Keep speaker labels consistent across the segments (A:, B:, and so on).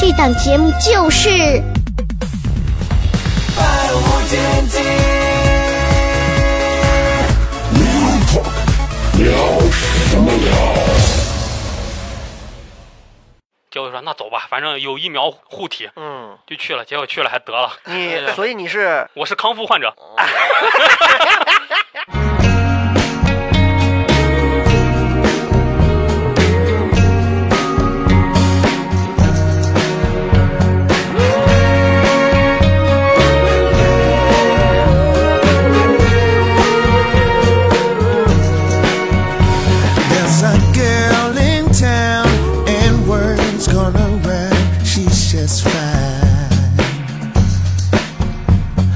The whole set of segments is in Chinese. A: 这档节目就是《
B: 百无禁忌。
C: 结果说那走吧，反正有疫苗护体，
D: 嗯，
C: 就去了。结果去了还得了，
D: 你
C: 哎呀
D: 所以你是
C: 我是康复患者。
B: There's a girl in town, and words gonna around. She's just fine.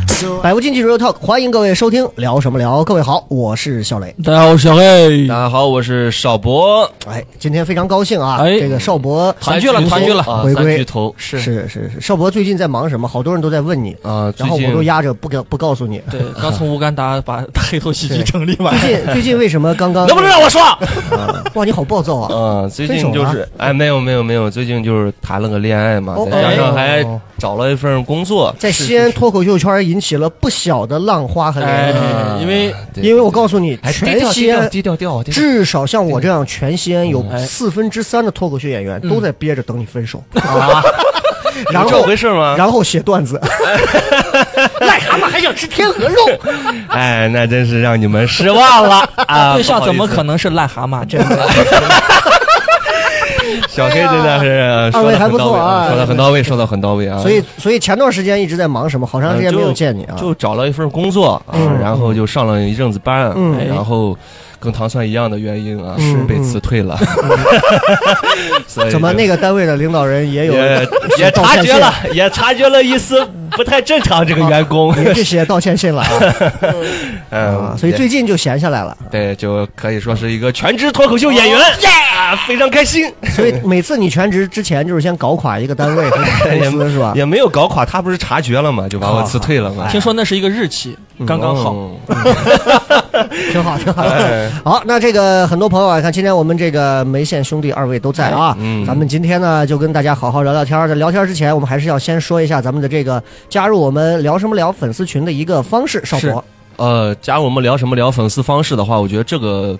B: So
D: 百无禁忌 Real Talk，欢迎各位收听，聊什么聊？各位好，我是小雷。
E: 大家好，我是小黑，
F: 大家好，我是邵博，
D: 哎，今天非常高兴啊，
E: 哎
D: 这个邵博
E: 团聚了
D: 三巨头
E: 团聚了
F: 啊
D: 回
F: 三
D: 归
F: 巨头
D: 是是是是，邵博最近在忙什么？好多人都在问你，
F: 啊，最
D: 然后我
F: 近
D: 都压着不告不告诉你。
E: 对，刚从乌干达把黑头喜剧整理完
D: 最，近最近为什么刚刚
E: 能不能让我 说？
D: 哇，你好暴躁啊！
F: 啊，最
D: 分手
F: 近就
D: 了
F: 是哎，没有没有没有，最近就是谈了个恋爱嘛
D: 哦，
F: 再加上
D: 哦
F: 还找了一份工作，
D: 在西安脱口秀圈引起了不小的浪花和涟漪，
E: 哎，因为
F: 对
D: 因为我告诉你，
F: 还低
D: 全
F: 调低
D: 西
F: 调
D: 安
F: 低调低调低调，
D: 至少像我这样全西安有
F: 嗯
E: 哎
D: 四分之三的脱口秀演员都在憋着等你分手， 然
F: 有 嗯啊这
D: 后
F: 回事啊吗？
D: 然后写段 子，癞蛤蟆还想吃天鹅肉，
F: 哎，那真是让你们失望 了啊！
E: 对象怎么可
F: 能？
E: 能是癞蛤蟆？真的，
F: 小黑真的是呃
D: 二
F: 说
D: 位
F: 的
D: 还
F: 很
D: 不
F: 到
D: 错
F: 位
D: 啊
F: 啊，说的很到位，说的很到位啊。
D: 所以所以前段时间一直在忙什么，好长时间没有见你啊
F: 呃，就就找了一份工作啊
D: 嗯，
F: 然后就上了一阵子班
D: 嗯，
F: 然后跟唐蒜一样的原因啊，
D: 嗯
F: 是被辞退了。 所以
D: 怎么
F: 就
D: 那个单位的领导人也有
F: 也也察觉了，也察觉了一丝不太正常，这个员工，
D: 也是写道歉信了啊啊，
F: 嗯，
D: 所以
F: 对
D: 最近就闲下来了。
F: 对就可以说是一个全职脱口秀演员啊，非常开心。
D: 所以每次你全职之前，就是先搞垮一个单位和公司是吧？
F: 也没有搞垮，他不是察觉了嘛，就把
D: 啊
F: 我辞退了嘛，
E: 听说那是一个日期，刚刚好。
F: 嗯。
D: 挺好，挺好。
F: 哎
D: 好，那这个很多朋友啊，看今天我们这个梅县兄弟二位都在
E: 哎
D: 啊，
F: 嗯
D: 咱们今天呢就跟大家好好聊聊天儿。在聊天儿之前，我们还是要先说一下咱们的这个加入我们聊什么聊粉丝群的一个方式。少
E: 是
D: 博，
F: 呃，假如我们聊什么聊粉丝方式的话，我觉得这个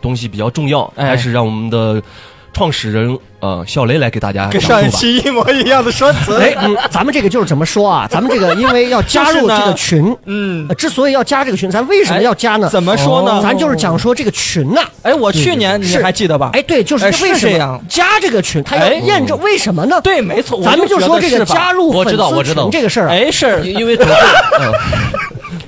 F: 东西比较重要，
E: 哎
F: 还是让我们的创始人呃小雷来给大家
E: 跟
F: 讲述
E: 上一
F: 吧。
E: 期一模一样的说辞，
D: 哎，嗯咱们这个就是怎么说 啊？咱们这个因为要加入这个群，
E: 嗯哎
D: 呃，之所以要加这个群，咱为什么要加呢？哦
E: 怎么说呢？
D: 咱就是讲说这个群呐、
E: 哎，我去年你
D: 是
E: 还记得吧？
D: 哎，，对，就是
E: 哎
D: 为
E: 是
D: 什
E: 这
D: 么
E: 样
D: 加这个群，他要
E: 哎
D: 验证为什么呢？
E: 对，没错，
D: 咱们
E: 就
D: 就说这个加
E: 入，
D: 入
F: 我
D: 粉
F: 知道
D: 丝
F: 我知道
D: 群这个事儿啊，
E: 哎，是
F: 因为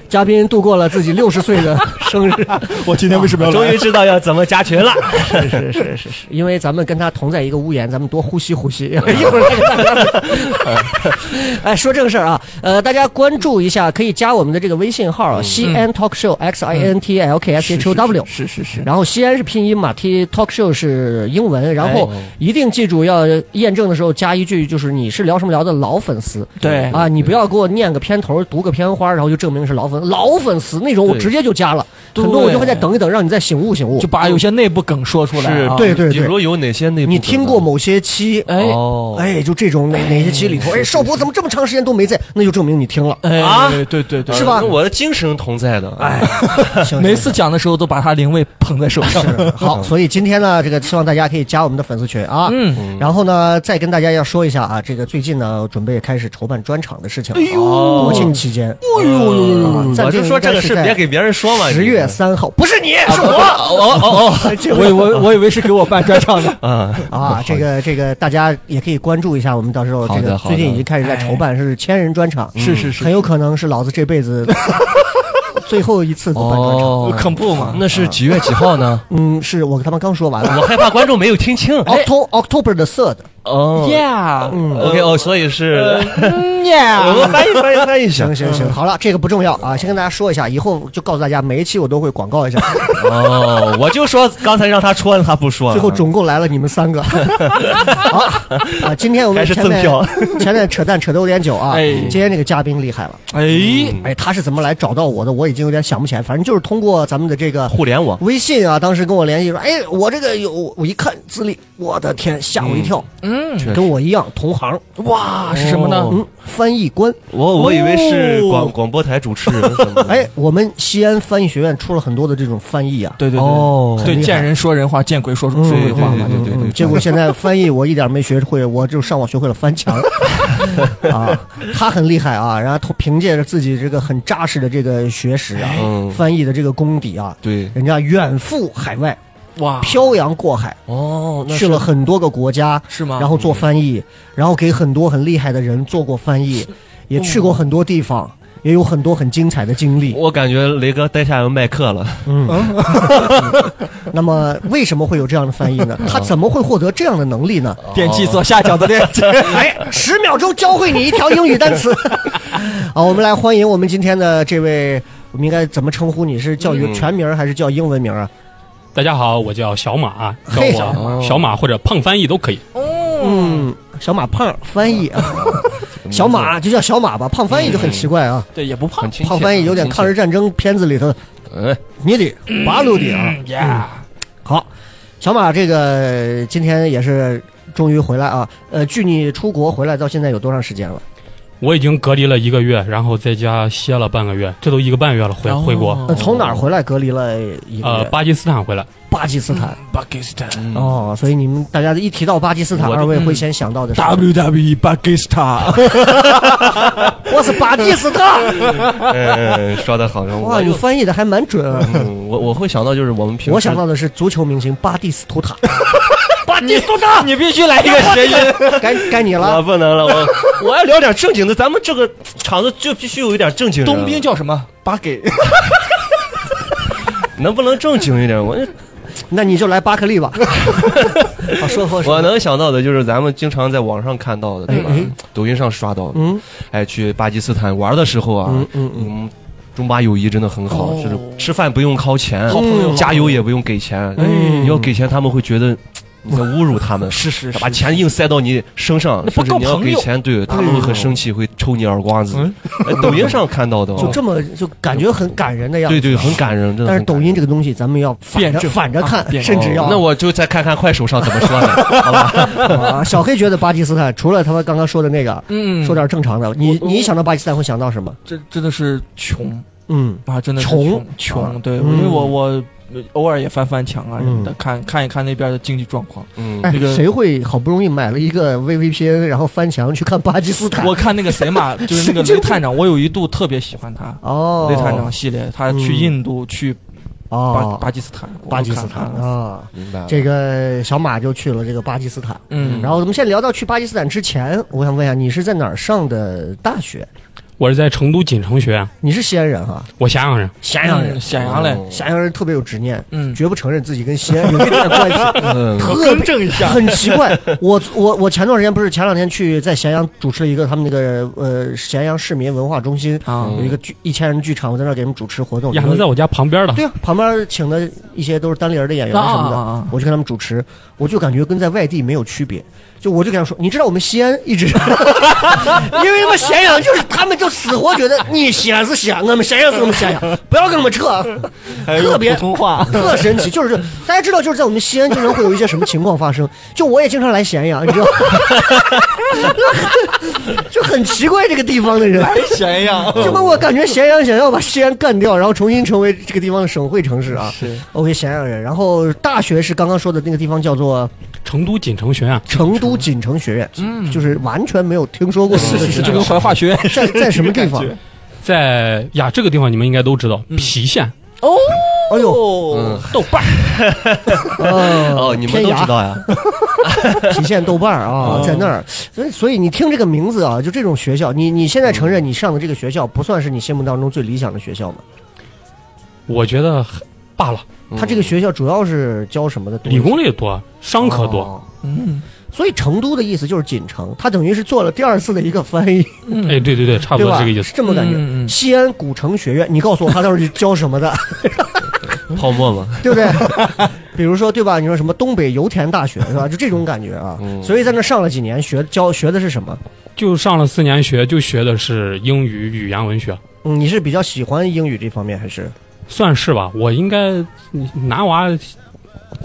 D: 嘉宾度过了自己六十岁的生日，
E: 我今天为什么
F: 终于知道要怎么加群了。
D: 是是是是是，因为咱们跟他同在一个屋檐，咱们多呼吸呼 吸。一会儿再给大家。 哎，说这个事儿啊，呃，大家关注一下，可以加我们的这个微信号啊，
E: 嗯
D: 西安 Talk Show X I N T L K S H O W。
E: 是是是，
D: 然后西安是拼音嘛，T Talk Show 是英文，然
E: 哎
D: 后一定记住要验证的时候加一句，就是你是聊什么聊的老粉丝
E: 对
D: 啊，你不要给我念个片头，读个片花，然后就证明是老粉老粉丝那种，我
F: 对
D: 直接就加了，很多
E: 对
D: 我就会再等一等，让你再醒悟醒悟
E: 就。把有些内部梗说出来啊。
F: 是，
D: 对
F: 比如有哪些内部？
D: 你听过？某些期，
E: 哎
F: 哦，
D: 哎，就这种哪哪些期里头，哎，邵博怎么这么长时间都没在？那就证明你听了。
E: 哎
F: 啊
E: 对对对，
D: 是吧
F: 跟我的精神同在的。哎，
D: 行
E: 每次讲的时候都把他灵位捧在手上。
D: 是好，所以今天呢，这个希望大家可以加我们的粉丝群啊。
E: 嗯，
D: 然后呢，再跟大家要说一下啊，这个最近呢，准备开始筹办专场的事情了。国庆期间，
F: 哎呦
D: 暂
F: 我
D: 定
F: 就说这个
D: 应
F: 事
D: 该是在
F: 别给别人说嘛。
D: 十月三号，不是你，是
F: 我
D: 我
F: 哦哦
E: 我以我我以为是给我办专场的。
F: 哦啊
D: 啊。这个这个，大家也可以关注一下，我们到时候这
F: 好
D: 个
F: 的好
D: 最
F: 的
D: 近已经开始在筹办，是千人专场，
E: 是是是
D: 很有可能是老子这辈子最后一次做办专场。
F: 哦，
E: 恐怖嘛？
F: 那是几月几号呢？
D: 嗯，是我跟他们刚说完了。
F: 我害怕观众没有听清。
D: 哦 Octo October the third，
F: 哦
E: Yeah，
D: 嗯
F: ，OK 哦，所以是
E: 嗯
F: 我
E: Yeah，
F: 们翻译翻译翻译一下
D: 行行行，嗯好了，这个不重要啊，先跟大家说一下，以后就告诉大家，每一期我都会广告一下。
F: 哦，我就说刚才让他说了，他不说了，
D: 最后总共来了你们三个。好啊，今天我们
F: 开始
D: 前
F: 赠
D: 面
F: 票
D: 前面扯淡扯的有点久啊，
E: 哎
D: 今天这个嘉宾厉害了，
E: 哎，
D: 哎，他是怎么来找到我的？我已经有点想不起来，反正就是通过咱们的这个
F: 互联网，
D: 微信啊，当时跟我联系说，哎，我这个有，我一看资历，我的天，吓我一跳，
E: 嗯，
F: 确实
D: 跟我一样同行，
E: 哇，是什么呢
F: 哦？
D: 嗯，翻译官，
F: 我我以为是
E: 哦
F: 广广播台主持人什么的，
D: 哎，我们西安翻译学院出了很多的这种翻译啊，
E: 对对对
F: 哦
E: 对，
D: 很厉害
E: 见人说人话，见鬼说说鬼话嘛，
F: 对对对
D: 嗯结果现在翻译我一点没学会，我就上网学会了翻墙啊，他很厉害啊，然后通凭借着自己这个很扎实的这个学识啊，
F: 嗯
D: 翻译的这个功底啊，
F: 对，啊
D: 人家远赴海外，
E: 哇，
D: 漂洋过海，
F: 哦，那
D: 去了很多个国家，
E: 是吗？
D: 然后做
F: 嗯
D: 翻译，然后给很多很厉害的人做过翻译，也
F: 哦
D: 去过很多地方，也有很多很精彩的经历。
F: 我感觉雷哥待下要卖课了，
D: 嗯，那么为什么会有这样的翻译 呢？他怎么会获得这样的能力呢？
E: 点击左下角的链接，
D: 哎，十秒钟教会你一条英语单词。 好，我们来欢迎我们今天的这位，我们应该怎么称呼你？是叫
F: 嗯
D: 全名儿还是叫英文名啊？
C: 大家好，我叫小马，叫
D: 嘿
C: 我小马或者胖翻译都可以。
D: 嗯，小马胖翻译啊，小马啊就叫小马吧，胖翻译就很奇怪啊。
E: 对，也不胖
F: 很亲切，
D: 胖翻译有点抗日战争片子里头，
F: 哎，
D: 你得八路的啊。
E: ，Yeah，
D: 好，小马这个今天也是终于回来啊。呃，距你出国回来到现在有多长时间了？
C: 我已经隔离了一个月，然后在家歇了半个月，这都一个半月了，回回国，
D: 呃从哪儿回来隔离了一个
C: 呃，
D: 月？
C: 巴基斯坦回来。
D: 巴基斯坦。
E: 巴基斯坦
F: 哦，
D: 哦，所以你们大家一提到巴基斯坦，
F: 我嗯
D: 二位会先想到的是 E
E: ，WWE 巴基斯坦，
D: 我是巴基斯坦。
F: 嗯，说的好，然后
D: 哇，
F: 我
D: 你
F: 就
D: 翻译的还蛮准啊。
F: 嗯我我会想到就是我们平时
D: 我想到的是足球明星巴蒂斯图塔，
E: 巴基斯坦， 你必须来一个谐音，
D: 该该你
F: 我
D: 了。
F: 啊不能了，我我要聊点正经的，咱们这个场子就必须有一点正经人。
E: 冬兵叫 什么？巴给，
F: 能不能正经一点？我
D: 那你就来巴克 利吧。好，说 说
F: 我
D: 说。
F: 能想到的就是咱们经常在网上看到的，对吧？
D: 哎哎
F: 抖音上刷到的，
D: 嗯
F: 哎，去巴基斯坦玩的时候啊，
D: 嗯嗯嗯，
F: 嗯，中巴友谊真的很好，
E: 哦
F: 就是吃饭不用掏钱，
E: 好朋友
F: 加油也不用给钱，
D: 嗯
F: 你要给钱他们会觉得你在侮辱他们，
E: 是是是
F: 把钱硬塞到你身上，
E: 那
F: 甚
E: 不
F: 至
E: 够
F: 你要
E: 朋
F: 给
E: 友
F: 钱，
D: 哎
F: 对他们会很生气，会抽你耳光子。哎抖音上看到的哦，
D: 嗯就这么就感觉很感人的样
F: 对
D: 子。
F: 对，很感人，真的
D: 但
F: 很感人。
D: 是抖音这个东西，咱们要反
E: 辩
D: 着
E: 证
D: 反着看
E: 啊，辩证
D: 甚至要
F: 哦那我就再看看快手上怎么说的，好吧？
D: 啊，小黑觉得巴基斯坦除了他们刚刚说的那个，
E: 嗯，
D: 说点正常的，你
E: 我
D: 你一想到巴基斯坦会想到什么？
E: 这真的是穷
D: 嗯，
E: 啊，真的是
D: 穷
E: 穷，
D: 啊
E: 穷对，
D: 嗯
E: 因为我我呃偶尔也翻翻墙啊什么的，看看一看那边的经济状 况。
F: 嗯，
D: 哎
E: 那，个
D: 谁会好不容易买了一个 VVPN，然后翻墙去看巴基斯坦？
E: 我看那个 谁嘛，就是那个雷探长，我有一度特别喜欢他。
D: 哦，
E: 雷探长系列，他去
D: 嗯
E: 印度，去巴
D: 哦，
E: 巴基斯坦，我
D: 巴基斯
E: 看
D: 坦
E: 了
D: 啊，
F: 明白了。
D: 这个小马就去了这个巴基斯坦。
E: 嗯，
D: 然后我们先聊到去巴基斯坦之前，我想问一下，你是在哪儿上的大学？
C: 我是在成都锦城学院，
D: 你是西安人哈？
C: 我咸阳人。
D: 咸阳人
E: 嗯，咸阳嘞，
D: 咸阳人特别有执念，
E: 嗯，
D: 绝不承认自己跟西安有一点关系。
F: 嗯
D: 特别
E: 正一下
D: 很奇怪，我我我前段时间不是前两天去在咸阳主持了一个他们那个呃咸阳市民文化中心
E: 啊
D: 有一个剧一千人剧场，我在那儿给他们主持活动。
C: 呀，那在我家旁边的。
D: 哦对啊，旁边请的一些都是单立人的演员什么
E: 啊
D: 的，
E: 啊啊
D: 我就跟他们主持，我就感觉跟在外地没有区别。就我就跟他说，你知道我们西安一直， 因为他妈咸阳就是他们就死活觉得你西安是西安，我们咸阳是我们咸阳，不要跟我们扯， 特别
E: 普通话，
D: 特神奇，就是大家知道，就是在我们西安经常会有一些什么情况发生。就我也经常来咸阳，你知道， 就很奇怪这个地方的人，
E: 咸阳
D: 就把我感觉咸阳想要把西安干掉，然后重新成为这个地方的省会城市啊。
E: 是
D: OK，咸阳人。然后大学是刚刚说的那个地方叫做
C: 成都锦城学院，
D: 成都锦城学院，
E: 嗯
D: 就是完全没有听说过的
E: 是
D: 一个
E: 是
D: 地方
E: 是，就跟怀化学院
D: 在在什么地方？
C: 在呀这个地方你们应该都知道，郫县。
E: 哦，
D: 哎呦，
F: 嗯
E: 豆瓣儿
F: 哦，
D: 哦
F: 你们都知道呀？
D: 郫县豆瓣儿啊，在那儿，所以所以你听这个名字啊，就这种学校，你你现在承认你上的这个学校不算是你心目当中最理想的学校吗？
C: 我觉得罢了，
D: 嗯
F: 嗯
D: 它这个学校主要是教什么的东西？
C: 理工类多，商科多。
D: 哦
E: 嗯，
D: 所以成都的意思就是锦城，它等于是做了第二次的一个翻译，
C: 哎，对对对，差不
D: 对
C: 多
D: 吧？
C: 这个意思
D: 是。这么感觉。
E: 嗯嗯嗯
D: 西安古城学院，你告诉我他到底教什么的，
F: 泡沫嘛，
D: 对不对？比如说，对吧？你说什么东北油田大学是吧？就这种感觉啊。
F: 嗯
D: 所以在那上了几年，学教学的是什么？
C: 就上了四年学，就学的是英语语言文学，
D: 嗯，你是比较喜欢英语这方面，还是
C: 算是吧。我应该嗯男娃，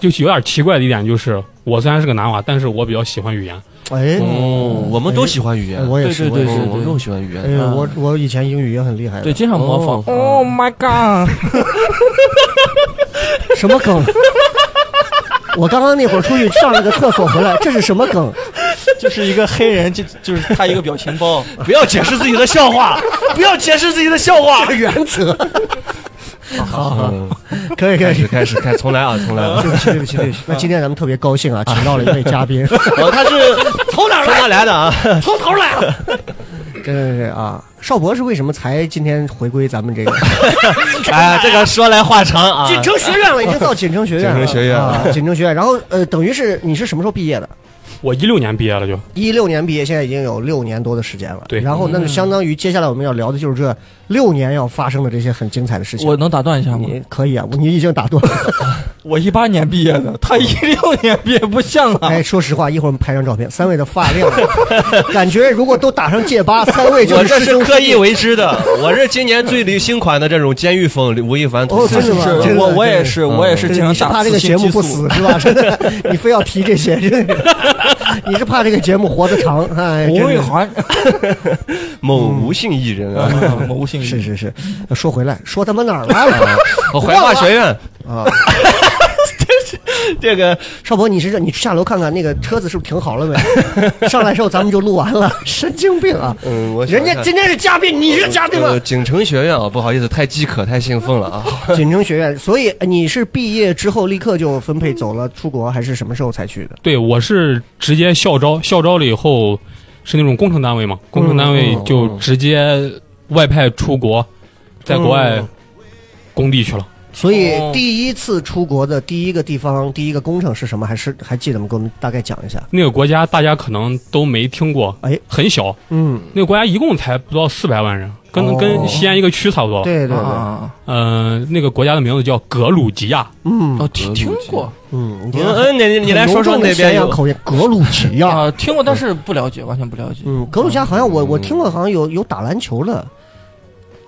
C: 就是有点奇怪的一点就是，我虽然是个男娃，但是我比较喜欢语言。
D: 哎？
F: 哦，我们都喜欢语言，
D: 我也
E: 对
D: 是，
E: 对对
D: 我也
F: 嗯
D: 是
F: 我们都喜欢语
D: 哎
F: 言。
D: 呦，我我以前英语也很厉害的，
E: 对，经常模仿。嗯
D: Oh
F: 哦
E: my god！
D: 什么梗？ 我刚刚那会儿出去上了个厕所回来，这是什么梗？
E: 就是一个黑人，就就是他一个表情包，
F: 不要解释自己的笑话，不要解释自己的笑话。
D: 原则。好好，
F: 嗯，
D: 可以可
F: 开始
D: 以。
F: 开始开，从来啊，从 来啊。
D: 对不起，对不起，对不起。那今天咱们特别高兴啊，请到了一位嘉宾，
F: 哦，他是从哪儿从哪儿来的啊？
D: 从头来啊！真的是啊，邵博是为什么才今天回归咱们这 个
F: 哎，这个说来话长啊。
D: 城学院了？已经到锦城学院了，
F: 锦城学院
D: 啊，锦城学院。然后呃，等于是你是什么时候毕业的？
C: 我一六年毕业了就，
D: 一六年毕业，现在已经有六年多的时间了。
C: 对
D: 然后那
F: 嗯
D: 就相当于接下来我们要聊的就是这六年要发生的这些很精彩的事情。
E: 我能打断一下吗？
D: 你可以啊，你已经打断了。
E: 我一八年毕业的，他一六年毕业，不像啊。
D: 哎，说实话，一会儿我们拍张照片，三位的发量，感觉如果都打上戒疤，三位就
F: 我这
D: 师
F: 是
D: 兄
F: 刻意为之的，我是今年最流行款的这种监狱风，吴亦凡
D: 哦
F: 头像
D: 真的吗
E: 是
D: 真的
E: 我我
D: 真的
E: 也是，
F: 嗯
E: 我也是
D: 对
E: 经
D: 你
E: 常
D: 是
E: 打
D: 怕这个
E: 雌
D: 节目
E: 性激
D: 不
E: 素
D: 死是吧？ 真 的，你非要提这些，真的， 你是怕这个节目活得长？哎，
E: 吴
D: 真
E: 伟
D: 的
E: 华，
F: 某吴姓艺人啊，
E: 嗯某姓
D: 是是是。
E: 嗯
D: 说回来，说他妈哪儿来
E: 啊
D: 了
F: 哦怀化学院
D: 啊？
F: 这个
D: 少博，你是这你下楼看看那个车子是不是停好了没？上来之后咱们就录完了，神经病啊！
F: 嗯，我
D: 人家今天是嘉宾，你是嘉宾吗
F: 呃，？景城学院啊，不好意思，太饥渴，太兴奋了啊！
E: 呃
D: 锦城学院，所以呃你是毕业之后立刻就分配走了出国，还是什么时候才去的？
C: 对我是直接校招，校招了以后是那种工程单位嘛，工程单
D: 嗯
C: 位就直接外派出国，在国外
D: 嗯
C: 工地去了。
D: 所以
E: 哦
D: 第一次出国的第一个地方、第一个工程是什么？还是还记得吗？给我们大概讲一下。
C: 那个国家大家可能都没听过，
D: 哎，
C: 很小，
D: 嗯，
C: 那个国家一共才不到四百万人，跟、
D: 哦
C: 跟西安一个区差不多。，
D: 对对对，
E: 啊，
C: 嗯、那个国家的名字叫格鲁吉亚，
D: 嗯
E: 哦，听听过
D: 嗯，你这
F: 嗯嗯，你你来说说那边
D: 有
F: 有
D: 口音，格鲁吉亚。
E: 啊，听过，但是不了解，完全不了解。
D: 嗯，格鲁吉亚好像我我听过，好像有有打篮球的。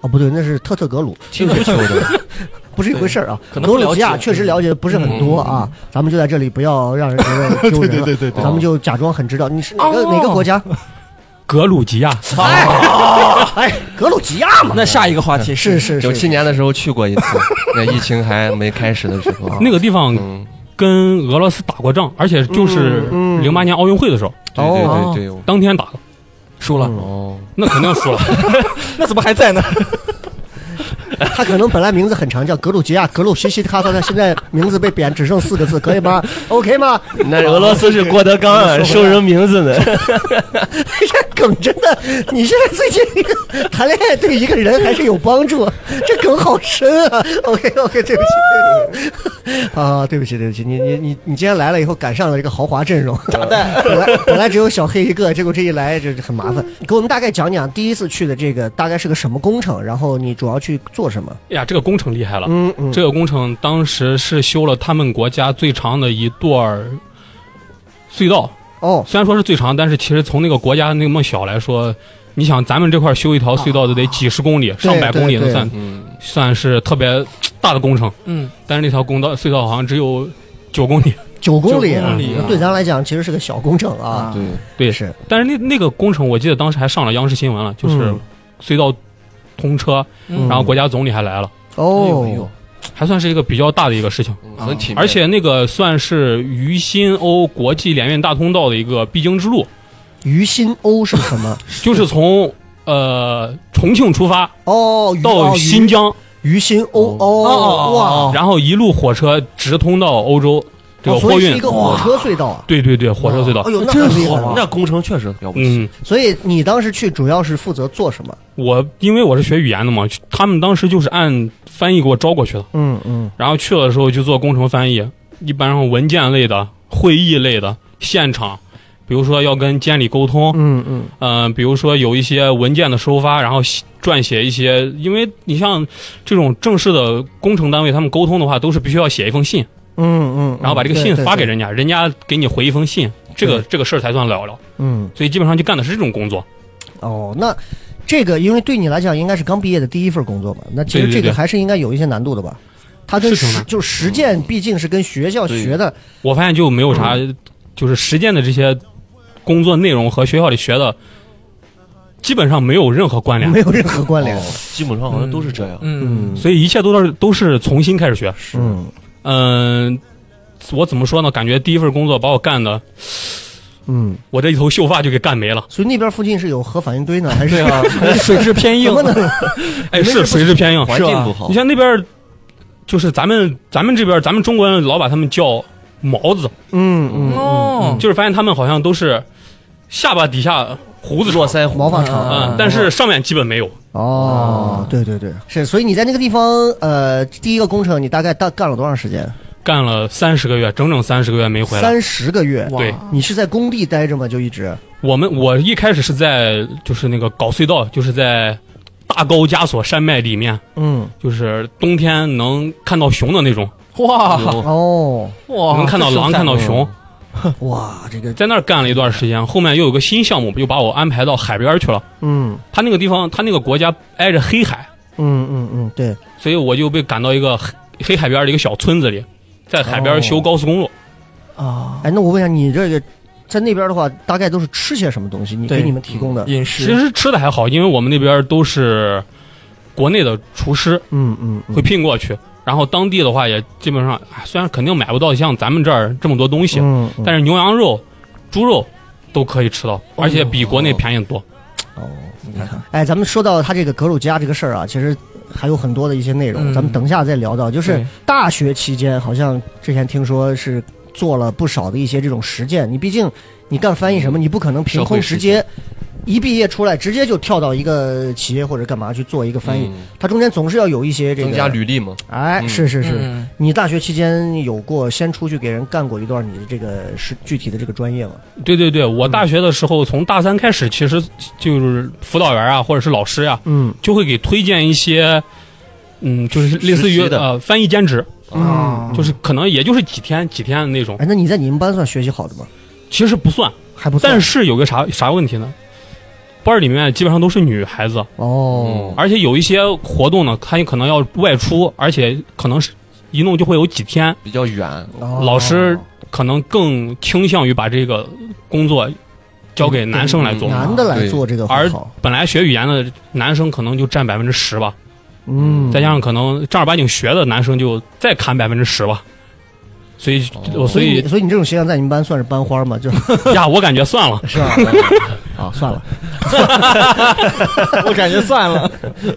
D: 哦，不对，那是特特格鲁，
F: 踢足 球的，
D: 不是一回事儿啊。
E: 可能
D: 格
E: 不了解
D: 鲁吉亚确实了解的不是很多啊，咱们就在这里不要让人觉得丢人了，对对对
F: 嗯 对
D: 咱们就假装很知道。你是哪个
E: 哦
D: 哪个国家？
C: 格鲁吉亚，
F: 哦
D: 哎，格鲁吉亚 嘛，
E: 那下一个话题
D: 是是
F: 九
D: 是
F: 七年的时候去过一次，那疫情还没开始的时候啊，
C: 那个地方
F: 嗯，
C: 跟俄罗斯打过仗，而且就是
D: 嗯嗯
C: 零八年奥运会的时候，
F: 对
D: 哦
F: 对对对，
C: 当天打的，
E: 输了，
D: 嗯
F: 哦，
C: 那肯定输了。 哎
E: 那怎么还在呢？
D: 他可能本来名字很长，叫格鲁吉亚格鲁西西卡他现在名字被贬只剩四个字，可以吗？OK 吗？
F: 那俄罗斯是郭德纲啊，收人名字呢。
D: 这梗真的，你现在最近谈恋爱对一个人还是有帮助，这梗好深 啊！OK OK，对不起，对不起啊，对不起对不起，你你你你今天来了以后赶上了这个豪华阵容，炸弹，本来本来只有小黑一个，结果这一来这很麻烦。
E: 嗯
D: 给我们大概讲讲第一次去的这个大概是个什么工程，然后你主要去做什么？
C: 哎呀，这个工程厉害了，
D: 嗯嗯，
C: 这个工程当时是修了他们国家最长的一段儿隧道，
D: 哦，
C: 虽然说是最长，但是其实从那个国家那么小来说，你想咱们这块儿修一条隧道都得几十公里、上百公里，
D: 啊对
C: 那算
F: 嗯，
C: 算是特别大的工程。
E: 嗯，
C: 但是那条公道隧道好像只有九公里，
D: 九公里，啊
E: 九公里
D: 那对咱来讲其实是个小工程啊，
E: 啊
F: 对，
C: 对
D: 是。
C: 但是那那个工程我记得当时还上了央视新闻了，就是
D: 嗯
C: 隧道通车，
E: 嗯
C: 然后国家总理还来了，
D: 哦，
E: 哎呦
C: 还算是一个比较大的一个事情。
F: 嗯很体面，
C: 而且那个算是渝新欧国际联运大通道的一个必经之路，
D: 鱼心欧是什么？
C: 就是从呃重庆出发
D: 哦， 鱼
C: 到
D: 哦
C: 新疆。
D: 鱼鱼心欧
F: 哦
D: 哦，哇，
E: 哦
C: 然后一路火车直通到欧洲，这个
D: 哦所
C: 货
D: 以是
C: 运
D: 一，个火车隧道啊，
C: 对对对，火车隧道
D: 哎。呦，那
F: 真
D: 很厉害
F: 好，
D: 啊。
F: 那工程确实了不起。
C: 嗯，
D: 所以你当时去主要是负责做什么？
C: 我因为我是学语言的嘛，他们当时就是按翻译给我招过去的，
D: 嗯嗯，
C: 然后去了的时候就做工程翻译，一般上文件类的、会议类的、现场。比如说要跟监理沟通，
D: 嗯嗯
C: 嗯、比如说有一些文件的收发，然后写撰写一些，因为你像这种正式的工程单位，他们沟通的话都是必须要写一封信，
D: 嗯嗯，
C: 然后把这个信发给人
D: 人，
C: 家，人家给你回一封信，这个这个事儿才算了了。
D: 嗯
C: 所以基本上就干的是这种工作。
D: 哦，那这个因为对你来讲应该是刚毕业的第一份工作嘛，那其实
C: 对对
D: 这个
C: 对
D: 还是应该有一些难度的吧？它跟
C: 是挺
D: 实
C: 难
D: 就是实践，毕竟是跟学校学的，
C: 我发现就没有啥，就是实践的这些工作内容和学校里学的，基本上没有任何关联
D: 没。有任何关联。
C: 哦
F: 基本上好像都是这样。
E: 嗯，
D: 嗯
C: 所以一切都是都是从新开始学。
D: 嗯
C: 嗯、我怎么说呢？感觉第一份工作把我干的，
D: 嗯，
C: 我这一头秀发就给干没了。
D: 所以那边附近是有核反应堆呢，还是
E: 对 啊，水质偏硬
D: 怎，么能
C: 哎，
D: 没事
C: 嗯是水质偏硬。
F: 环境不好
C: 你，像那边儿，就是咱们咱们这边儿，咱们中国人老把他们叫毛子，
D: 嗯嗯
E: 哦
C: 就是发现他们好像都是下巴底下胡子长
F: 络，腮胡
D: 毛发
C: 嗯、
D: 长
E: 啊
C: 但是上面基本没有。
D: 哦，对对对，是，所以你在那个地方，呃，第一个工程你大概大干了多长时间？
C: 干了三十个月，整整三十个月没回来。
D: 三十个月，
E: 哇
C: 对
D: 你是在工地待着吗？就一直？
C: 我们我一开始是在就是那个搞隧道，就是在大高加索山脉里面，
D: 嗯，
C: 就是冬天能看到熊的那种，
E: 嗯哇
F: 有
D: 哦，
E: 啊哇，
C: 能看到
E: 这是哦
C: 狼、
E: 在
C: 看到熊，
D: 哇，这个，
C: 在那儿干了一段时间。后面又有个新项目，又把我安排到海边儿去了。
D: 嗯
C: 他那个地方，他那个国家挨着黑海，
D: 嗯嗯嗯，对，
C: 所以我就被赶到一个黑黑海边儿的一个小村子里，在海边儿
E: 哦
C: 修高速公路。
E: 啊，
D: 哎，那我问一下，你这个在那边的话，大概都是吃些什么东西？你
E: 对
D: 给你们提供的？
E: 饮
C: 其
E: 食
C: 实吃的还好，因为我们那边儿都是国内的厨师，
D: 嗯嗯嗯
C: 会聘过去。然后当地的话也基本上，哎虽然肯定买不到像咱们这儿这么多东西，
D: 嗯，嗯
C: 但是牛羊肉、猪肉都可以吃到，而且比国内便宜得多。
D: 哦，
E: 你看看，
D: 哎，咱们说到他这个格鲁吉亚这个事儿啊，其实还有很多的一些内容，
E: 嗯
D: 咱们等一下再聊到。就是
E: 对
D: 大学期间，好像之前听说是做了不少的一些这种实践。你毕竟你干翻译什么，你不可能凭
F: 嗯社
D: 空
F: 会
D: 直
F: 实
D: 接一毕业出来直接就跳到一个企业或者干嘛去做一个翻译，
F: 嗯
D: 它中间总是要有一些这
F: 增加
D: 个。
F: 履历嘛，
D: 哎，
F: 嗯
D: 是是是，
E: 嗯
D: 你大学期间有过先出去给人干过一段你的这个是具体的这个专业吗？
C: 对对对，我
D: 嗯
C: 大学的时候，从大三开始，其实就是辅导员啊，或者是老师呀、
D: 嗯
C: 就会给推荐一些，嗯，就是类似于
F: 实习的
C: 呃翻译兼职，
D: 嗯，
C: 就是可能也就是几天几天的那种，
D: 哎，那你在你们班算学习好的吗？
C: 其实不算。
D: 还不错。
C: 但是有个啥啥问题呢？班儿里面基本上都是女孩子，
F: 嗯
D: 哦，
C: 而且有一些活动呢，她也可能要外出，而且可能是一弄就会有几天，
F: 比较远，
D: 哦
C: 嗯老师可能更倾向于把这个工作交给男生来做。
D: 哦男的来做这个会
C: 而
D: 好，
C: 本来学语言的男生可能就占百分之十吧，
D: 嗯，
C: 再加上可能正儿八经学的男生就再砍百分之十吧，所以我
D: 所
C: 所
D: 以
C: 以
D: 你所以你这种现象在你们班算是班花嘛， 就 是，
C: 呀，我感觉算了
D: 是吧？啊，算了，
E: 我感觉算了，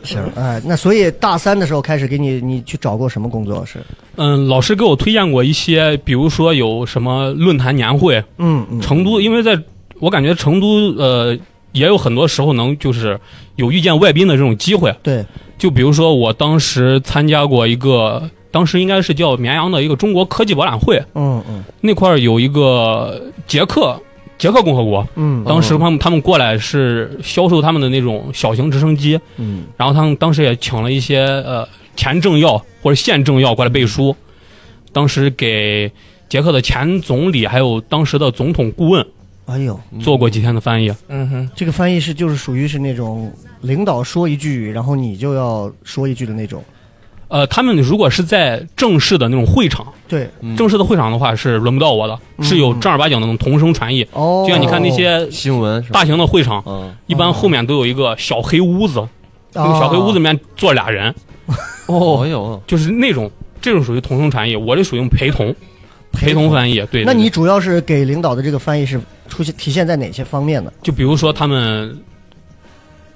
D: 行，哎，那所以大三的时候开始给你，你去找过什么工作是？
C: 嗯，老师给我推荐过一些，比如说有什么论坛年会，
D: 嗯嗯，
C: 成都，因为在我感觉成都呃也有很多时候能就是有遇见外宾的这种机会。
D: 对，
C: 就比如说我当时参加过一个，当时应该是叫绵阳的一个中国科技博览会，
D: 嗯嗯
C: 那块儿有一个捷克捷克共和国，
D: 嗯
C: 当时他们他们过来是销售他们的那种小型直升机，
D: 嗯
C: 然后他们当时也请了一些呃前政要或者县政要过来背书，当时给捷克的前总理还有当时的总统顾问
D: 哎呦，
C: 做过几天的翻译。
E: 嗯哼，
D: 这个翻译是就是属于是那种领导说一句，然后你就要说一句的那种。
C: 呃，他们如果是在正式的那种会场，
D: 对，
F: 嗯
C: 正式的会场的话是轮不到我的，是有正儿八经的那种同声传译。
D: 嗯哦，
C: 就像你看那些
F: 新闻是吧
C: 大型的会场，
F: 嗯，
C: 一般后面都有一个小黑屋子，那个小
D: 哦
C: 黑屋子里面坐俩人，
F: 哦哟，
C: 就是那种这种属于同声传译，我这属于陪同陪同翻译。对，
D: 那
C: 对
D: 你
C: 对
D: 主要是给领导的这个翻译是出现体现在哪些方面呢？
C: 就比如说他们，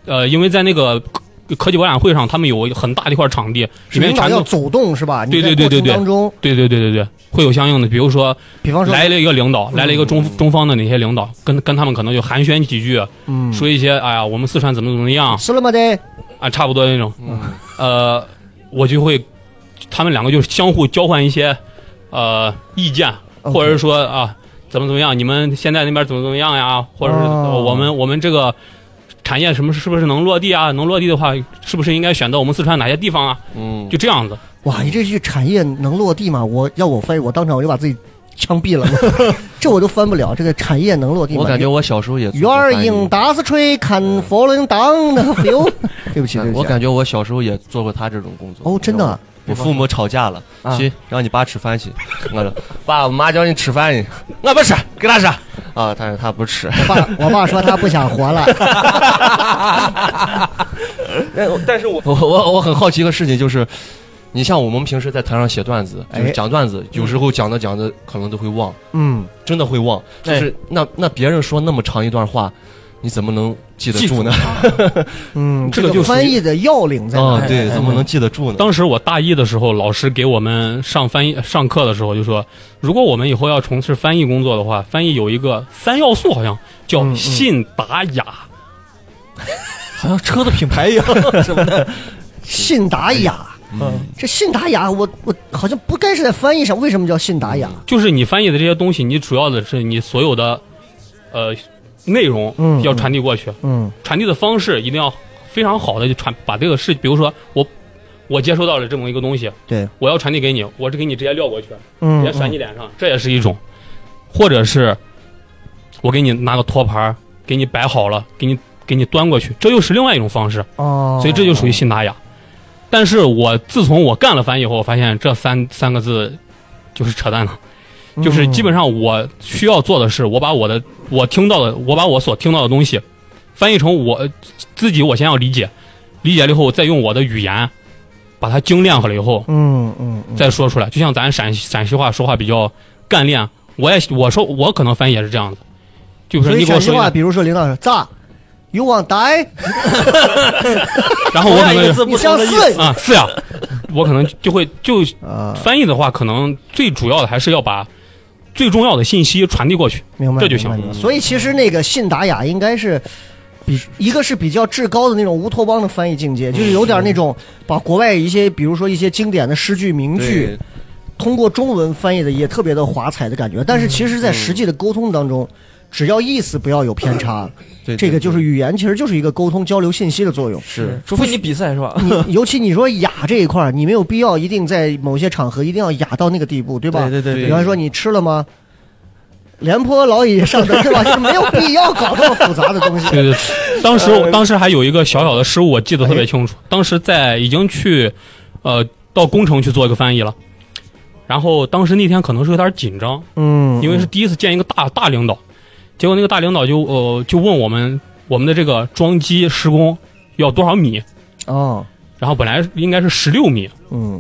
C: 呃，因为在那个科科技博览会上，他们有很大的一块场地，里面
D: 领导
C: 全
D: 要
C: 都
D: 走动是吧？你
C: 对
D: 在
C: 对对
D: 过程
C: 对对
D: 当中，
C: 对对对对对，会有相应的，比如说
D: 比方说，
C: 来了一个领导，来了一个中中方的那些领导，跟跟他们可能就寒暄几句，
D: 嗯，
C: 说一些哎呀，我们四川怎么怎么样
D: 吃了吗？得，
C: 啊，差不多那种。
F: 嗯
C: 呃，我就会，他们两个就相互交换一些呃意见，或者是说啊，怎么怎么样，你们现在那边怎么怎么样呀，或者是
D: 哦
C: 我们我们这个产业什么是不是能落地啊？能落地的话，是不是应该选择我们四川哪些地方啊？
F: 嗯，
C: 就这样子，
D: 哇，你这句产业能落地吗？我要我翻译，我当场我就把自己枪毙了， 这我都翻不了。这个产业能落地吗？
F: 我感觉我小时候也做过翻
D: 原
F: 译
D: 影达斯吹看佛伦当的 feel，对不起，对不起，
F: 哎我感觉我小时候也做过他这种工作。
D: 哦，真的啊，
F: 我父母吵架了，
E: 啊
F: 去让你爸吃饭去。我说 爸，我妈叫你吃饭去，我不吃，给他吃。啊，但是他不吃。
D: 我爸，我爸说他不想活了，
F: 但是我我我我很好奇一个事情，就是你像我们平时在台上写段子，就是
D: 哎
F: 讲段子，有时候讲着讲着可能都会忘，
D: 嗯，
F: 真的会忘。
D: 哎
F: 就是那那别人说那么长一段话，你怎么能记得住 呢？
D: 嗯，
C: 这
D: 这
C: 个就
D: 个
C: 属于
D: 翻译的要领在哪
F: 啊
D: 儿？，
F: 对，怎么能记得住
D: 哎
F: 呢？
C: 当时我大一的时候，老师给我们上翻译上课的时候就说，如果我们以后要从事翻译工作的话，翻译有一个三要素，好像叫信达雅。
E: 好像车的品牌一样什么的。
D: 信达雅，
E: 嗯，
D: 这信达雅，我我好像不该是在翻译上，为什么叫信达雅？
C: 就是你翻译的这些东西，你主要的是你所有的呃内容
D: 嗯
C: 要传递过去，
D: 嗯
C: 传递的方式一定要非常好的就传把这个事，比如说我我接收到了这么一个东西，
D: 对，
C: 我要传递给你，我是给你直接撂过去，直
D: 嗯
C: 接甩你脸上，这也是一种，或者是我给你拿个托盘儿给你摆好了，给你给你端过去，这又是另外一种方式，
D: 哦，
C: 所以这就属于信达雅。但是我自从我干了翻译以后，我发现这三三个字就是扯淡了。
D: 嗯
C: 就是基本上我需要做的是，我把我的我听到的，我把我所听到的东西翻译成我自己，我先要理解，理解了以后，我再用我的语言把它精炼好了以后
D: 嗯，嗯嗯，
C: 再说出来。就像咱陕西陕西话说话比较干练，啊我也我说我可能翻译也是这样子，就比如说
D: 所以
C: 你给我
D: 陕西
C: 说一
D: 话，
C: 个，
D: 比如说领导说咋，You want die？
C: 然后我可
E: 一个
C: 能
E: 字
D: 你
E: 不
D: 像
E: 同的意思。
D: 四
C: 啊 是呀，我可能就会就
D: 啊，
C: 翻译的话，可能最主要的还是要把最重要的信息传递过去。
D: 明白，
C: 这就行
D: 明白明白所以其实那个信达雅应该是比一个是比较至高的那种乌托邦的翻译境界，就是有点那种把国外一些，比如说一些经典的诗句名句，通过中文翻译的也特别的华彩的感觉。但是其实，在实际的沟通当中，只要意思不要有偏差，
F: 对，对
D: 这个
F: 对
D: 就是语言，其实就是一个沟通交流信息的作用。
F: 是
E: 除非你比赛是 吧？
D: 你尤其你说雅这一块儿，你没有必要一定在某些场合一定要雅到那个地步，对吧？
E: 对对对
D: 比方说你吃了吗？廉颇老以上的对吧？就是没有必要搞这么复杂的 东西。
C: 对对，对，当时我当时还有一个小小的失误，我记得特别清
D: 哎
C: 楚。当时在已经去，呃，到工程去做一个翻译了。然后当时那天可能是有点紧张，
D: 嗯，
C: 因为是第一次见一个大大领导，结果那个大领导就呃就问我们我们的这个装机施工要多少米，
D: 哦，
C: 然后本来应该是十六米，
D: 嗯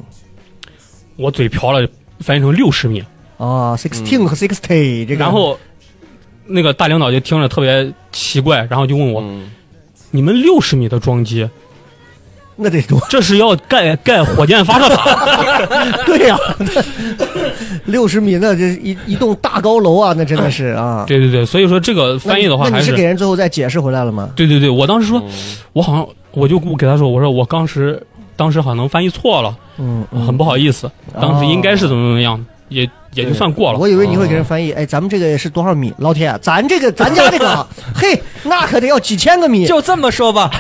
C: 我嘴瓢了，翻译成六十米，
D: 啊，sixteen 和 sixty 这个，
C: 嗯然后那个大领导就听着特别奇怪，然后就问我、
F: 嗯
C: 你们六十米的装机，
D: 那得多
C: 这是要盖盖火箭发射塔？
D: 对呀、六十米那这一一栋大高楼啊，那真的是啊。
C: 对对对，所以说这个翻译的话
D: 那你
C: 还
D: 那你
C: 是
D: 是给人最后再解释回来了吗？
C: 对对对，我当时说，
F: 嗯
C: 我好像我就给他说，我说我当时当时好像翻译错了，
D: 嗯，嗯
C: 很不好意思，当时应该是怎么怎么样，也 也就算过了。哦
D: 我以为你会给人翻译，哎，咱们这个是多少米？老铁，咱这个咱家这个，啊，嘿，那可得要几千个米。
E: 就这么说吧，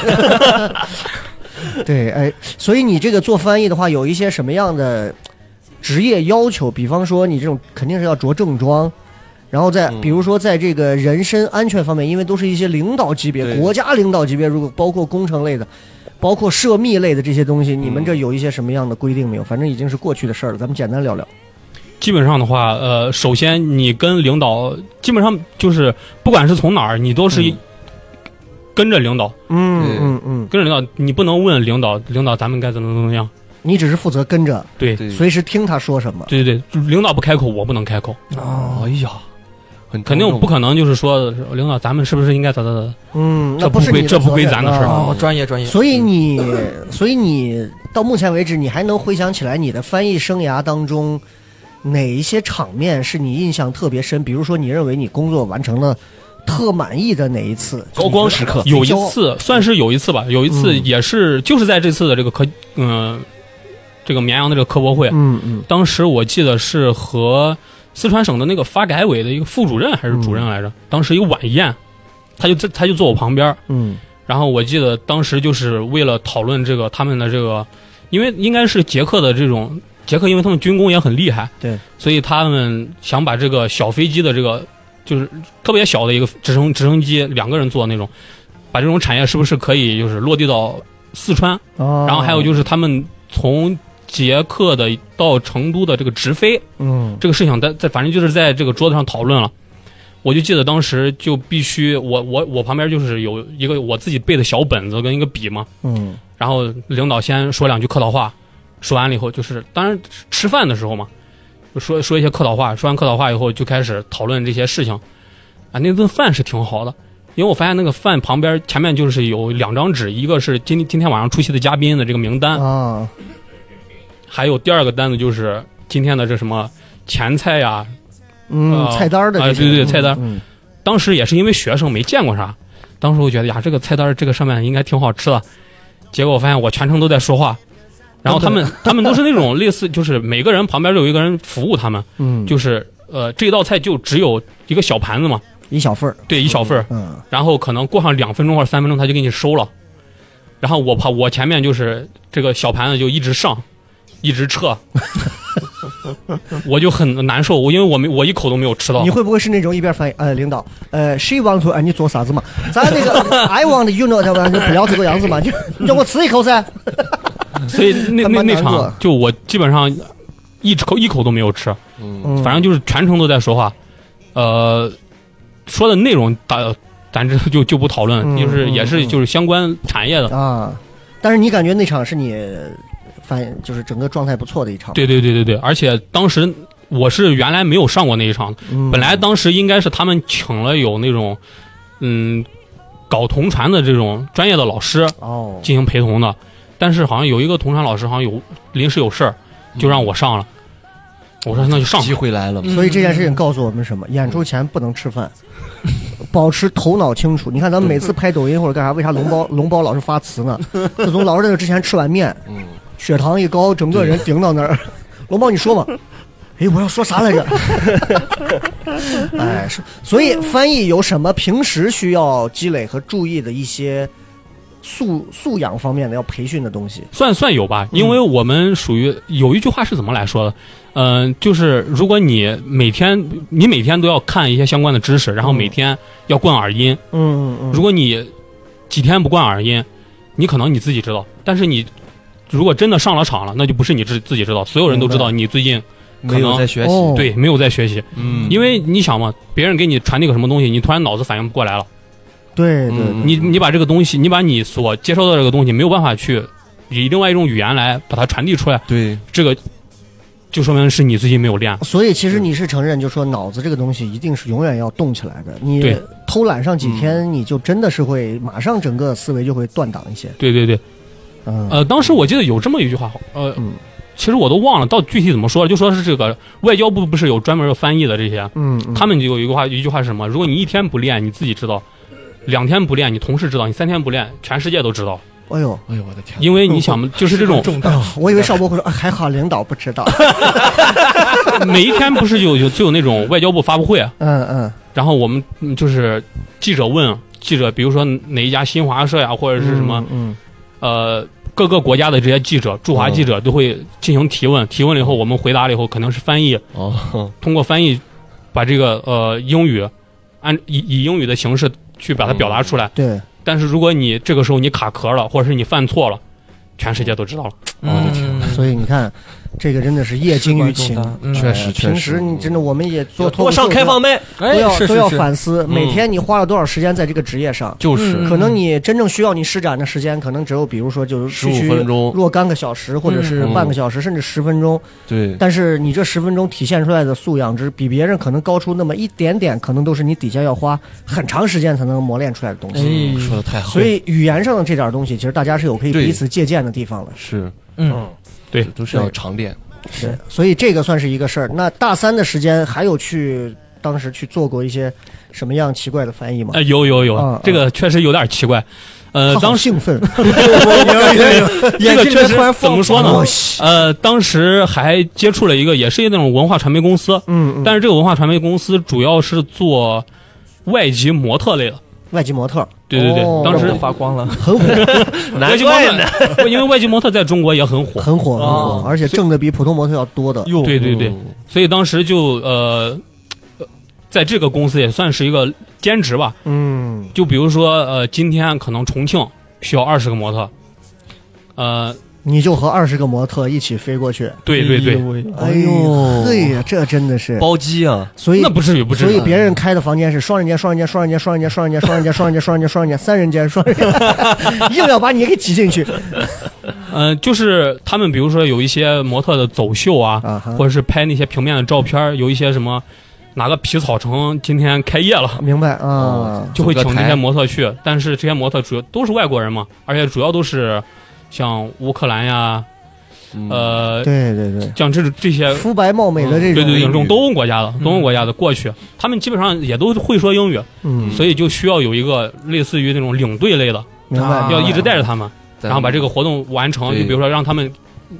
D: 对，哎，所以你这个做翻译的话，有一些什么样的职业要求？比方说，你这种肯定是要着正装，然后在、比如说在这个人身安全方面，因为都是一些领导级别、
F: 对
D: 国家领导级别，如果包括工程类的。包括涉密类的这些东西，你们这有一些什么样的规定没有？反正已经是过去的事儿了，咱们简单聊聊。
C: 基本上的话，呃，首先你跟领导，基本上就是不管是从哪儿，你都是
F: 嗯
C: 跟着领导，
D: 嗯
F: 对
D: 嗯嗯，
C: 跟着领导，你不能问领导，领导咱们该怎么怎么样。
D: 你只是负责跟着，
C: 对
F: 对
D: 随时听他说什么。
C: 对对对，领导不开口，我不能开口，
D: 哦
E: 啊，
F: 哎呀，很
C: 肯定
F: 头
C: 不
F: 疼
C: 可能就是说领导咱们是不是应该咋咋咋？
D: 嗯，那
C: 这
D: 不
C: 不
D: 是
C: 归
D: 你
C: 这不
D: 责
C: 归
D: 任
C: 咱的事儿
D: 啊
E: 哦，专业专业，
D: 所以
C: 嗯
D: 你，所以你到目前为止，你还能回想起来你的翻译生涯当中哪一些场面是你印象特别深？比如说，你认为你工作完成了特满意的哪一次？
F: 高光时刻
C: 有一次算是有一次吧，有一次
D: 呃嗯
C: 也是、就是在这次的这个科嗯、这个绵阳的这个科博会，
D: 嗯嗯
C: 当时我记得是和四川省的那个发改委的一个副主任还是主任来着，当时有晚宴，他就在他就坐我旁边儿，
D: 嗯
C: 然后我记得当时就是为了讨论这个他们的这个，因为应该是捷克的这种捷克，因为他们军工也很厉害，
D: 对，
C: 所以他们想把这个小飞机的这个就是特别小的一个直升直升机，两个人坐那种，把这种产业是不是可以就是落地到四川？
D: 哦
C: 然后还有就是他们从捷克的到成都的这个直飞
D: 嗯
C: 这个事情在，在反正就是在这个桌子上讨论了。我就记得当时就必须我我我旁边就是有一个我自己背的小本子跟一个笔嘛，
D: 嗯
C: 然后领导先说两句客套话，说完了以后就是当然吃饭的时候嘛，就说说一些客套话，说完客套话以后就开始讨论这些事情。啊，那顿饭是挺好的，因为我发现那个饭旁边前面就是有两张纸，一个是今今天晚上出席的嘉宾的这个名单，
D: 啊
C: 还有第二个单子就是今天的这什么前菜呀、
D: 嗯
C: 啊
D: 菜单儿的
C: 啊
D: 这些
C: 对对
D: 嗯
C: 菜单儿
D: 嗯
C: 当时也是因为学生没见过啥，当时我觉得呀，这个菜单儿这个上面应该挺好吃的，结果我发现我全程都在说话，然后他们 他们都是那种类似，就是每个人旁边都有一个人服务他们，
D: 嗯
C: 就是呃这道菜就只有一个小盘子嘛，
D: 一小份儿
C: 对，一小份儿，
D: 嗯
C: 然后可能过上两分钟或者三分钟他就给你收了，然后我怕我前面就是这个小盘子就一直上，一直撤，我就很难受，我因为我没我一口都没有吃到
D: 你，会不会是那种一边翻译呃领导呃 she want to 哎你做啥子嘛咱那个 I want you know 他们就不要这个样子嘛就 你让我吃一口噻
C: 所以那那
D: 还蛮
C: 那
D: 难过
C: 场就我基本上一口一口都没有吃，
D: 嗯
C: 反正就是全程都在说话，呃，说的内容咱咱这就就不讨论，
D: 嗯
C: 就是
D: 嗯
C: 也是
D: 嗯
C: 就是相关产业的，
D: 啊但是你感觉那场是你翻就是整个状态不错的一场
C: 对对对对对，而且当时我是原来没有上过那一场。
D: 嗯
C: 本来当时应该是他们请了有那种，嗯，搞同传的这种专业的老师
D: 哦
C: 进行陪同的，但是好像有一个同传老师好像有临时有事儿，就让我上了。我说那就上吧
F: 嗯
C: 嗯
F: 机，会来了嘛，
D: 所以这件事情告诉我们什么？演出前不能吃饭，保持头脑清楚。你看咱们每次拍抖音或者干啥，为啥龙 包龙包老是发词呢？自从老是在那之前吃碗面，血糖一高，整个人顶到那 儿。龙包，你说吧。哎，我要说啥 来着？哎，是，所以翻译有什么平时需要积累和注意的一些素素养方面的要培训的东西？
C: 算算有吧，
F: 嗯
C: 因为我们属于有一句话是怎么来说的？嗯、就是如果你每天你每天都要看一些相关的知识，然后
F: 嗯
C: 每天要灌耳音，
D: 嗯嗯
C: 如果你几天不灌耳音，你可能你自己知道，但是你如果真的上了场了，那就不是你自自己知道，所有人都知道你最近可
F: 没有
C: 能
F: 在学习，
D: 哦，
C: 对没有在学习，
F: 嗯，
C: 因为你想嘛，别人给你传递个什么东西，你突然脑子反应不过来了，
D: 对对对，
F: 嗯
C: 你你把这个东西，你把你所接收到的这个东西没有办法去以另外一种语言来把它传递出来，
F: 对，
C: 这个就说明是你最近没有练。
D: 所以其实你是承认，就说脑子这个东西一定是永远要动起来的。你
C: 对
D: 偷懒上几天，你就真的是会马上整个思维就会断档一些。
C: 对对对，
D: 嗯，
C: 呃，当时我记得有这么一句话，呃，
D: 嗯
C: 其实我都忘了到底具体怎么说了，就说是这个外交部不是有专门的翻译的这些，
D: 嗯，嗯
C: 他们就有一个话，一句话是什么？如果你一天不练，你自己知道；两天不练，你同事知道；你三天不练，全世界都知道。
D: 哎呦，
F: 哎呦我的天，
C: 因为你想嘛，就是这 种
D: 我以为邵博会说，啊还好领导不知道。
C: 每一天不是有有就有那种外交部发布会，啊
D: 嗯嗯
C: 然后我们嗯就是记者问啊记者，比如说哪一家新华社呀，或者是什么？
D: 嗯，
C: 呃各个国家的这些记者驻华记
D: 嗯
C: 者都会进行提问，提问了以后我们回答了以后，可能是翻译
F: 哦，
C: 通过翻译把这个呃英语按以以英语的形式去
D: 嗯
C: 把它表达出来。
D: 对，
C: 但是如果你这个时候你卡壳了，或者是你犯错了，全世界都知道了。
F: 我的
E: 天，
D: 所以你看，这个真的是业精于勤。
E: 嗯
F: 确实
D: 哎
F: 确实
D: 平时你真的我们也做
G: 多
D: 脱口秀
G: 上开放麦，
E: 哎
D: 都要
E: 是
D: 都要
E: 是是，
D: 反思，每天你花了多少时间在这个职业上。
F: 就是
E: 嗯
D: 可能你真正需要你施展的时间，可能只有比如说就是区区
F: 15分钟
D: 若干个小时，或者是
F: 嗯
D: 半个小时，甚至十分钟。
F: 对，
D: 但是你这十分钟体现出来的素养值，比别人可能高出那么一点点，可能都是你底下要花很长时间才能磨练出来的东西。
E: 哎，
F: 嗯说的太好，
D: 所以语言上的这点东西，其实大家是有可以
F: 对
D: 彼此借鉴的地方的。
F: 是
E: 嗯，
C: 对
F: 都是要常练，
D: 是，所以这个算是一个事儿。那大三的时间还有去当时去做过一些什么样奇怪的翻译吗？
C: 呃，有有
D: 嗯
C: 有，这个确实有点奇怪。 呃，
D: 他好
C: 当时
D: 兴奋，
C: 这个
E: 睛里
C: 确
E: 面
C: 实
E: 突然
C: 怎么说呢
D: 我？西
C: 呃，当时还接触了一个，也是那种文化传媒公司，
D: 嗯，
C: 但是这个文化传媒公司主要是做外籍模特类的。
D: 外籍模特，
C: 对对对
D: 哦
C: 当时
E: 都发光了，
D: 很 火，
C: 外
F: 难
C: 籍模
F: 怪呢，
C: 特， 因为外籍模特在中国也很火，
D: 很火，很火
E: 哦，
D: 而且挣的比普通模特要多的。
E: 哟
C: 对对对，所以当时就呃，在这个公司也算是一个兼职吧。
D: 嗯，
C: 就比如说呃，今天可能重庆需要二十个模特，呃，
D: 你就和二十个模特一起飞过去，
C: 对对对，
E: 对，
D: 哎
F: 哎
D: 呦，
F: 呦
D: 嘿呀，这真的是，
F: 包机啊，
D: 所以
C: 那不至于不至
D: 所以
C: 于。
D: 别人开的房间是双人间、双人间、双人间、双人间、双人间、双人间、双人间、双人间、双人间、三人间、双人间，硬要把你给挤进去
C: 嗯、就是他们比如说有一些模特的走秀啊，
D: 啊哈！
C: 或者是拍那些平面的照片儿，有一些什么哪个皮草城今天开业了，
D: 明白啊，
C: 就会请这
F: 台
C: 些模特去。但是这些模特主要都是外国人嘛，而且主要都是像乌克兰呀，
F: 嗯
C: 呃，
D: 对对对，
C: 像这种这些。
D: 肤白貌美的这
C: 对对
D: 种，
C: 对，这种
F: 语
C: 东欧国家的，东欧国家的过去，他们基本上也都会说英语，
D: 嗯，
C: 所以就需要有一个类似于那种领队类的，
D: 明白，
E: 啊
C: 要一直带着他们，
F: 咱
C: 然后把这个活动完成。
F: 对
C: 就比如说让他们，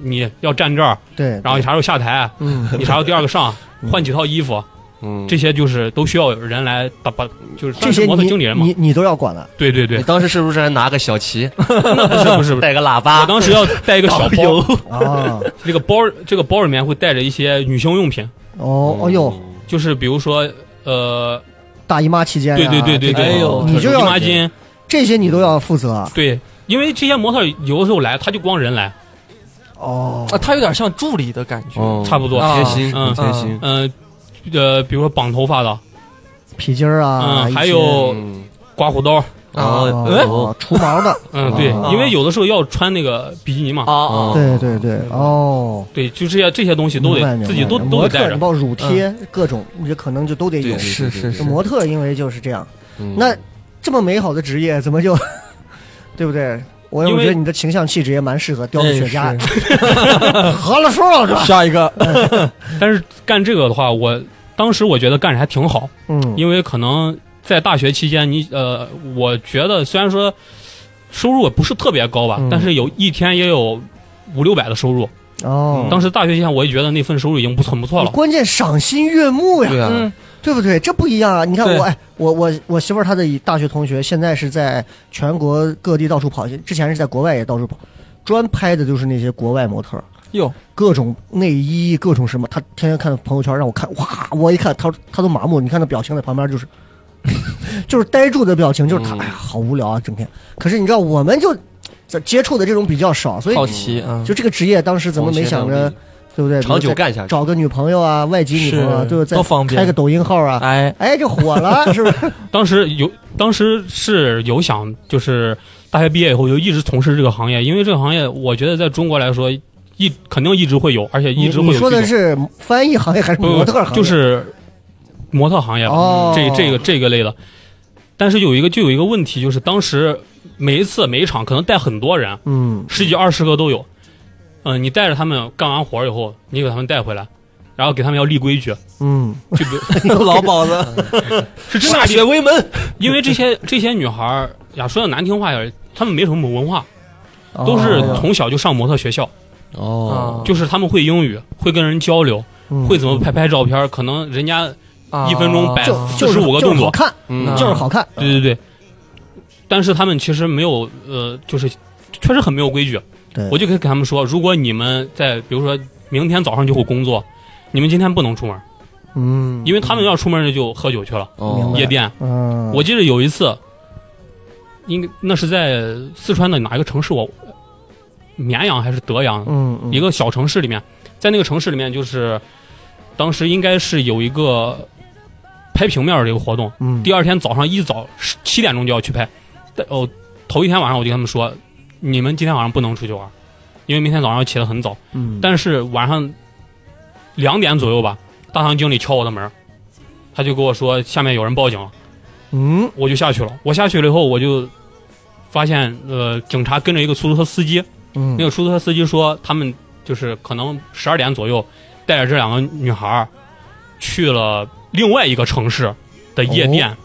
C: 你要站这儿，
D: 对，
C: 然后你啥时候下台，
D: 嗯，
C: 你啥时候第二个上
D: 嗯，
C: 换几套衣服，
F: 嗯
C: 这些就是都需要有人来打把，就是
D: 这
C: 算
D: 些
C: 是模特
D: 你
C: 经理人嘛
D: 你。你都要管了，
C: 对对
F: 你
C: 对，
F: 当时是不是还拿个小旗，
C: 那不是不 是不是，
F: 带个喇叭？
C: 我当时要带一个小
F: 导
C: 包，
F: 游
D: 啊，
C: 这个包这个包里面会带着一些女性用品，
D: 哦哦哟，，
C: 就是比如说呃，
D: 大姨妈期间啊，
C: 对对对对对，
D: 这
E: 哎呦
D: 种你就
C: 手机
D: 要
C: 毛巾，
D: 这些你都要负责啊
C: 对，因为这些模特有的时候来，他就光人来，
D: 哦
E: 啊，他有点像助理的感觉，
F: 嗯
C: 差不多
F: 贴心，
C: 嗯
F: 很贴心。
C: 嗯呃，比如说绑头发的，
D: 皮筋儿啊，
C: 嗯
D: 一
C: 还
D: 些
C: 有呃哎哦
F: 嗯，
C: 刮胡刀，
D: 哦，除毛 的，
C: 嗯，对
D: 哦，
C: 因为有的时候要穿那个比基尼嘛，
E: 啊
D: 对对对，哦，
C: 对，就这些这些东西都
D: 明白明
C: 得
D: 白
C: 自己都
D: 明白
C: 都
D: 模
C: 得
D: 特，
C: 带
D: 你
C: 着。嗯
D: 包括乳贴各种，也可能就都得有
F: 对，。嗯
E: 是是
D: 这模特因为就是这样，
C: 嗯
D: 那这么美好的职业怎么就， 对不对？我
C: 因
D: 我
C: 为
D: 觉得你的形象气质也蛮适合雕刻
E: 哎
D: 雪茄，
E: 是
D: 合了数了是吧？
E: 下一个，
C: 但是干这个的话，我当时我觉得干着还挺好，
D: 嗯，
C: 因为可能在大学期间你，呃，我觉得虽然说收入也不是特别高吧，
D: 嗯
C: 但是有一天也有五六百的收入。
D: 哦，
C: 当时大学期间，我也觉得那份收入已经不很不错
D: 你
C: 了。
D: 关键赏心悦目呀，
F: 对啊，
E: 嗯，
D: 对不对？这不一样啊！你看
E: 对
D: 我，哎，我我我媳妇儿她的大学同学，现在是在全国各地到处跑，之前是在国外也到处跑，专拍的就是那些国外模特儿，
E: 哟，
D: 各种内衣，各种什么，她天天看朋友圈让我看，哇，我一看她她都麻木，你看她表情在旁边就是。 就是呆住的表情，就是她，
F: 嗯
D: 哎呀，好无聊啊，整天。可是你知道，我们就在接触的这种比较少，所以
E: 好奇啊，
D: 就这个职业当时怎么没想着，对不对？
F: 长久
D: 比如
F: 干下
D: 再
F: 去？
D: 找个女朋友啊，外籍女朋友啊，
E: 是
D: 对不对？
E: 多方
D: 再
E: 便
D: 开个抖音号啊，
E: 哎，
D: 哎，这火了，是不是？
C: 当时有，当时是有想，就是大学毕业以后就一直从事这个行业，因为这个行业我觉得在中国来说，一肯定一直会有，而且一直会
D: 你
C: 有
D: 你说
C: 需
D: 的
C: 求
D: 是翻译行业还是
C: 不
D: 模特行业？
C: 就是模特行业吧。
D: 哦，
C: 这这个这个类的。但是有一个就有一个问题，就是当时每一次每一场可能带很多人，
D: 嗯，
C: 十几二十个都有。嗯、你带着他们干完活儿以后，你给他们带回来，然后给他们要立规矩，
D: 嗯
C: 就比如
E: 老鸨子，
C: 是真
E: 歃
C: 的
E: 血
C: 是，
E: 为盟，
C: 因为这 些这些女孩儿呀，说的难听话点儿，她们没什么文化，
D: 嗯，
C: 都是
D: 哦
C: 从小就上模特学校，
D: 啊
F: 哦，
C: 就是她们会英语，会跟人交流，
D: 嗯
C: 会怎么拍拍照片儿，可能人家
E: 啊
C: 一分钟摆
D: 就
C: 45
D: 就是
C: 个
D: 就是
C: 动作
D: 好看，
F: 嗯
E: 啊
D: 就是好看，
C: 对对对，但是他们其实没有呃，就是确实很没有规矩
D: 对。
C: 我就可以给他们说，如果你们在比如说明天早上就会工作，你们今天不能出门，
D: 嗯，
C: 因为他们要出门就喝酒去了，
F: 哦
D: 明白
C: 夜店。
D: 嗯，
C: 我记得有一次，应该那是在四川的哪一个城市，我绵阳还是德阳，
D: 嗯嗯
C: 一个小城市里面，在那个城市里面，就是当时应该是有一个拍平面儿的一个活动。
D: 嗯
C: 第二天早上一早十七点钟就要去拍。但哦，头一天晚上我就跟他们说，你们今天晚上不能出去玩，啊因为明天早上要起得很早。
D: 嗯
C: 但是晚上两点左右吧，大堂经理敲我的门儿，他就跟我说下面有人报警了，
D: 嗯
C: 我就下去了。我下去了以后，我就发现呃，警察跟着一个出租车司机，
D: 嗯
C: 那个出租车司机说，他们就是可能十二点左右，带着这两个女孩儿去了另外一个城市的夜店，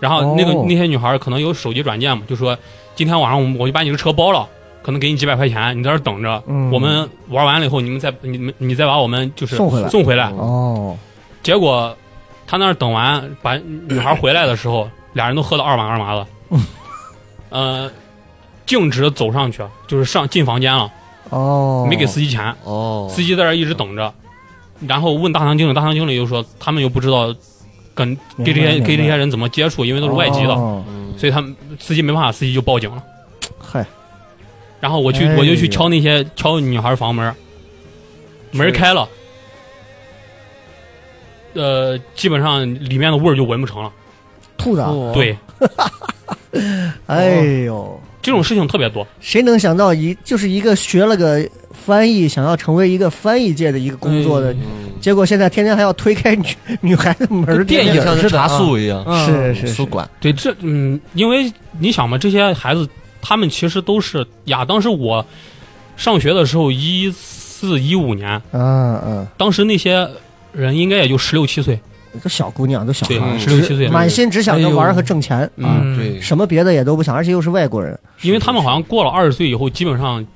C: 然后那个、
D: 哦
C: 那些女孩儿可能有手机软件嘛，就说今天晚上我们我就把你的车包了，可能给你几百块钱，你在这儿等着，
D: 嗯
C: 我们玩完了以后，你们再你们你再把我们就是
D: 送回来
C: 送回来。
D: 哦，
C: 结果他那儿等完，把女孩回来的时候，俩人都喝的二麻二 麻的，呃，径直走上去，啊就是上进房间了，
D: 哦，
C: 没给司机钱，
F: 哦，
C: 司机在这儿一直等着，然后问大堂经理，大堂经理又说他们又不知道跟
D: 明白
C: 跟这些
D: 明白
C: 跟这些人怎么接触，因为都是外籍的，
D: 哦
F: 嗯
C: 所以他们司机没办法，司机就报警了。
D: 嗨，
C: 然后我去
D: 哎呦
C: 我就去敲那些敲女孩房门，门开了，呃，基本上里面的味儿就闻不成了。
D: 兔子啊，
E: 哦，
C: 对，
D: 哎呦，
C: 这种事情特别多。
D: 谁能想到一就是一个学了个翻译，想要成为一个翻译界的一个工作的，
F: 嗯
D: 结果现在天天还要推开女女孩子门儿，
F: 电影像是
E: 是的
F: 茶
E: 啊
F: 宿一样，
E: 嗯
D: 是是
F: 宿
D: 是，
F: 管
C: 对，这嗯，因为你想嘛，这些孩子他们其实都是呀，当时我上学的时候，一四一五年，
D: 嗯嗯，
C: 当时那些人应该也就十六七岁，
D: 都小姑娘，都小孩
C: 对
D: 儿，，
C: 十六七岁哎
F: 对，
D: 满心只想着玩儿和挣钱，
F: 啊
C: 嗯，，
F: 对，
D: 什么别的也都不想，而且又是外国人，
C: 因为他们好像过了二十岁以后，基本上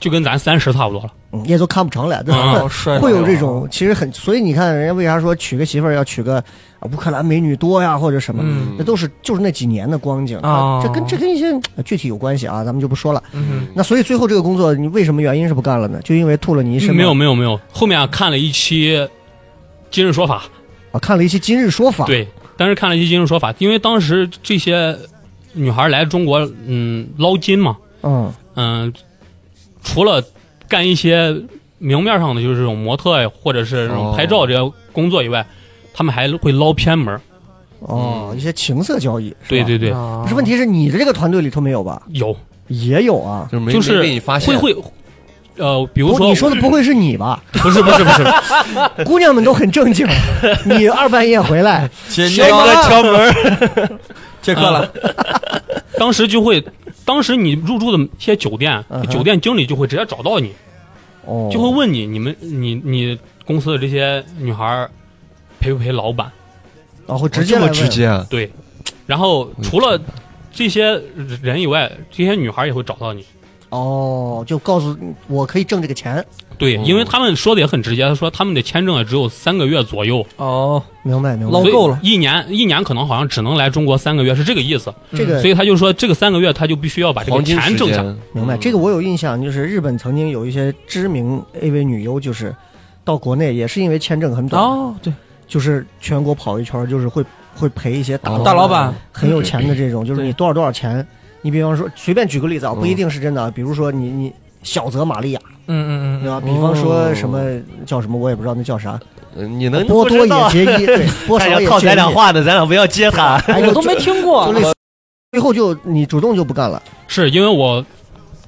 C: 就跟咱三十差不多了。
D: 嗯也都看不成了，对吧？
G: 啊
C: 嗯
E: 哦 帅
D: 会有这种，其实很，所以你看人家为啥说娶个媳妇儿要娶个啊乌克兰美女多呀，或者什么，
E: 嗯
D: 那都是就是那几年的光景啊
E: 哦
D: 这跟这跟一些呃具体有关系啊，咱们就不说了。
E: 嗯
D: 那所以最后这个工作你为什么原因是不干了呢？就因为吐了你一身吗
C: 没有没有没有，后面、啊、看了一期《今日说法
D: 啊？看了一期《今日说法》，》，
C: 对，当时看了一期《今日说法》，因为当时这些女孩来中国，嗯，捞金嘛，
D: 嗯，
C: 嗯，除了干一些明面上的，就是这种模特呀，或者是这种拍照这些工作以外，他们还会捞偏门儿。
D: 哦，一些情色交易，是吧
C: 对，对对，
E: 啊
D: 不是问题是你的这个团队里头没有吧？
C: 有
D: 也有啊。
F: 就是没
C: 就
F: 没
C: 是
F: 被你发现，
C: 会会，呃，比如
D: 不，
C: 说
D: 你说的不会是你吧？
C: 不是不是不 是，
D: 姑娘们都很正经，你二半夜回来，
E: 接
D: 接客了
E: 敲门， 接客
F: 啊
E: 了，
C: 当时就会，当时你入住的一些酒店
D: 嗯，哼
C: 酒店经理就会直接找到你，
D: 哦，
C: 就会问你，你们你你公司的这些女孩儿陪不陪老板？
D: 然后直
F: 哦
D: 接
F: 这
D: 来
F: 么
D: 问
F: 直接啊，
C: 对，然后除了这些人以外，这些女孩儿也会找到你。
D: 哦，就告诉你我可以挣这个钱，
C: 对，
F: 哦
C: 因为他们说的也很直接，他说他们的签证也只有三个月左右，
E: 哦，
D: 明白明白
E: 捞。
C: 所以
E: 够了
C: 一年一年可能好像只能来中国三个月，是这个意思。
D: 这个
C: 嗯所以他就说这个三个月他就必须要把这个
F: 黄金
C: 钱
F: 时
C: 挣下。
F: 间，
D: 明白，这个我有印象，就是日本曾经有一些知名 AV 女优，就是到国内也是因为签证很短，
E: 哦，对，
D: 就是全国跑一圈儿，就是会会陪一些大
F: 哦
E: 大老板
D: 很有钱的这种，就是你多少多少钱，你比方说随便举个例子啊，
F: 嗯
D: 不一定是真的啊，比如说你你小泽玛利亚
E: 嗯嗯
D: 对
E: 嗯
D: 吧？比方说什么叫什么我也不知道那叫啥，
F: 嗯你能
D: 波
F: 不
D: 多
F: 知道
D: 野结 衣，对，波
G: 他
D: 少
G: 想
D: 野
G: 套
D: 结
G: 哎咱
D: 衣
G: 俩，话的，咱俩不要接他。
D: 哎，
E: 嗯，我都没听过
D: 就类似，最后就你主动就不干了，
C: 是因为我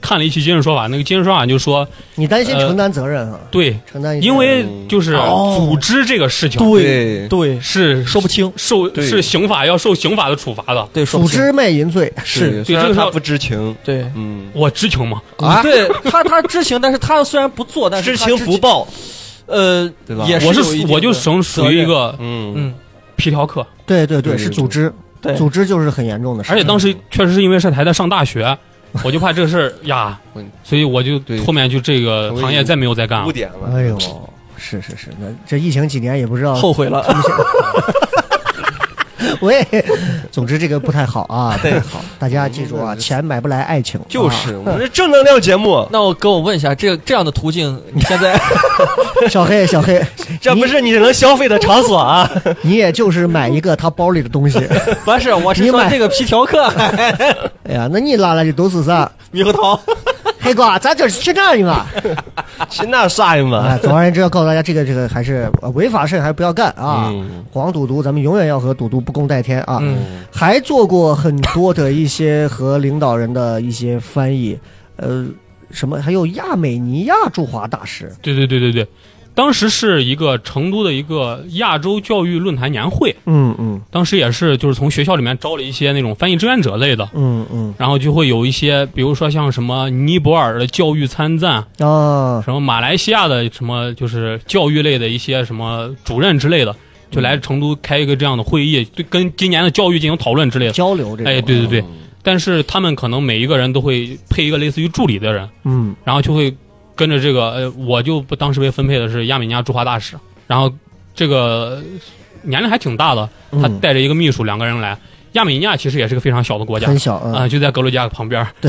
C: 看了一期《今日说法》，那个《今日说法》就说
D: 你担心
C: 呃
D: 承担责任啊，
C: 对，
D: 承担一些
C: 因为就是
E: 嗯哦
C: 组织这个事情、
F: 对
E: 对，
C: 是
E: 说不清，
C: 受
F: 对
C: 是刑法要受刑法的处罚的。
E: 对，说
D: 组
E: 不清，
D: 织卖淫罪，
F: 是，
C: 对
F: 虽
C: 这
F: 然
C: 个时
F: 他
C: 候
F: 不知情，
E: 对
F: 嗯
C: 我知情吗？
F: 啊，
E: 对他他知情，但是他虽然不做，但是
G: 知
E: 他
G: 情不，报，
E: 呃，
F: 对吧
E: 也
C: 我
E: 有一
C: 是
E: 定
C: 我就
E: 的
C: 属属
E: 责
C: 于
E: 任
C: 一个
F: 嗯
E: 嗯，
C: 皮条客，
D: 对对对，
F: 对
D: 是
F: 对
D: 组织，
E: 对，
D: 组织就是很严重的事。
C: 而且当时确实是因为是还在上大学，我就怕这个事儿呀
F: 嗯，
C: 所以我就
F: 对
C: 后面就这个行业再没有再干
F: 污
C: 了。
F: 点了，
D: 哎呦，是是是，那这疫情几年也不知道。
E: 后悔了，
D: 喂，总之这个不太好啊，不太好。大家记住啊，钱买不来爱情。
F: 嗯
D: 啊
F: 就是我们是正能量节目，
E: 那我跟我问一下，这这样的途径，你现 在
D: 啊小黑，小黑，
G: 这不是你能消费的场所啊！
D: 你也就是买一个他包里的东西。
E: 不是，我是
D: 你
E: 说
D: 买
E: 这个皮条 客，
D: 哎呀，那你拉拉就都是啥？
G: 猕猴 桃，
D: 黑哥，咱就是去那儿嘛。
G: 是那啥呀
D: 啊，
G: 嘛？
D: 总而言之，要告诉大家，这个这个还是呃违法事还是不要干啊。
F: 嗯
D: 黄赌毒，咱们永远要和赌毒不共戴天啊。还做过很多的一些和领导人的一些翻译，呃，什么还有亚美尼亚驻华大使，
C: 对对对对对，当时是一个成都的一个亚洲教育论坛年会，
D: 嗯嗯
C: 当时也是就是从学校里面招了一些那种翻译志愿者类的，
D: 嗯嗯
C: 然后就会有一些，比如说像什么尼泊尔的教育参赞，
D: 啊，
C: 什么马来西亚的什么就是教育类的一些什么主任之类的，就来成都开一个这样的会议，对跟今年的教育进行讨论之类的。
D: 交流这种。啊
C: 哎，对对对，但是他们可能每一个人都会配一个类似于助理的人，
D: 嗯，
C: 然后就会跟着这个，呃，我就不当时被分配的是亚美尼亚驻华大使，然后这个年龄还挺大的，
D: 嗯
C: 他带着一个秘书两个人来。亚美尼亚其实也是个非常小的国家，
D: 很小
C: 啊、
D: 啊，
C: 就在格鲁吉亚旁边，对，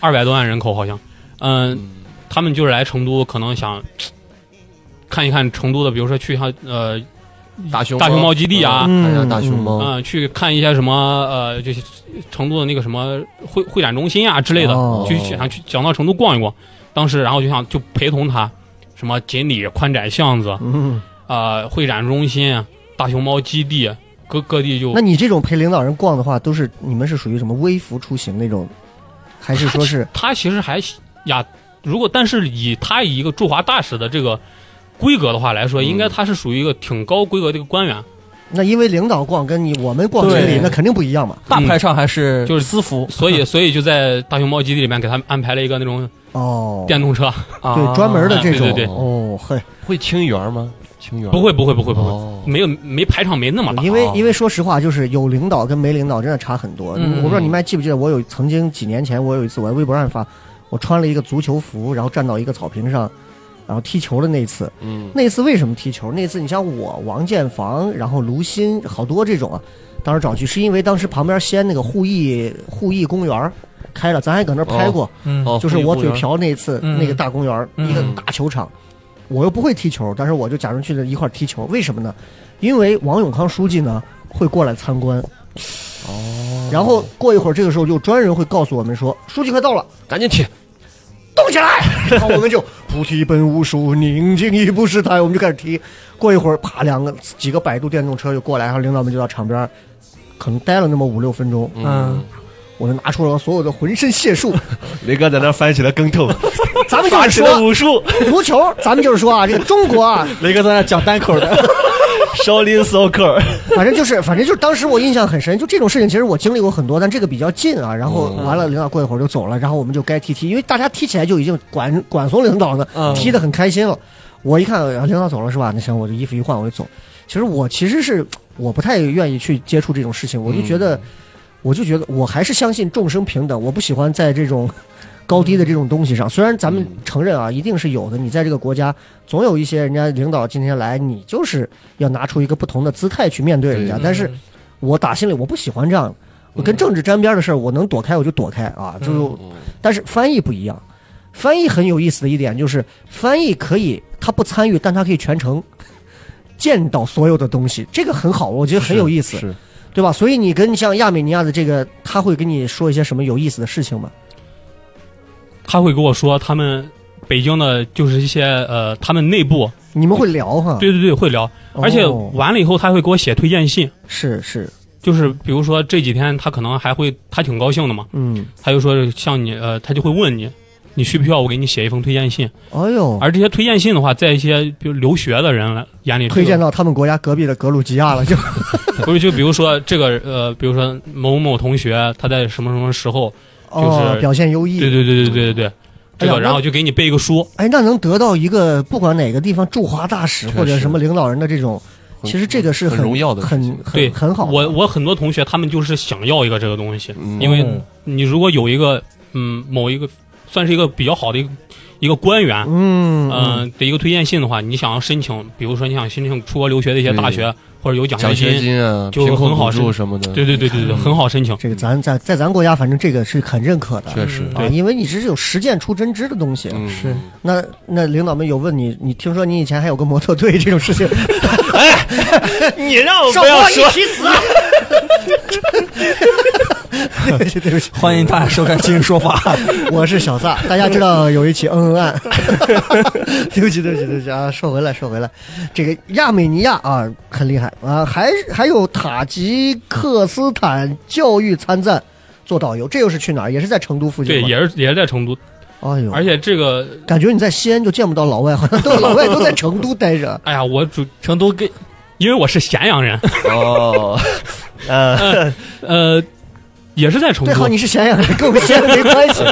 C: 二百多万人口好像，嗯、他们就是来成都，可能想看一看成都的，比如说去一下呃，
F: 大熊
C: 大熊猫基地啊
F: 嗯看一下大熊猫，
C: 嗯、去看一些什么呃，就是成都的那个什么会会展中心啊之类的，
D: 哦
C: 去想去想到成都逛一逛。当时，然后就想就陪同他，什么锦里宽窄巷子，
D: 嗯，
C: 呃，会展中心、大熊猫基地，啊各各地就
D: 那你这种陪领导人逛的话，都是你们是属于什么微服出行那种，还是 说是
C: 他其实还呀，如果但是以他以一个驻华大使的这个规格的话来说，
D: 嗯
C: 应该他是属于一个挺高规格的一个官员。
D: 那因为领导逛跟你我们逛群里
E: 对
D: 那肯定不一样嘛？
E: 大排场还是
C: 就是
E: 私服，
C: 所 以，所以就在大熊猫基地里面给他们安排了一个那种
D: 哦，
C: 电动车，
E: 啊
D: 对，专门的这种
C: 啊对对对
D: 哦，嘿，
F: 会清园吗？清园
C: 不会，不会，不会，不会，
F: 哦
C: 没有没排场没那么大。
D: 因为因为说实话，就是有领导跟没领导真的差很多。
E: 嗯
D: 我不知道你们还记不记得，我有曾经几年前，我有一次我在微博上发，我穿了一个足球服，然后站到一个草坪上，然后踢球的那一次。
F: 嗯，
D: 那次为什么踢球？那次你像我、王建房，然后卢鑫，好多这种啊，当时找去是因为当时旁边西安那个互益互益公园儿开了，咱还搁那儿拍过，
E: 嗯
F: 哦，
D: 就是我
F: 会
D: 嘴
F: 有公园
D: 瓢那次、
E: 嗯
D: 那个大公园儿、
E: 嗯
D: 一个大球场，我又不会踢球，但是我就假装去那一块儿踢球，为什么呢？因为王永康书记呢会过来参观。哦，然后过一会儿，这个时候有专人会告诉我们说，书记快到了，
F: 赶紧去，
D: 动起来！然后我们就菩提本无树，宁静亦不是台，我们就开始踢。过一会儿，啪，两个几个摆渡电动车就过来，然后领导们就到场边儿，可能待了那么五六分钟，啊
E: 嗯，
D: 我就拿出了我所有的浑身解数。
F: 雷哥在那翻起了跟头，
D: 咱们就
F: 打
D: 是
F: 起了
D: 说
F: 武术，
D: 足球，咱们就是说啊，这个中国啊，
E: 雷哥在那讲单口 的，
F: 少林 soccer，
D: 反正就是，反正就是当时我印象很深，就这种事情，其实我经历过很多，但这个比较近啊。然后完了，领导过一会儿就走了，然后我们就该踢踢，因为大家踢起来就已经管管怂领导了，
E: 嗯
D: 踢得很开心了。我一看哎领导走了是吧？那行，我就衣服一换我就走。其实我其实是我不太愿意去接触这种事情，我就觉得，我就觉得我还是相信众生平等，我不喜欢在这种。高低的这种东西上，虽然咱们承认啊，一定是有的。你在这个国家，总有一些人家领导今天来，你就是要拿出一个不同的姿态去面对人家。但是，我打心里我不喜欢这样，我跟政治沾边的事儿，我能躲开我就躲开啊。
F: 嗯
D: 就，但是翻译不一样，翻译很有意思的一点就是，翻译可以他不参与，但他可以全程 见到所有的东西，这个很好，我觉得很有意思，
F: 是
D: 对吧？所以你跟像亚美尼亚的这个，他会跟你说一些什么有意思的事情吗？
C: 他会跟我说，他们北京的就是一些呃，他们内部，
D: 你们会聊哈？
C: 对对对，会聊，
D: 啊哦，
C: 而且完了以后他会给我写推荐信，
D: 是是，
C: 就是比如说这几天他可能还会，他挺高兴的嘛，
D: 嗯，
C: 他就说像你呃，他就会问你，你需不需要我给你写一封推荐信？
D: 哎呦，
C: 而这些推荐信的话，在一些比如留学的人来眼里，这个
D: 推荐到他们国家隔壁的格鲁吉亚了，就
C: 不是就比如说这个呃，比如说某某同学他在什么什么时候，
D: 哦，表现优异。
C: 对对对对对对对，这
D: 哎呀
C: 个
D: 那
C: 然后就给你背一个书，
D: 哎，那能得到一个不管哪个地方驻华大使
F: 确实
D: 或者什么领导人的这种，
F: 很
D: 其实这个是
F: 很荣耀的事
D: 很
F: 情
D: 很
C: 对，
D: 很好的。
C: 我我很多同学他们就是想要一个这个东西，
F: 嗯
C: 因为你如果有一个嗯某一个算是一个比较好的一个一个官员，
D: 嗯
C: 嗯、的一个推荐信的话，你想要申请，比如说你想申请出国留学的一些大学或者有奖
F: 奖
C: 学
F: 学
C: 金，
F: 金嗯啊，
C: 就
F: 贫困
C: 很好
F: 补
C: 申
F: 助什么的，
C: 对对对对对，很好申请。
D: 这个咱在在咱国家，反正这个是很认可的，
F: 确实
D: 啊，因为你这是有实践出真知的东西。
F: 嗯
E: 是
D: 那那领导们有问你，你听说你以前还有个模特队这种事情，
G: 你让我
D: 少
G: 不要
D: 我一啊
G: 说，
D: 起死。 对不起，对不起，
E: 欢迎大家收看《今日说 法》。
D: 我是小撒，大家知道有一起嗯嗯案，对不起，对不起，对不起啊！说回来，说回来，这个亚美尼亚啊很厉害啊，还还有塔吉克斯坦教育参赞做导游，这又是去哪儿？也是在成都附近
C: 对，
D: 吗
C: 也是也是在成都，
D: 哎呦，
C: 而且这个，
D: 感觉你在西安就见不到老外，好像都老外都在成都待 着。
C: 哎呀，我主
E: 成都给
C: 因为我是咸阳 人，
F: 哦，
C: 呃，也是在成
D: 对，好，
C: 都，
D: 你是咸阳人，跟我们 西安没关系。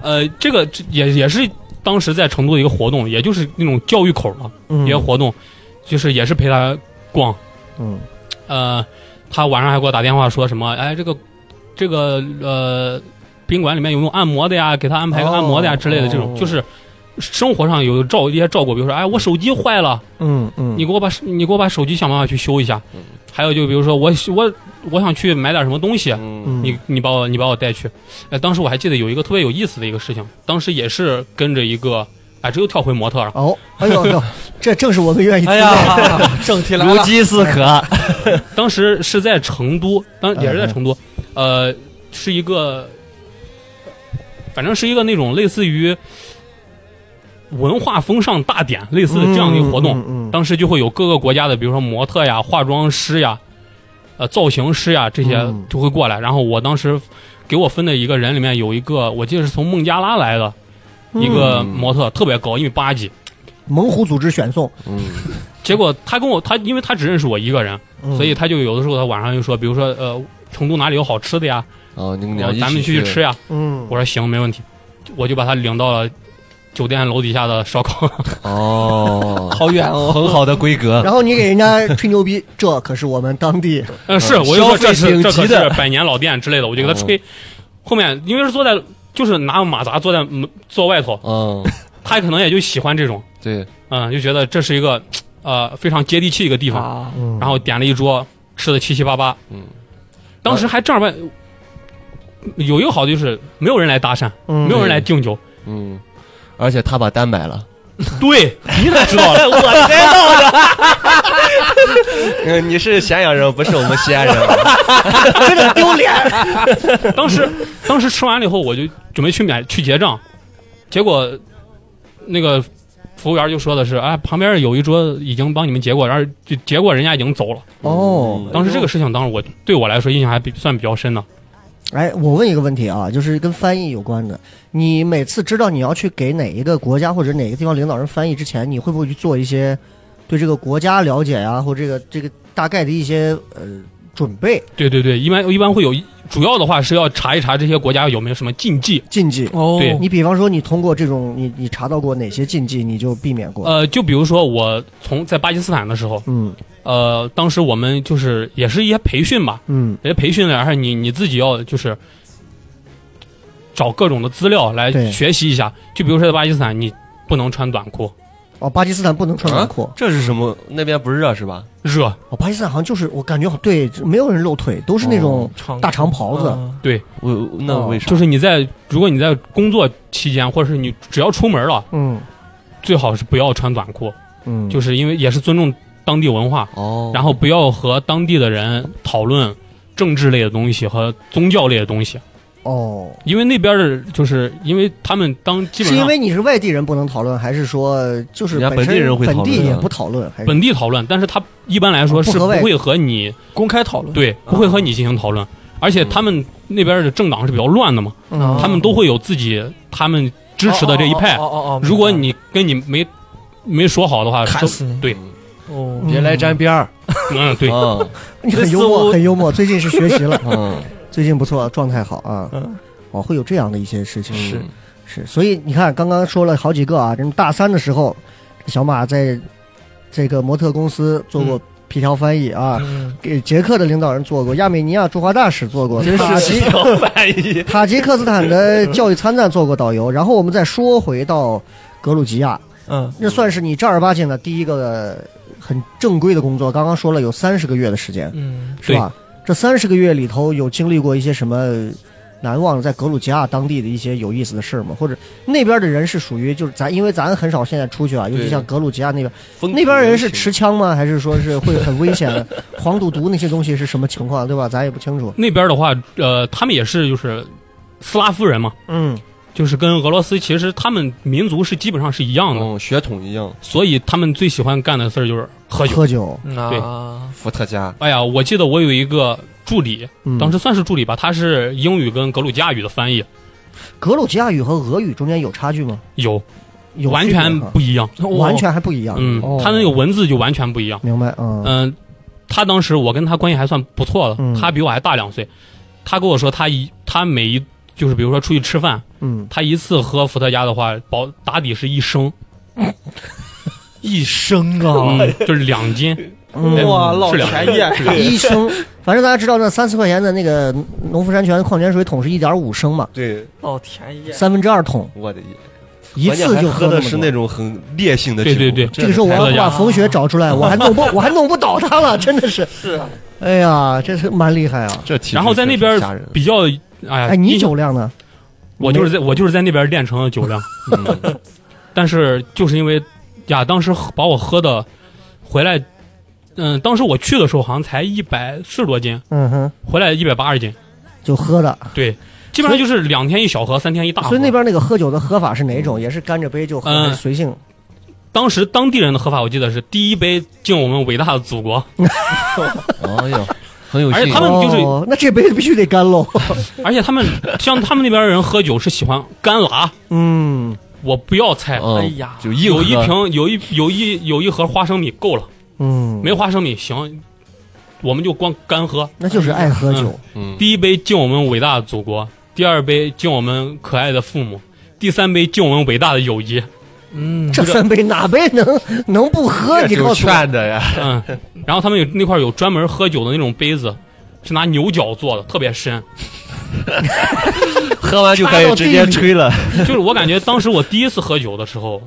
C: 呃，这个这也也是当时在成都的一个活动，也就是那种教育口嘛，一个活动，就是也是陪他逛，
D: 嗯，
C: 呃，他晚上还给我打电话说什么，哎，这个这个呃，宾馆里面有那种按摩的呀，给他安排个按摩的呀
D: 哦
C: 之类的这种，
D: 哦
C: 就是生活上有照一些照顾，比如说，哎，我手机坏了，
D: 嗯嗯，
C: 你给我把你给我把手机想办法去修一下。还有就比如说我我我想去买点什么东西，
F: 嗯
D: 嗯
C: 你你把我你把我带去。哎，当时我还记得有一个特别有意思的一个事情，当时也是跟着一个，哎，这又跳回模特了。
D: 哦，哎呦呦，这正是我们愿意听
E: 哎
D: 的。
E: 呀，正题来
F: 如
E: 了，
F: 饥似渴，
C: 当时是在成都，当也
D: 嗯
C: 是在成都，呃，是一个，反正是一个那种类似于文化风尚大典类似的这样的一个活动。
D: 嗯，嗯嗯
C: 当时就会有各个国家的，比如说模特呀、化妆师呀、呃造型师呀这些
D: 嗯
C: 就会过来。然后我当时给我分的一个人里面有一个，我记得是从孟加拉来的一个模特，特别高，一米八几。
D: 猛虎组织选送，
F: 嗯
C: 结果他跟我他，因为他只认识我一个人，
D: 嗯
C: 所以他就有的时候他晚上就说，比如说呃成都哪里有好吃的呀，
F: 哦，你们
C: 然
F: 俩
C: 后咱们去吃呀。
D: 嗯，
C: 我说行，没问题，我就把他领到了酒店楼底下的烧烤。
F: 哦，
E: 好远哦，
F: 很好的规 格，
D: 然后你给人家吹牛逼，这可是我们当地
C: 嗯，是，
F: 呃
C: 我就说
F: 消费
C: 这是
F: 顶
C: 这可
F: 级的
C: 是百年老店之类的，我就给他
F: 哦
C: 吹。后面因为是坐在，就是拿马扎坐在门坐外头，
F: 嗯，
C: 他可能也就喜欢这种，
F: 对，
C: 嗯，就觉得这是一个呃非常接地气的一个地方。
E: 啊，
C: 然后点了一桌，吃的七七八八，
F: 嗯，
C: 当时还正儿八，有一个好的就是没有人来搭讪，没有人来敬酒，
F: 嗯，而且他把单买了，
C: 对你咋知道啊了？我
F: 嗯，你是咸阳人，不是我们西安人，
C: 当时当时吃完了以后，我就准备去买去结账，结果那个服务员就说的是，哎，旁边有一桌已经帮你们结过，然后就结果人家已经走了。
D: 哦。
C: 当时这个事情，当时我对我来说印象还比算比较深的。
D: 哎，我问一个问题啊，就是跟翻译有关的。你每次知道你要去给哪一个国家或者哪个地方领导人翻译之前，你会不会去做一些对这个国家了解呀、或这个这个大概的一些呃准备
C: 对对对，一般一般会有一，主要的话是要查一查这些国家有没有什么禁忌。
D: 禁忌？
E: 哦，
C: 对
D: 你比方说，你通过这种你你查到过哪些禁忌，你就避免过？
C: 呃，就比如说我从在巴基斯坦的时候，
D: 嗯
C: 呃，当时我们就是也是一些培训吧，
D: 嗯
C: 人家培训了，然后你你自己要就是找各种的资料来
D: 对
C: 学习一下。就比如说在巴基斯坦，你不能穿短裤，
D: 哦，巴基斯坦不能穿短裤。
F: 这是什么？那边不热是吧？
C: 热。
D: 哦，巴基斯坦好像就是我感觉好对，没有人露腿，都是那种
E: 哦长
D: 大长袍子。
E: 嗯
C: 对，
F: 我那为啥？
C: 就是你在如果你在工作期间，或者是你只要出门了，
D: 嗯
C: 最好是不要穿短裤，
D: 嗯，
C: 就是因为也是尊重当地文化，
F: 哦，
C: 然后不要和当地的人讨论政治类的东西和宗教类的东西，
D: 哦，
C: 因为那边的就是因为他们当基
D: 是
C: 本
D: 因
C: 上
D: 为你是外地人不能讨论，还是说就是
F: 人家
D: 本身
F: 本地人会讨
D: 本
F: 论啊
D: 地也不讨论？还是
C: 本地讨论，但是他一般来说是
D: 不
C: 不
D: 和外
C: 会和你
E: 公开讨论，
C: 对不
E: 啊
C: 会和你进行讨论，而且他们那边的政党是比较乱的嘛，
D: 嗯
C: 他们都会有自己他们支持的这一派
E: 哦，哦哦，哦
C: 如果你跟你没没说好的话，
E: 砍
C: 都
E: 死你
C: 对，
E: 哦，
F: 别来沾边儿，
C: 嗯，对，
F: 嗯，
D: 你很幽
E: 这似乎
D: 默，很幽默。最近是学习了
F: 嗯，
D: 最近不错，状态好啊。
E: 嗯
D: 哦，会有这样的一些事情
E: 是
D: 是，所以你看，刚刚说了好几个啊，人大三的时候，小马在这个模特公司做过皮条翻译啊，
E: 嗯
D: 给捷克的领导人做过，亚美尼亚驻华大使做过，
E: 真
D: 塔
F: 嗯
E: 是
D: 吉
E: 要
F: 哦
E: 翻译，
D: 塔吉克斯坦的教育参赞做过导游。然后我们再说回到格鲁吉亚，
E: 嗯，
D: 那算是你正儿八经的第一个很正规的工作。刚刚说了有三十个月的时间，
E: 嗯，
D: 是吧？这三十个月里头有经历过一些什么难忘的在格鲁吉亚当地的一些有意思的事儿吗？或者那边的人是属于就是咱因为咱很少现在出去啊，尤其像格鲁吉亚那边，那边人是持枪吗？还是说是会很危险 的？黄赌毒那些东西是什么情况，对吧？咱也不清楚。
C: 那边的话，呃，他们也是就是斯拉夫人嘛，
D: 嗯
C: 就是跟俄罗斯其实他们民族是基本上是一样的，
E: 哦
F: 嗯，血统一样，
C: 所以他们最喜欢干的事儿就是喝酒。
D: 喝酒，
E: 嗯
C: 对
E: 那
F: 伏特加，
C: 哎呀，我记得我有一个助理，
D: 嗯，
C: 当时算是助理吧，他是英语跟格鲁吉亚语的翻译，
D: 格鲁吉亚语和俄语中间有差距吗？
C: 有
D: 有
C: 完
D: 区别
C: 全
D: 哈
C: 不一样。
D: 完全还不一样。
C: 嗯
D: 哦，
C: 他那个文字就完全不一样。
D: 明白嗯
C: 嗯、他当时我跟他关系还算不错的，
D: 嗯
C: 他比我还大两岁。他跟我说他一他每一就是比如说出去吃饭，
D: 嗯，
C: 他一次喝伏特加的话，保打底是一升，
G: 一生
E: 哦
G: 啊，
C: 嗯，就是两斤，
D: 嗯
E: 哇，老
C: 是两
E: 便宜啊，是
C: 对
D: 一升， 反正大家知道那三四块钱的那个农夫山泉矿泉水桶是一点五升嘛，
F: 对，
E: 老便宜啊。
D: 三分之二桶，
F: 我的爷，
D: 一
F: 关键
D: 次
F: 还
D: 就
F: 喝的
D: 那么
F: 是
D: 多
F: 那种很烈性的
C: 对
F: 植物，
C: 对对
D: 这个时候我要把冯雪找出来，我还弄不我还弄不倒他 了，真的是。
E: 是啊，
D: 哎呀，这是蛮厉害啊！
F: 这体质
C: 然后在那
F: 确
C: 边
F: 实吓人
C: 比较，哎
F: 啊
C: 呀，
D: 哎，你
C: 印象
D: 酒量呢？
C: 我就是在我就是在那边练成了酒量，
F: 嗯
C: 但是就是因为呀，当时喝把我喝的回来，嗯，当时我去的时候好像才一百四十多斤，
D: 嗯哼，
C: 回来一百八十斤，
D: 就喝的。
C: 对，基本上就是两天一小盒，三天一
F: 啊
C: 大盒。
D: 所以那边那个喝酒的喝法是哪种？也是干着杯就喝，
C: 嗯
D: 还是随性。
C: 当时当地人的喝法，我记得是第一杯敬我们伟大的祖国，
F: 哎呦，很有
C: 而且
F: 劲
C: 他们就是
D: 哦，那这杯必须得干 喽。
C: 而且他们像他们那边人喝酒是喜欢干拉，
D: 嗯
C: 我不要菜，
F: 嗯
E: 哎呀
F: 就硬
C: 有一
F: 喝
C: 瓶有一有一有一盒花生米够了，
D: 嗯，
C: 没花生米行，我们就光干喝。
D: 那就是爱喝酒。
F: 嗯
C: 第一杯敬我们伟大的祖国，第二杯敬我们可爱的父母，第三杯敬我们伟大的友谊。
E: 嗯，
D: 这三杯哪杯能能不喝？
F: 这
D: 你
F: 酒
D: 告诉我，
F: 劝的 呀，
C: 嗯，然后他们有那块有专门喝酒的那种杯子，是拿牛角做的，特别深。
F: 喝完就可以直接吹了。
C: 就是我感觉当时我第一次喝酒的时候，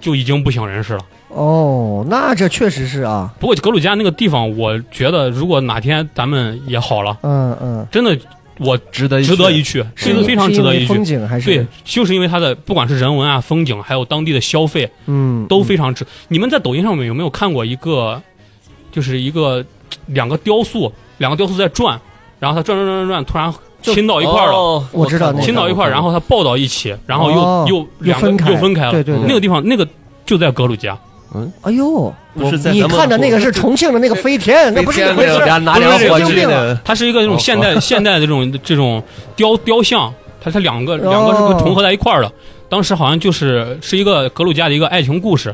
C: 就已经不省人事了。
D: 哦，那这确实是啊。
C: 不过格鲁吉亚那个地方，我觉得如果哪天咱们也好了，
D: 嗯嗯，
C: 真的我
F: 值得
C: 值得一
F: 一去
C: 去，
D: 是
C: 这个
D: 因
C: 非常值得
D: 是因
C: 一去
D: 为风。景还是
C: 对，就是因为它的不管是人文啊、风景，还有当地的消费
D: 嗯
C: 都非常值。你们在抖音上面有没有看过一个，就是一个两个雕塑，两个雕塑在转，然后它转转转转转，突然亲到一块儿了。
F: 哦
D: 我知道那个
F: 看过
C: 亲到一块儿，然后它抱到一起，然后又、
D: 哦
C: 又
D: 又
C: 两个
D: 分开
C: 又分开了。
D: 对对
F: 对
C: 那个地方那个就在格鲁吉亚，
D: 哎呦，
F: 不是在
D: 你
F: 咱们
D: 看着那个是重庆的那个飞天，那不是一回事儿。
F: 拿
C: 不是
F: 两
C: 这
F: 火
C: 个
F: 炬
D: 病
F: 的，
C: 它是一个那种
F: 哦
C: 现 代、现代的这种这种雕雕像，它它两个
D: 哦
C: 两个是会重合在一块儿的。当时好像就是是一个格鲁吉亚的一个爱情故事，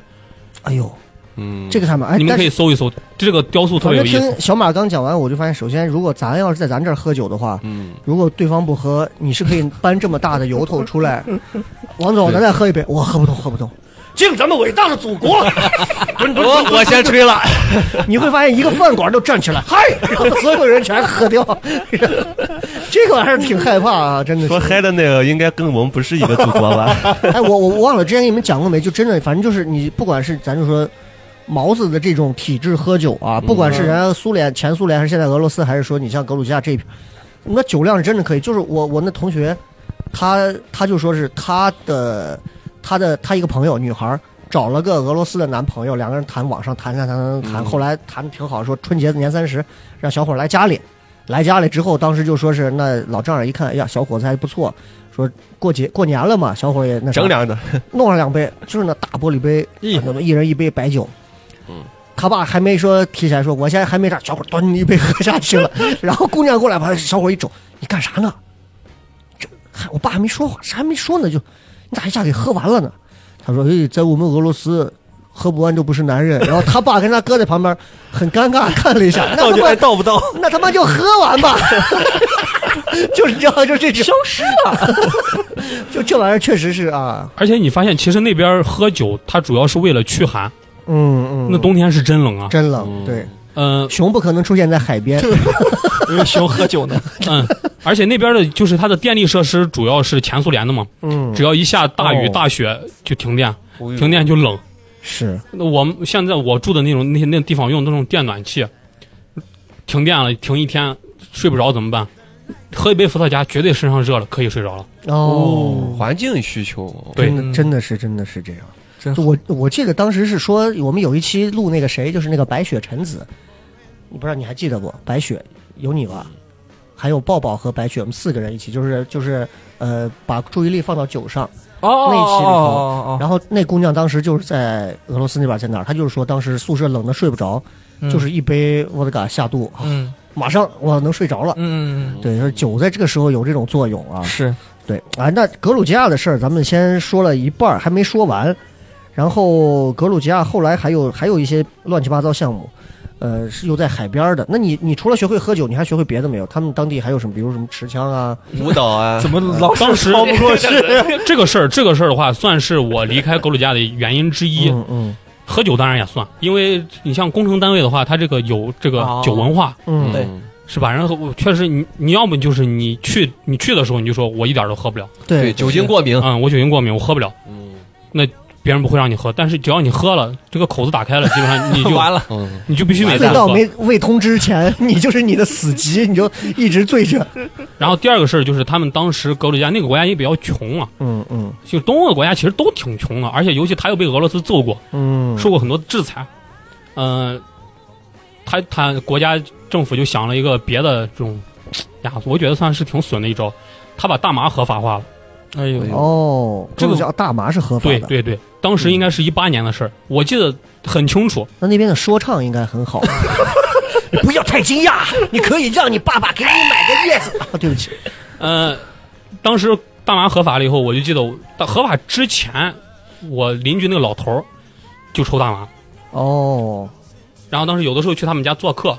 D: 哎呦，
F: 嗯，
D: 这个他们哎，
C: 你们
D: 但
C: 可
D: 是
C: 以搜一搜，这个雕塑特
D: 反
C: 别有
D: 正
C: 意思。
D: 听小马刚讲完，我就发现，首先，如果咱要是在咱这儿喝酒的话，
F: 嗯，
D: 如果对方不喝，你是可以搬这么大的由头出 来。王总，咱再喝一杯，我喝不动，喝不动。
G: 敬咱们伟大的祖国，
F: 我我先吹了，
D: 你会发现一个饭馆都站起来，嗨， 然后所有人全喝掉。 这个玩意儿挺害怕啊，真的
F: 说
D: 是。
F: 嗨的那个应该跟我们不是一个祖国吧？
D: 哎，我我我忘了之前给你们讲过没？就真的，反正就是你不管是咱就说。毛子的这种体制喝酒啊，不管是人家苏联、前苏联还是现在俄罗斯，还是说你像格鲁吉亚这一片，那酒量是真的可以。就是我我那同学，他他就说是他的他的他一个朋友女孩儿找了个俄罗斯的男朋友，两个人谈网上谈谈谈谈谈，后来谈的挺好，说春节年三十让小伙儿来家里，来家里之后，当时就说是那老丈人一看，哎呀，小伙子还不错，说过节过年了嘛，小伙儿也那啥
F: 整两的，
D: 弄上两杯，就是那大玻璃杯，啊
E: 咦
D: 那么一人一杯白酒。
F: 嗯，
D: 他爸还没说提起来说，我现在还没啥，小伙儿端一杯喝下去 了。然后姑娘过来把小伙儿一瞅，你干啥呢？这还我爸还没说话，啥还没说呢，就你咋一下给喝完了呢？他说，哎，在我们俄罗斯。喝不完就不是男人。然 后他爸跟他哥在旁边很尴尬看了一 下，那
E: 到
D: 他
E: 底
D: 妈
E: 还到不到？
D: 那他妈就喝完 吧，就是这样，就这 种消失了，就这玩意儿确实是啊，
C: 而且你发现，其实那边喝酒，它主要是为了驱寒。
D: 嗯嗯，
C: 那冬天是真冷啊。
D: 真冷，对，
C: 嗯、
D: 熊不可能出现在海边，
E: 因为熊喝酒呢。
C: 嗯，而且那边的就是它的电力设施主要是前苏联的嘛，
D: 嗯
C: 只要一下大雨、
D: 哦
C: 大雪就停电，停
F: 天
C: 电就冷。
D: 是，
C: 那我们现在我住的那种那些那地方用的那种电暖气，停电了停一天睡不着怎么办？喝一杯伏特加，绝对身上热了可以睡着了。
D: 哦，
F: 环境需求，
C: 对
D: 真的真的是真的是这样。
E: 嗯真
D: 就我我记得当时是说，我们有一期录那个谁，就是那个白雪陈子，你不知道你还记得不？白雪有你吧？还有抱抱和白雪，我们四个人一起，就是就是呃，把注意力放到酒上。
E: 哦
D: 那一期里头
E: 哦哦
D: 然后那姑娘当时就是在俄罗斯那边，在哪儿？她就是说当时宿舍冷的睡不着，
E: 嗯
D: 就是一杯伏特加下肚，啊
E: 嗯
D: 马上我能睡着了。
E: 嗯嗯
D: 对，就是酒在这个时候有这种作用啊
E: 嗯，。是
D: 对，啊，那格鲁吉亚的事儿咱们先说了一半儿，还没说完。然后格鲁吉亚后来还有还有一些乱七八糟项目，呃，是又在海边儿的。那你你除了学会喝酒，你还学会别的没有？他们当地还有什么，比如什么持枪啊？
F: 舞蹈啊，
E: 怎么老
C: 当时
E: 超不过去？
C: 这个事儿，这个事儿的话，算是我离开狗主家的原因之一。
D: 嗯嗯
C: 喝酒当然也算，因为你像工程单位的话，它这个有这个
E: 哦
C: 酒文化，
D: 嗯，
E: 对
F: 嗯
C: 是吧？然后我确实你，你要么就是你去你去的时候你就说我一点儿都喝不了，
F: 对，酒精过敏，
C: 嗯，我酒精过敏，我喝不了，
F: 嗯
C: 别人不会让你喝，但是只要你喝了，这个口子打开了，基本上 你就
E: 完了，
F: 嗯，
C: 你就必须每
D: 醉
C: 天
D: 到
C: 喝。
D: 没未通知前， 你就是你的死籍，你就一直醉着。
C: 然后第二个事儿就是他们当时格鲁吉亚那个国家也比较穷啊，
D: 嗯嗯
C: 就东欧的国家其实都挺穷的，而且尤其他又被俄罗斯揍过，
D: 嗯，
C: 受过很多制裁，嗯、他他国家政府就想了一个别的这种，呀，我觉得算是挺损的一招，他把大麻合法化了。
E: 哎呦，
D: 哦，
C: 这
D: 这
C: 个
D: 个叫大麻是合法
C: 对
D: 的，嗯
C: 对对，当时应该是一八年的事儿，我记得很清楚。
D: 那那边的说唱应该很好。你不要太惊讶，你可以让你爸爸给你买个月子。啊，对不起，
C: 呃，当时大麻合法了以后，我就记得我到合法之前，我邻居那个老头儿就抽大麻，
D: 哦，
C: 然后当时有的时候去他们家做客，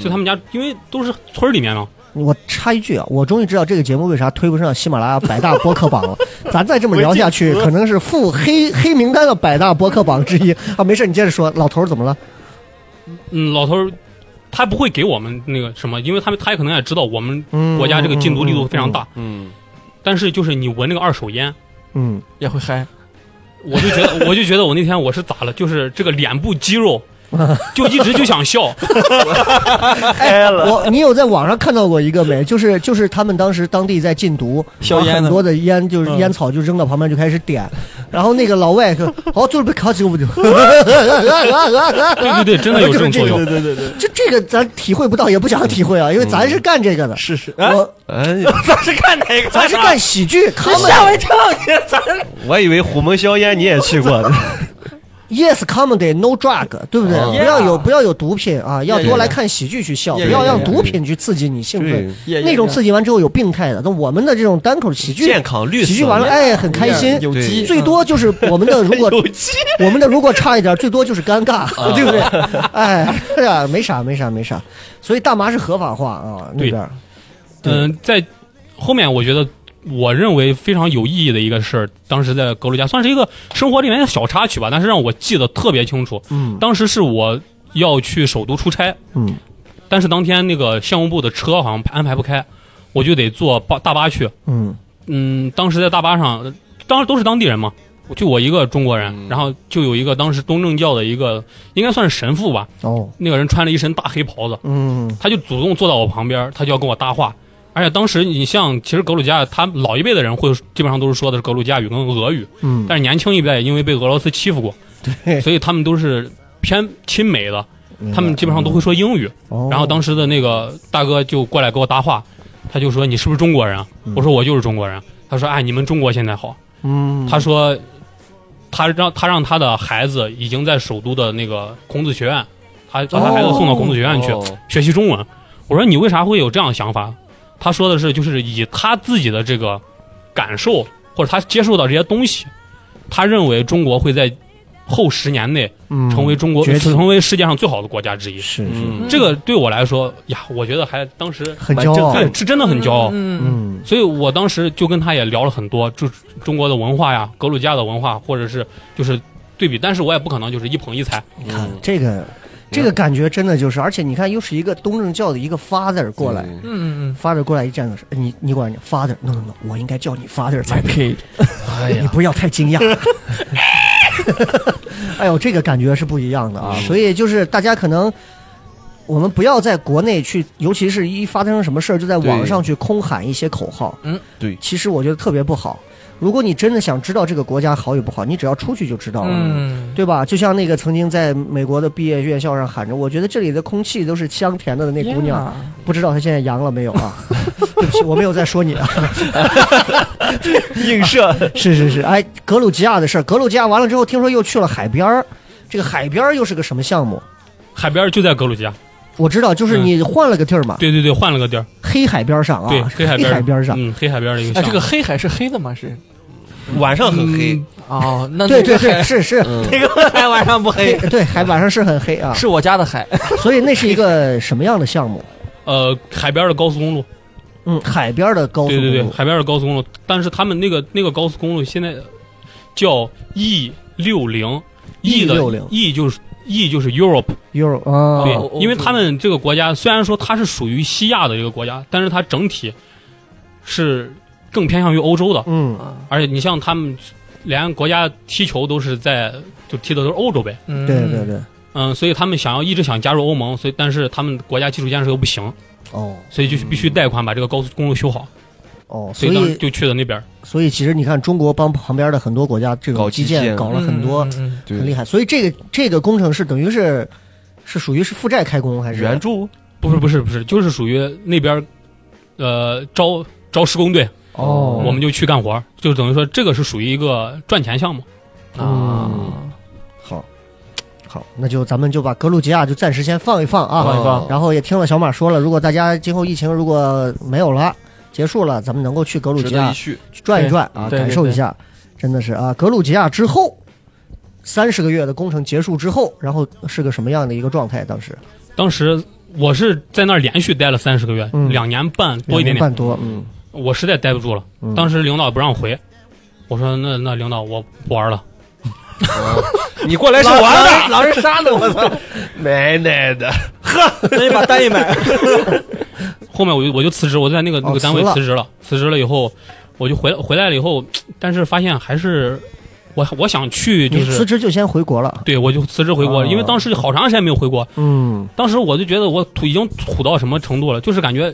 C: 去他们家，因为都是村儿里面嘛，
D: 我插一句啊，我终于知道这个节目为啥推不上喜马拉雅百大播客榜了。咱再这么聊下去，可能是负黑黑名单的百大播客榜之一啊。没事，你接着说，老头儿怎么了？
C: 嗯，老头儿他不会给我们那个什么，因为他们他也可能也知道我们
D: 嗯，
C: 国家这个禁毒力度非常大，
F: 嗯，
C: 但是就是你闻那个二手烟，
D: 嗯。嗯，
E: 也会嗨，
C: 我就觉得 我就觉得我那天我是咋了，就是这个脸部肌肉就一直就想笑，
G: 开了，
D: 我你有在网上看到过一个没？就是就是他们当时当地在禁毒，
E: 硝
D: 把
E: 烟
D: 很
E: 呢
D: 多的烟就是
E: 嗯
D: 烟草就扔到旁边就开始点，然后那个老外说：“哦，就是被卡起我就。”
C: 对对
D: 对
C: 对，真的有这种作 用。
E: 对对对，
D: 这这个咱体会不到，也不想体会啊，因为咱是干这个的。
E: 是是，啊
D: 我
F: 哎呀，
G: 咱是看哪个？
D: 咱是干喜剧，他们
G: 吓我一跳，你咱
F: 我以为虎门硝烟你也去过的，
D: Yes, comedy, no drug，对不对？
F: Yeah
D: 不要有不要有毒品啊，要
E: Yeah,
D: 多
E: yeah,
D: 来
E: yeah.
D: 看喜剧去笑，
E: Yeah,
D: 不要
E: yeah,
D: 让
E: yeah,
D: 毒品去刺激你兴奋。
E: 也
D: 那种
E: 也
D: 刺激完之后有病态的，那我们的这种单口喜剧，
F: 健康绿色
D: 喜剧完了，哎，很开心。
E: 有
F: 对
E: 机
D: 最多就是我们的，如 果
F: 机，
D: 我们的如果差一点，最多就是尴尬，
C: 啊
D: 对不对？哎，是啊，没啥，没啥，没啥。所以大麻是合法化啊，那
C: 对
D: 边儿
C: 嗯、在后面我觉得。我认为非常有意义的一个事儿，当时在格鲁吉亚算是一个生活里面的小插曲吧，但是让我记得特别清楚。
D: 嗯
C: 当时是我要去首都出差，
D: 嗯
C: 但是当天那个项目部的车好像安排不开，我就得坐巴大巴去。
D: 嗯
C: 嗯，当时在大巴上，呃当时都是当地人嘛，就我一个中国人，
F: 嗯
C: 然后就有一个当时东正教的一个，应该算是神父吧，
D: 哦
C: 那个人穿了一身大黑袍子，
D: 嗯
C: 他就主动坐到我旁边，他就要跟我搭话。而且当时你像，其实格鲁吉亚，他老一辈的人会基本上都是说的是格鲁吉亚语跟俄语，
D: 嗯
C: 但是年轻一代因为被俄罗斯欺负过，
D: 对
C: 所以他们都是偏亲美的，他们基本上都会说英语。
D: 哦
C: 然后当时的那个大哥就过来给我搭话，他就说你是不是中国人啊？我说我就是中国人。他说哎，你们中国现在好。
D: 嗯
C: 他说他让他让他的孩子已经在首都的那个孔子学院，他把他孩子送到孔子学院去、
F: 哦
C: 学习中文。我说你为啥会有这样的想法？他说的是就是以他自己的这个感受或者他接受到这些东西，他认为中国会在后十年内
D: 嗯
C: 成为中国、
D: 崛起
C: 成为世界上最好的国家之一。
D: 是是
F: 嗯，
C: 这个对我来说呀，我觉得还当时
D: 很骄傲，
C: 对是真的很骄傲，
E: 嗯，
D: 哦嗯
C: 所以我当时就跟他也聊了很多，就是中国的文化呀，格鲁吉亚的文化，或者是就是对比，但是我也不可能就是一捧一踩，
F: 你
D: 看这
C: 嗯
D: 个这个感觉真的就是，而且你看又是一个东正教的一个 father 过来。
E: 嗯嗯
D: father 过来一站就是，哎你你管你 father，no no no，我应该叫你 father 才
E: ，my
D: 对，
E: pig，
F: 哎
D: 你
F: 呀，
D: 不要太惊讶。 哎呦，这个感觉是不一样的啊，所以就是大家可能。我们不要在国内去，尤其是一发生什么事儿，就在网上去空喊一些口号。
E: 嗯，
F: 对
D: 其实我觉得特别不好。如果你真的想知道这个国家好与不好，你只要出去就知道了。
E: 嗯，
D: 对吧？就像那个曾经在美国的毕业院校上喊着“我觉得这里的空气都是香甜的”的那姑娘
E: Yeah
D: 不知道她现在阳了没有啊？ 对不起，我没有在说你啊。
E: 映射，
D: 是是是，哎，格鲁吉亚的事儿，格鲁吉亚完了之后，听说又去了海边儿，这个海边儿又是个什么项目？
C: 海边就在格鲁吉亚，
D: 我知道，就是你换了个地儿嘛，
C: 嗯对对对，换了个地儿，
D: 黑海边上啊，
C: 对，
D: 黑
C: 海边，
D: 海边上，
C: 嗯，黑海边的一个项
E: 哎，
C: 目，
E: 这个黑海是黑的吗？是
F: 晚上很黑
C: 嗯，
E: 哦， 那
D: 对对
E: 那个
D: 对，
E: 海
D: 是是，
G: 那个还晚上不黑，
D: 对，海晚上是很黑啊，
E: 是我家的海，
D: 所以那是一个什么样的项目？
C: 呃，海边的高速公路，
D: 嗯，海边的高速
C: 对对
D: 公
C: 对，
D: 路，
C: 海边的高速公路，但是他们那个那个高速公路现在叫 E 六零，E 的
D: E60
C: E 就是 E 就是 Europe，
D: Europe 啊，
C: 对，
E: 哦
C: 因为
E: 哦
C: 他们这个国家虽然说它是属于西亚的一个国家，但是它整体是更偏向于欧洲的，
D: 嗯，
C: 而且你像他们连国家踢球都是在就踢的都是欧洲呗，
E: 嗯
D: 对对，对，
C: 嗯，所以他们想要一直想加入欧盟，所以但是他们国家基础建设又不行，
D: 哦
C: 所以就是必须贷款把这个高速公路修好，
D: 哦，所
C: 所以当时
D: 以
C: 就去了那边。
D: 所以其实你看，中国帮旁边的很多国家这种
F: 搞基
D: 基建
F: 建
D: 搞了很多
E: 嗯，嗯嗯
F: 对
D: 很厉害，所以这个这个工程是等于是是属于是负债开工还是
F: 援助
C: 不是不是不是，就是属于那边，呃，招招施工队，
D: 哦，
C: 我们就去干活，就等于说这个是属于一个赚钱项目。
D: 嗯
E: 啊，
D: 好，好，那就咱们就把格鲁吉亚就暂时先放一放啊，
E: 放一放
D: 然后也听了小马说了，如果大家今后疫情如果没有了，结束了，咱们能够去格鲁
F: 值
D: 吉
F: 得
D: 亚
F: 一去，
D: 去转一转
E: 对
D: 啊，
E: 对
D: 感受一下，真的是啊，格鲁吉亚之后。三十个月的工程结束之后，然后是个什么样的一个状态？当时
C: 当时我是在那儿连续待了三十个月，
D: 嗯
C: 两年半多一
D: 两
C: 点
D: 年
C: 点，
D: 半多，嗯，
C: 我实在待不住了。
D: 嗯
C: 当时领导不让回，我说那那领导我不玩了。
D: 嗯
F: 你过来是玩 的，
E: 狼人杀的，我操！
F: 奶奶的，
G: 所以把单一 买。
C: 后面我就我就辞职，我在那个那
D: 哦
C: 个单位
D: 辞了
C: 辞职了，辞职了以后，我就回来回来了以后，但是发现还是我我想去就
D: 嗯你辞
C: 是。
D: 职就先回国了，
C: 对，我就辞职回国，
D: 啊
C: 因为当时好长时间没有回国，
D: 嗯，
C: 当时我就觉得我土已经土到什么程度了，就是感觉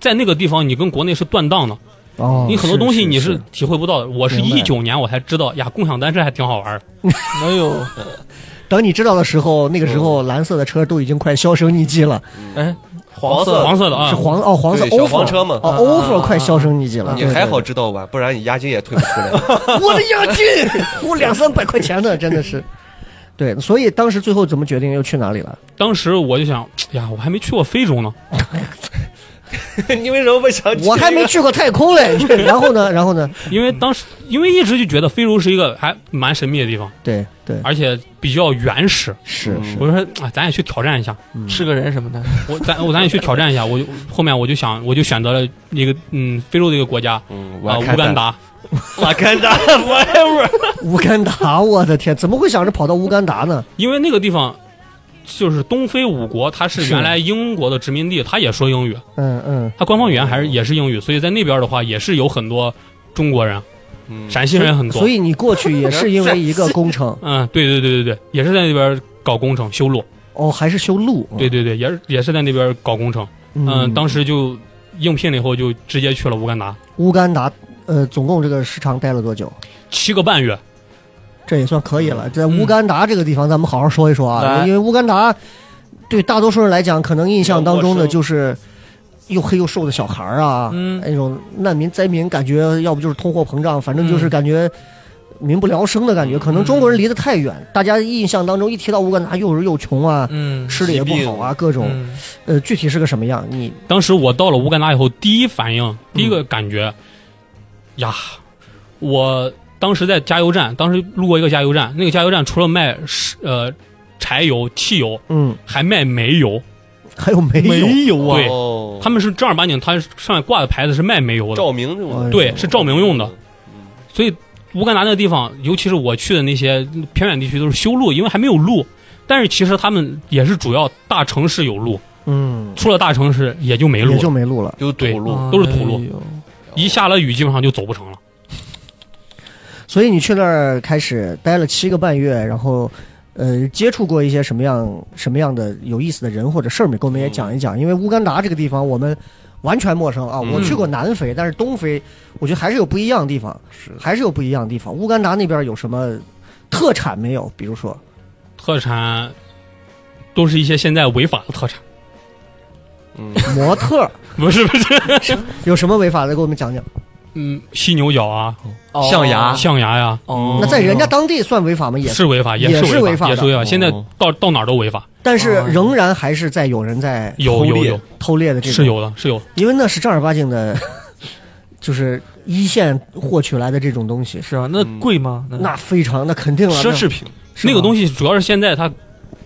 C: 在那个地方你跟国内是断档的，
D: 哦，
C: 你很多东西你
D: 是
C: 是体会不到的。我是
D: 明白
C: 一九年我才知道呀，共享单车还挺好玩儿。
E: 哎呦，
D: 等你知道的时候，那个时候蓝色的车都已经快销声匿迹了，
E: 哎，
F: 黄色
C: 黄色的啊，
D: 是黄哦黄色
F: 对
D: offer
F: 小黄车嘛
D: 哦
E: 啊
D: offer 快销声匿迹了，
F: 你
D: 对
F: 还好，知道吧？不然你押金也退不出来。
D: 对对我的押金，我两三百块钱呢，真的是。对，所以当时最后怎么决定又去哪里了？
C: 当时我就想，哎呀，我还没去过非洲呢。
F: 你为什么不想去？
D: 我还没去过太空嘞。 然后呢，然后呢？
C: 因为当时因为一直就觉得非洲是一个还蛮神秘的地方，
D: 对对，
C: 而且比较原始。
D: 是
F: 嗯
D: 是
C: 我就说啊，咱也去挑战一下，
D: 嗯
E: 是个人什么的，
D: 啊
C: 我咱我咱也去挑战一下。我就后面我就想，我就选择了一个嗯非洲的一个国家啊、
F: 嗯，
C: 呃
F: 我
C: 乌干 达。
G: 瓦干达 forever，
D: 乌干达，我的天，怎么会想着跑到乌干达呢？
C: 因为那个地方就是东非五国，它是
D: 是
C: 原来英国的殖民地，它也说英语，
D: 嗯嗯，
C: 它官方语言还是也是英语，所以在那边的话也是有很多中国人，
F: 嗯
C: 陕西人很多
D: 所。以你过去也是因为一个工 程
C: 嗯，对对对对对，也是在那边搞工程修路，
D: 哦，还是修路？
C: 对对对，也是也是在那边搞工程。嗯，当时就应聘了以后就直接去了乌干达，
D: 嗯乌干达，呃，总共这个时长待了多久？
C: 七个半月。
D: 这也算可以了。在乌干达这个地方，咱们好好说一说啊，
E: 来
D: 因为乌干达对大多数人来讲，可能印象当中的就是又黑又瘦的小孩儿啊，
E: 嗯
D: 那种难民灾民，感觉要不就是通货膨胀，反正就是
E: 嗯
D: 感觉。民不聊生的感觉，可能中国人离得太远，大家印象当中一提到乌干达，又是又穷啊，
E: 嗯，
D: 吃的也不好啊，各种、
E: 嗯
D: 呃，具体是个什么样？你
C: 当时我到了乌干达以后，第一反应，第一个感觉，
D: 嗯
C: 呀，我当时在加油站，当时路过一个加油站，那个加油站除了卖石呃柴油、汽油，
D: 嗯，
C: 还卖煤 油。
D: 还有没有？
F: 有
C: 啊对
F: 哦
C: 他们是正儿八经，它上面挂的牌子是卖煤油的。
F: 照明用
D: 哎呦
F: 的，
C: 对是照明用的所以乌干达那个地方，尤其是我去的那些偏远地区，都是修路，因为还没有路。但是其实他们也是主要大城市有路，
D: 嗯，
C: 出了大城市也就没路
D: 也
C: 了
D: 就没路了。
F: 有
C: 对
F: 土路，
C: 都是土路
E: 哎呦
C: 一下了雨基本上就走不成了。
D: 所以你去那儿开始待了七个半月，然后，呃，接触过一些什么样什么样的有意思的人或者事儿没？给我们也讲一讲，因为乌干达这个地方我们完全陌生啊。
F: 嗯
D: 我去过南非，但是东非我觉得还是有不一样的地方，
F: 是
D: 还是有不一样的地方。乌干达那边有什么特产没有？比如说，
C: 特产都是一些现在违法的特产，
F: 嗯，
D: 模特儿
C: 不是不是，
D: 有什么违法的？给我们讲讲。
C: 嗯，犀牛角啊，
E: 哦
F: 象牙啊
C: 象牙呀、
E: 哦，
D: 那在人家当地算违法吗？也
C: 嗯是违法，
D: 也是
C: 是
D: 违
C: 违
D: 法的
C: 也是违法。现在
F: 哦
C: 到到哪儿都违法，
D: 但是仍然还是在有人在
C: 有
F: 偷
C: 啊有
F: 猎
C: 有
D: 偷猎的这种
C: 是有的，是有的。
D: 因为那是正儿八经的就是一线获取来的这种东西，
E: 是啊，那
F: 嗯
E: 贵吗？
D: 那非常那肯定了，啊
E: 奢侈品，
C: 那个东
D: 西
C: 西主要是现在它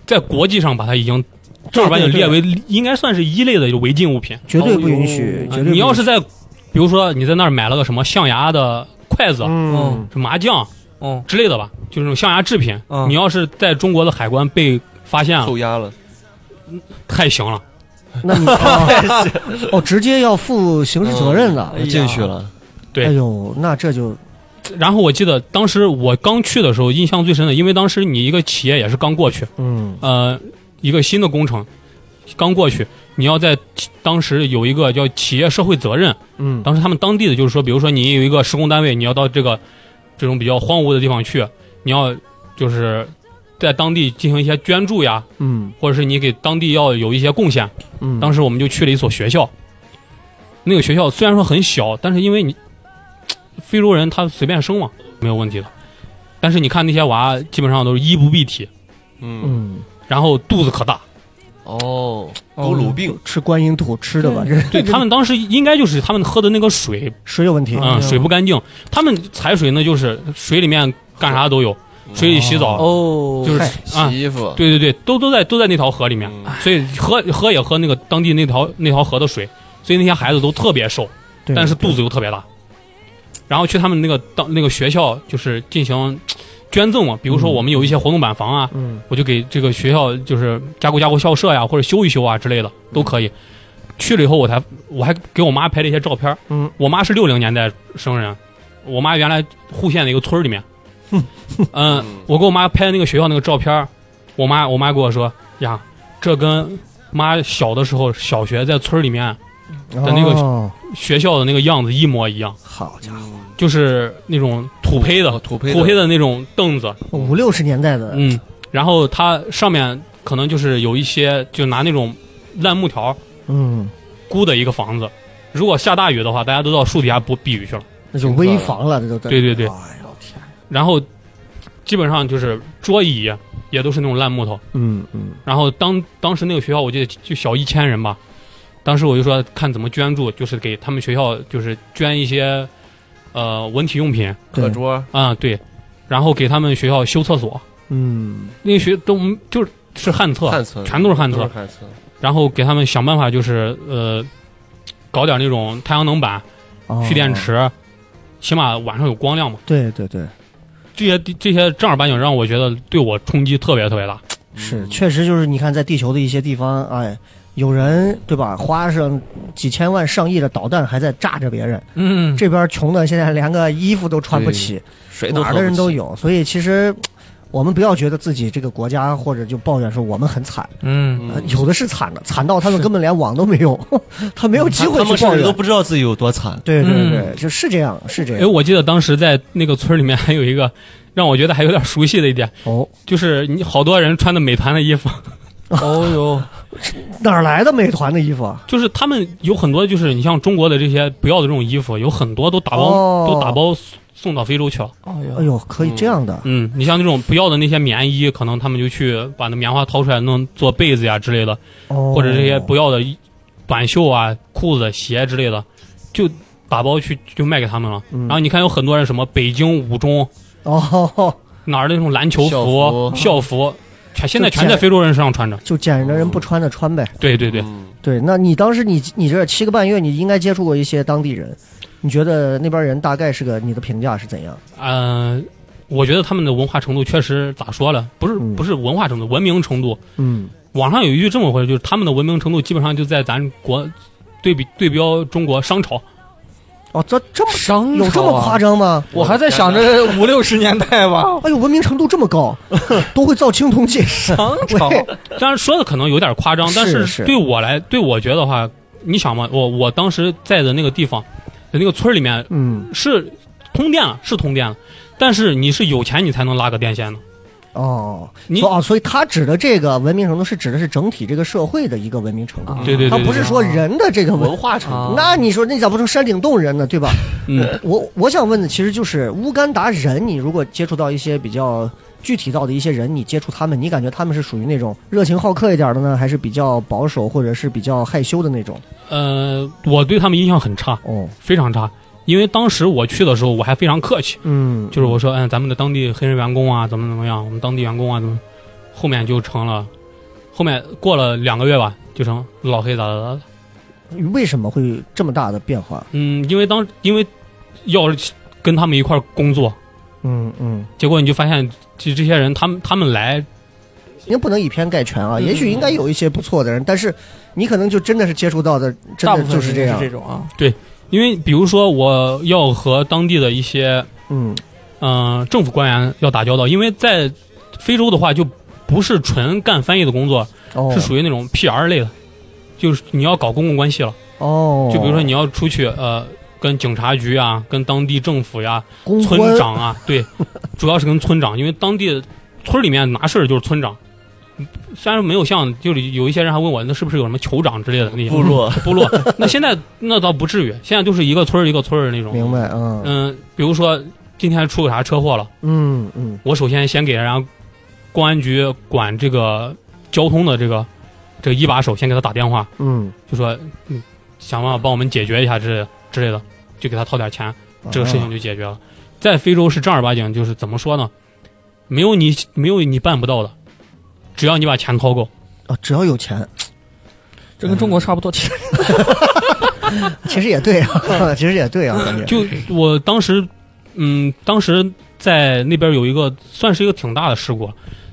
C: 在国际上把它已经正儿八经列为应该算是一类的违禁物品。
D: 啊
C: 呃
D: 绝对不允许，绝对不
C: 哦
D: 允许
C: 你要是在，比如说你在那儿买了个什么象牙的筷子、
D: 嗯
C: 什么麻将
E: 嗯，
C: 之类的吧，就是那种象牙制品，
E: 嗯
C: 你要是在中国的海关被发现了，
F: 受压了，
C: 太行了。
D: 那你哦哦直接要负刑事责任的，
E: 哎呀
F: 进去了，
C: 哦对
D: 哎呦那这就
C: 然后我记得当时我刚去的时候，印象最深的，因为当时你一个企业也是刚过去，
D: 嗯
C: 呃，一个新的工程刚过去，你要在当时有一个叫企业社会责任，
D: 嗯
C: 当时他们当地的就是说，比如说你有一个施工单位，你要到这个这种比较荒芜的地方去，你要就是在当地进行一些捐助呀，
D: 嗯
C: 或者是你给当地要有一些贡献。
D: 嗯，
C: 当时我们就去了一所学校，那个学校虽然说很小，但是因为你非洲人他随便生嘛，没有问题的。但是你看那些娃基本上都是衣不蔽体，
F: 嗯，
D: 嗯
C: 然后肚子可大，
F: 哦，
E: 哦
F: 佝孺病，
D: 吃观音土吃的吧，这
C: 对他们当时应该就是他们喝的那个水
D: 水有问题，
C: 啊、水不干净。他们采水呢，就是水里面干啥都有，水里洗澡，
E: 哦，
C: 就是
D: 嗨
C: 啊，
F: 嗯洗衣服，
C: 对对对，都都在都在那条河里面，
F: 嗯
C: 所以喝喝也喝那个当地那条那条河的水，所以那些孩子都特别瘦，
D: 对
C: 但是肚子又特别大。然后去他们那个当那个学校，就是进行捐赠嘛，比如说
D: 嗯
C: 我们有一些活动板房啊，
D: 嗯
C: 我就给这个学校就是加固加固校舍呀，或者修一修啊之类的
D: 嗯
C: 都可以。去了以后，我才我还给我妈拍了一些照片儿。
D: 嗯
C: 我妈是六零年代生人，我妈原来户县的一个村儿里面。 嗯，我给我妈拍的那个学校那个照片儿，我妈我妈跟我说呀，这跟妈小的时候小学在村儿里面
D: 的
C: 那个嗯学校的那个样子一模一样，
D: 哦好家伙，
C: 就是那种土坯的
F: 哦土坯
C: 土坯的那种凳子，
D: 五六十年代的
C: 嗯，然后它上面可能就是有一些就拿那种烂木条
D: 嗯
C: 箍的一个房子。如果下大雨的话，大家都到树底下不避雨去了。
D: 那就危房了，这都
C: 对对对
D: 哎呦天，
C: 然后基本上就是桌椅也都是那种烂木头。
D: 嗯嗯
C: 然后当当时那个学校，我记得就小一千人吧。当时我就说看怎么捐助，就是给他们学校就是捐一些呃文体用品
F: 课桌，
C: 啊、对，然后给他们学校修厕所，
D: 嗯
C: 那学都就是是旱厕，
F: 旱厕，
C: 全都是旱
F: 都是
C: 厕，
F: 旱
D: 嗯
F: 厕，
C: 然后给他们想办法就是呃搞点那种太阳能板、
D: 哦
C: 蓄电池，起码晚上有光亮嘛。
D: 对对对，
C: 这些这些正儿八经让我觉得对我冲击特别特别大。
D: 是，确实就是你看，在地球的一些地方，哎，有人对吧，花上几千万、上亿的导弹还在炸着别人，
C: 嗯，
D: 这边穷的现在连个衣服都穿不起，
F: 谁都
D: 哪儿
F: 喝
D: 的
F: 不
D: 人都
F: 起，
D: 有，所以其实。我们不要觉得自己这个国家或者就抱怨说我们很惨，
E: 嗯，
D: 呃有的是惨的，惨到他们根本连网都没有， 他没有机
G: 他
D: 会
G: 们
D: 去
G: 甚
D: 抱
G: 至都
D: 怨。
G: 不知道自己有多惨。
D: 对对对，就是这样，是这
C: 哎，
D: 样。
C: 我记得当时在那个村里面还有一个让我觉得还有点熟悉的一点，
D: 哦，
C: 就是你好多人穿的美团的衣服，
E: 哦哟，
D: 哪儿来的美团的衣服啊？
C: 就是他们有很多就是你像中国的这些不要的这种衣服，有很多都打包、
D: 哦
C: 都打包送到非洲去了。
E: 哎
D: 哎
E: 呦，
D: 呦，可以这样的，
C: 嗯，你像那种不要的那些棉衣，可能他们就去把那棉花掏出来弄做被子呀之类的，
D: 哦
C: 或者这些不要的衣短袖啊、裤子、鞋之类的，就打包去就卖给他们了。
D: 嗯
C: 然后你看有很多人什么北京五中
D: 哦，
C: 哪儿的那种篮球
F: 校
C: 服
F: 服、
C: 校服，全现在
D: 就
C: 全在非洲人身上穿着。
D: 就捡着人不穿的穿呗。
C: 对对对，
F: 嗯
D: 对，那你当时你你这七个半月，你应该接触过一些当地人，你觉得那边人大概是个你的评价是怎样？
C: 嗯，我觉得他们的文化程度确实咋说了，不是
D: 嗯
C: 不是文化程度，文明程度。
D: 嗯，
C: 网上有一句这么回事，就是他们的文明程度基本上就在咱国对比对标中国商朝。
D: 哦，这这么啊
E: 商啊
D: 有这么夸？张吗？
E: 我还在想着五六十年代 吧，
D: 哎呦，文明程度这么 高，都会造青铜器。
E: 唐朝
D: 喂
C: 虽然说的可能有点夸张，但
D: 是是
C: 是对我来对我觉得的话，你想嘛，我我当时在的那个地方，在那个村里面
D: 嗯，
C: 是通电了，是通电了，但是你是有钱你才能拉个电 线的。
D: 哦，
C: 你
D: 所以哦，所以他指的这个文明程度是指的是整体这个社会的一个文明程度，
C: 对对
D: 他
C: 对，
D: 不
C: 对
D: 是说人的这个文
F: 文化程
E: 啊
F: 度，
D: 那你说，那咋不成山顶洞人呢？对吧？
C: 嗯
D: 我我想问的其实就是乌干达人，你如果接触到一些比较具体到的一些人，你接触他们，你感觉他们是属于那种热情好客一点的呢，还是比较保守或者是比较害羞的那种？
C: 呃，我对他们印象很差，
D: 哦，
C: 非常差。因为当时我去的时候，我还非常客气，
D: 嗯，
C: 就是我说，嗯，咱们的当地黑人员工啊，怎么怎么样，我们当地员工啊，怎么，后面就成了，后面过了两个月吧，就成老黑咋咋咋，
D: 为什么会有这么大的变化？
C: 嗯，因为当因为要是跟他们一块儿工作，
D: 嗯嗯，
C: 结果你就发现这这些人，他们他们来，
D: 也不能以偏概全啊，
C: 嗯
D: 也许应该有一些不错的人，但是你可能就真的是接触到的，真
E: 大
D: 的
E: 部分
D: 就是这
E: 人
D: 样。
E: 这种啊，
C: 因为比如说我要和当地的一些
D: 嗯
C: 嗯、呃政府官员要打交道，因为在非洲的话就不是纯干翻译的工作，
D: 哦
C: 是属于那种 PR 类的，就是你要搞公共关系了，
D: 哦，
C: 就比如说你要出去呃。跟警察局啊，跟当地政府呀、
D: 公关
C: 村长啊， 对，主要是跟村长，因为当地村里面拿事儿就是村长。虽然没有像，就是有一些人还问我，那是不是有什么酋长之类的 那些
G: 部落
C: 部落？那现在那倒不至于，现在就是一个村儿一个村儿的那种。
D: 明白啊，
C: 嗯，比如说今天出个啥车祸了，
D: 嗯嗯
C: 我首先先给人家公安局管这个交通的这个这个一把手先给他打电话，
D: 嗯，
C: 就说嗯，想办法帮我们解决一下之类的之类的，就给他掏点钱。
D: 嗯
C: 这个事情就解决了。在非洲是正儿八经，就是怎么说呢？没有你没有你办不到的，只要你把钱掏够。
D: 啊，只要有钱，嗯
E: 这跟中国差不多。其实
D: 其实也 对啊， 其实也对啊，感觉
C: 嗯就我当时，嗯，当时在那边有一个算是一个挺大的事故，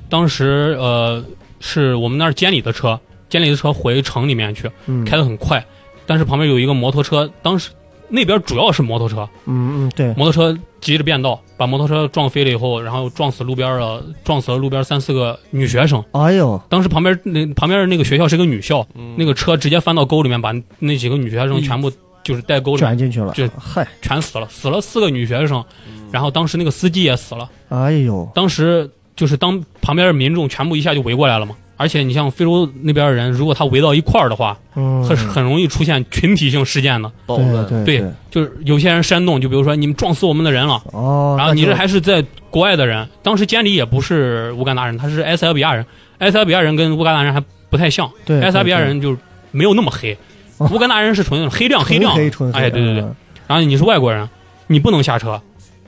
C: 当时呃是我们那儿监理的车，监理的车回城里面去，
D: 嗯
C: 开得很快，但是旁边有一个摩托车，当时那边主要是摩托车，
D: 嗯嗯对，
C: 摩托车急着变道，把摩托车撞飞了以后，然后撞死路边了，撞死了路边三四个女学生。
D: 哎呦，
C: 当时旁边那旁边那个学校是个女校，
D: 嗯
C: 那个车直接翻到沟里面，把那几个女学生全部就是带沟里面
D: 卷进去了
C: 就，
D: 嗨，
C: 全死了，死了四个女学生，然后当时那个司机也死了。
D: 哎呦，
C: 当时就是当旁边的民众全部一下就围过来了嘛，而且你像非洲那边的人，如果他围到一块儿的话，
D: 嗯，
C: 很很容易出现群体性事件的，
G: 暴
D: 对
G: 乱，
D: 对
C: 对
D: 对，
C: 就是有些人煽动，就比如说你们撞死我们的人了。
D: 哦，
C: 然后
D: 那
C: 你
D: 就
C: 这还是在国外的人，当时监理也不是乌干达人，他是埃塞俄比亚人，埃塞俄比亚人跟乌干达人还不太像，
D: 对
C: 埃塞俄
D: 对
C: 比亚
D: 对
C: 人就是没有那么黑，
D: 哦
C: 乌干达人是纯那种黑亮
D: 纯
C: 亮，
D: 黑纯黑，
C: 哎对对对
D: 嗯
C: 然后你是外国人，你不能下车，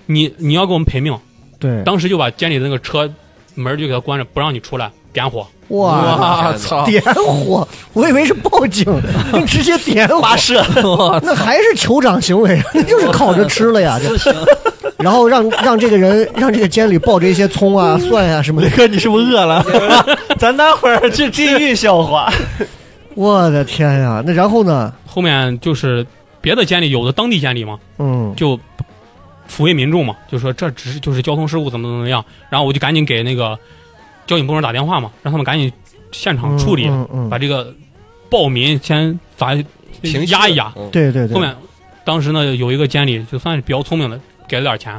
C: 你你要给我们赔命。
D: 对，
C: 当时就把监理的那个车门就给他关着，不让你出来，点火，
D: 哇，
E: 啊操！
D: 点火，我以为是 报警，直接点火，
G: 发射，
E: 啊
D: 那还是酋长行为，那就是烤着吃了呀。这
G: 不行，
D: 然后让让这个人让这个监理抱着一些葱
C: 嗯
D: 啊、蒜啊什么的
G: 雷。 哥你是不是饿 了？咱待会儿去地狱笑话。
D: 我的天呀、那然后呢？
C: 后面就是别的监理，有的当地监理嘛，
D: 嗯，
C: 就抚慰民众嘛，就说这只是就是交通事故怎么怎么样，然后我就赶紧给那个交警部门打电话嘛，让他们赶紧现场处理，
D: 嗯嗯
C: 把
D: 嗯，
C: 这个暴民先咱
F: 平嗯
C: 压一压，，
D: 对对对，
C: 后面当时呢有一个监理就算是比较聪明的，给了点钱，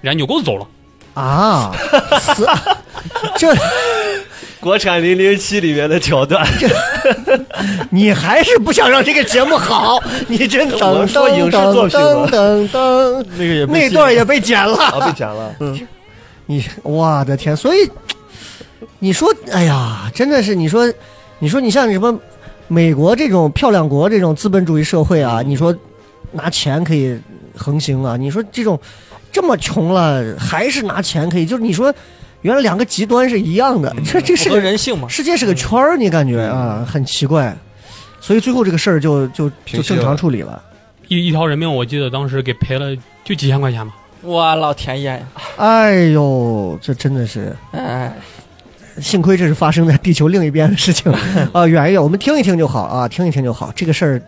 C: 人家扭钩子走了。
D: 啊，死，这
G: 国产零零七里面的桥 段，
D: 你还是不想让这个节目好，你真
G: 我
D: 等
G: 说影视作
D: 等等
G: 品
D: 等
G: 了
D: 等等，
G: 那个也被
D: 那
G: 禁
D: 段
G: 了
D: 也被剪了。
G: 啊被剪 了，
D: 你我的天，所以你说，哎呀，真的是你说，你说你像什么美国这种漂亮国这种资本主义社会啊，你说拿钱可以横行啊，你说这种这么穷了还是拿钱可以，就是你说原来两个极端是一样的， 这这是
E: 符合
D: 个
E: 人性 嘛？
D: 世界是
F: 嗯
D: 个圈儿，你感觉啊很奇怪，所以最后这个事儿就就就
F: 平息了
D: 正常处理了。
C: 一一条人命，我记得当时给赔了就几千块钱吧。
E: 我老天爷呀！
D: 哎呦，这真的是。
E: 哎，
D: 幸亏这是发生在地球另一边的事 情啊，远一点，我们听一听就好啊，听一听就好。这个事儿，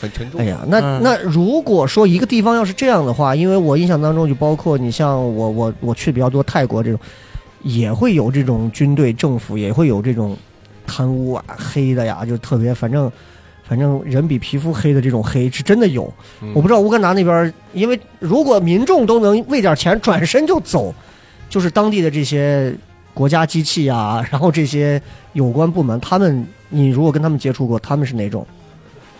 F: 很沉重
D: 哎。呀，那、
E: 嗯
D: 那如果说一个地方要是这样的话，因为我印象当中就包括你像我我我去比较多泰国这种，也会有这种军队政府也会有这种贪污啊、黑的呀，就特别反正反正人比皮肤黑的这种黑是真的有。
F: 嗯
D: 我不知道乌干达那边儿，因为如果民众都能为点钱转身就走，就是当地的这些国家机器啊，然后这些有关部门，他们你如果跟他们接触过，他们是哪种？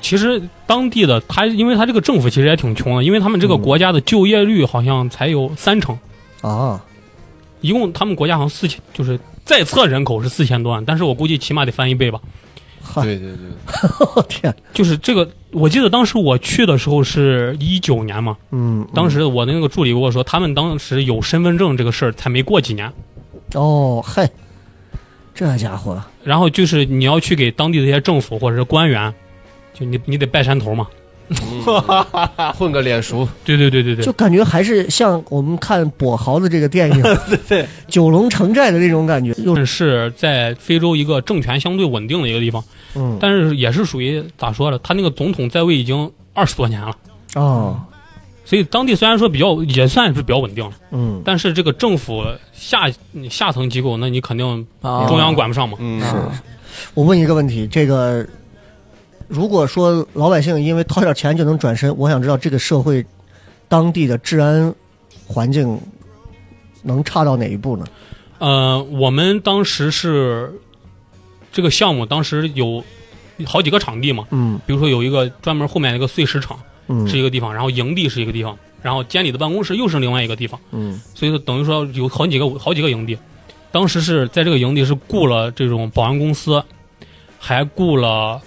C: 其实当地的他，因为他这个政府其实也挺穷的，因为他们这个
D: 嗯
C: 国家的就业率好像才有三成，
D: 啊，
C: 一共他们国家好像四千，就是在册人口是四千多万，但是我估计起码得翻一倍吧。
F: 对对对，
D: 我天，
C: 就是这个，我记得当时我去的时候是一九年嘛，
D: 嗯，
C: 当时我那个助理跟我说，他们当时有身份证这个事儿才没过几年，
D: 哦，嘿，这家伙，
C: 然后就是你要去给当地的一些政府或者是官员，就你你得拜山头嘛，
F: 混个脸熟，
C: 对对对对对
D: 就，感觉还是像我们看跛豪的这个电影，对
G: 对，
D: 九龙城寨的那种感觉，又
C: 但是在非洲一个政权相对稳定的一个地方，
D: 嗯，
C: 但是也是属于咋说呢？他那个总统在位已经二十多年了，
D: 哦，
C: 所以当地虽然说比较也算是比较稳定了，
D: 嗯，
C: 但是这个政府下下层机构，那你肯定
E: 哦
G: 啊
C: 中央管不上嘛。
F: 嗯，
E: 啊
D: 我问一个问题，这个如果说老百姓因为掏点钱就能转身，我想知道这个社会当地的治安环境能差到哪一步呢？
C: 呃，我们当时是这个项目，当时有好几个场地嘛，
D: 嗯
C: 比如说有一个专门后面一个碎石场
D: 嗯
C: 是一个地方，然后营地是一个地方，然后监理的办公室又是另外一个地方，
D: 嗯
C: 所以说等于说有好几个好几个营地。当时是在这个营地是雇了这种保安公司，还雇了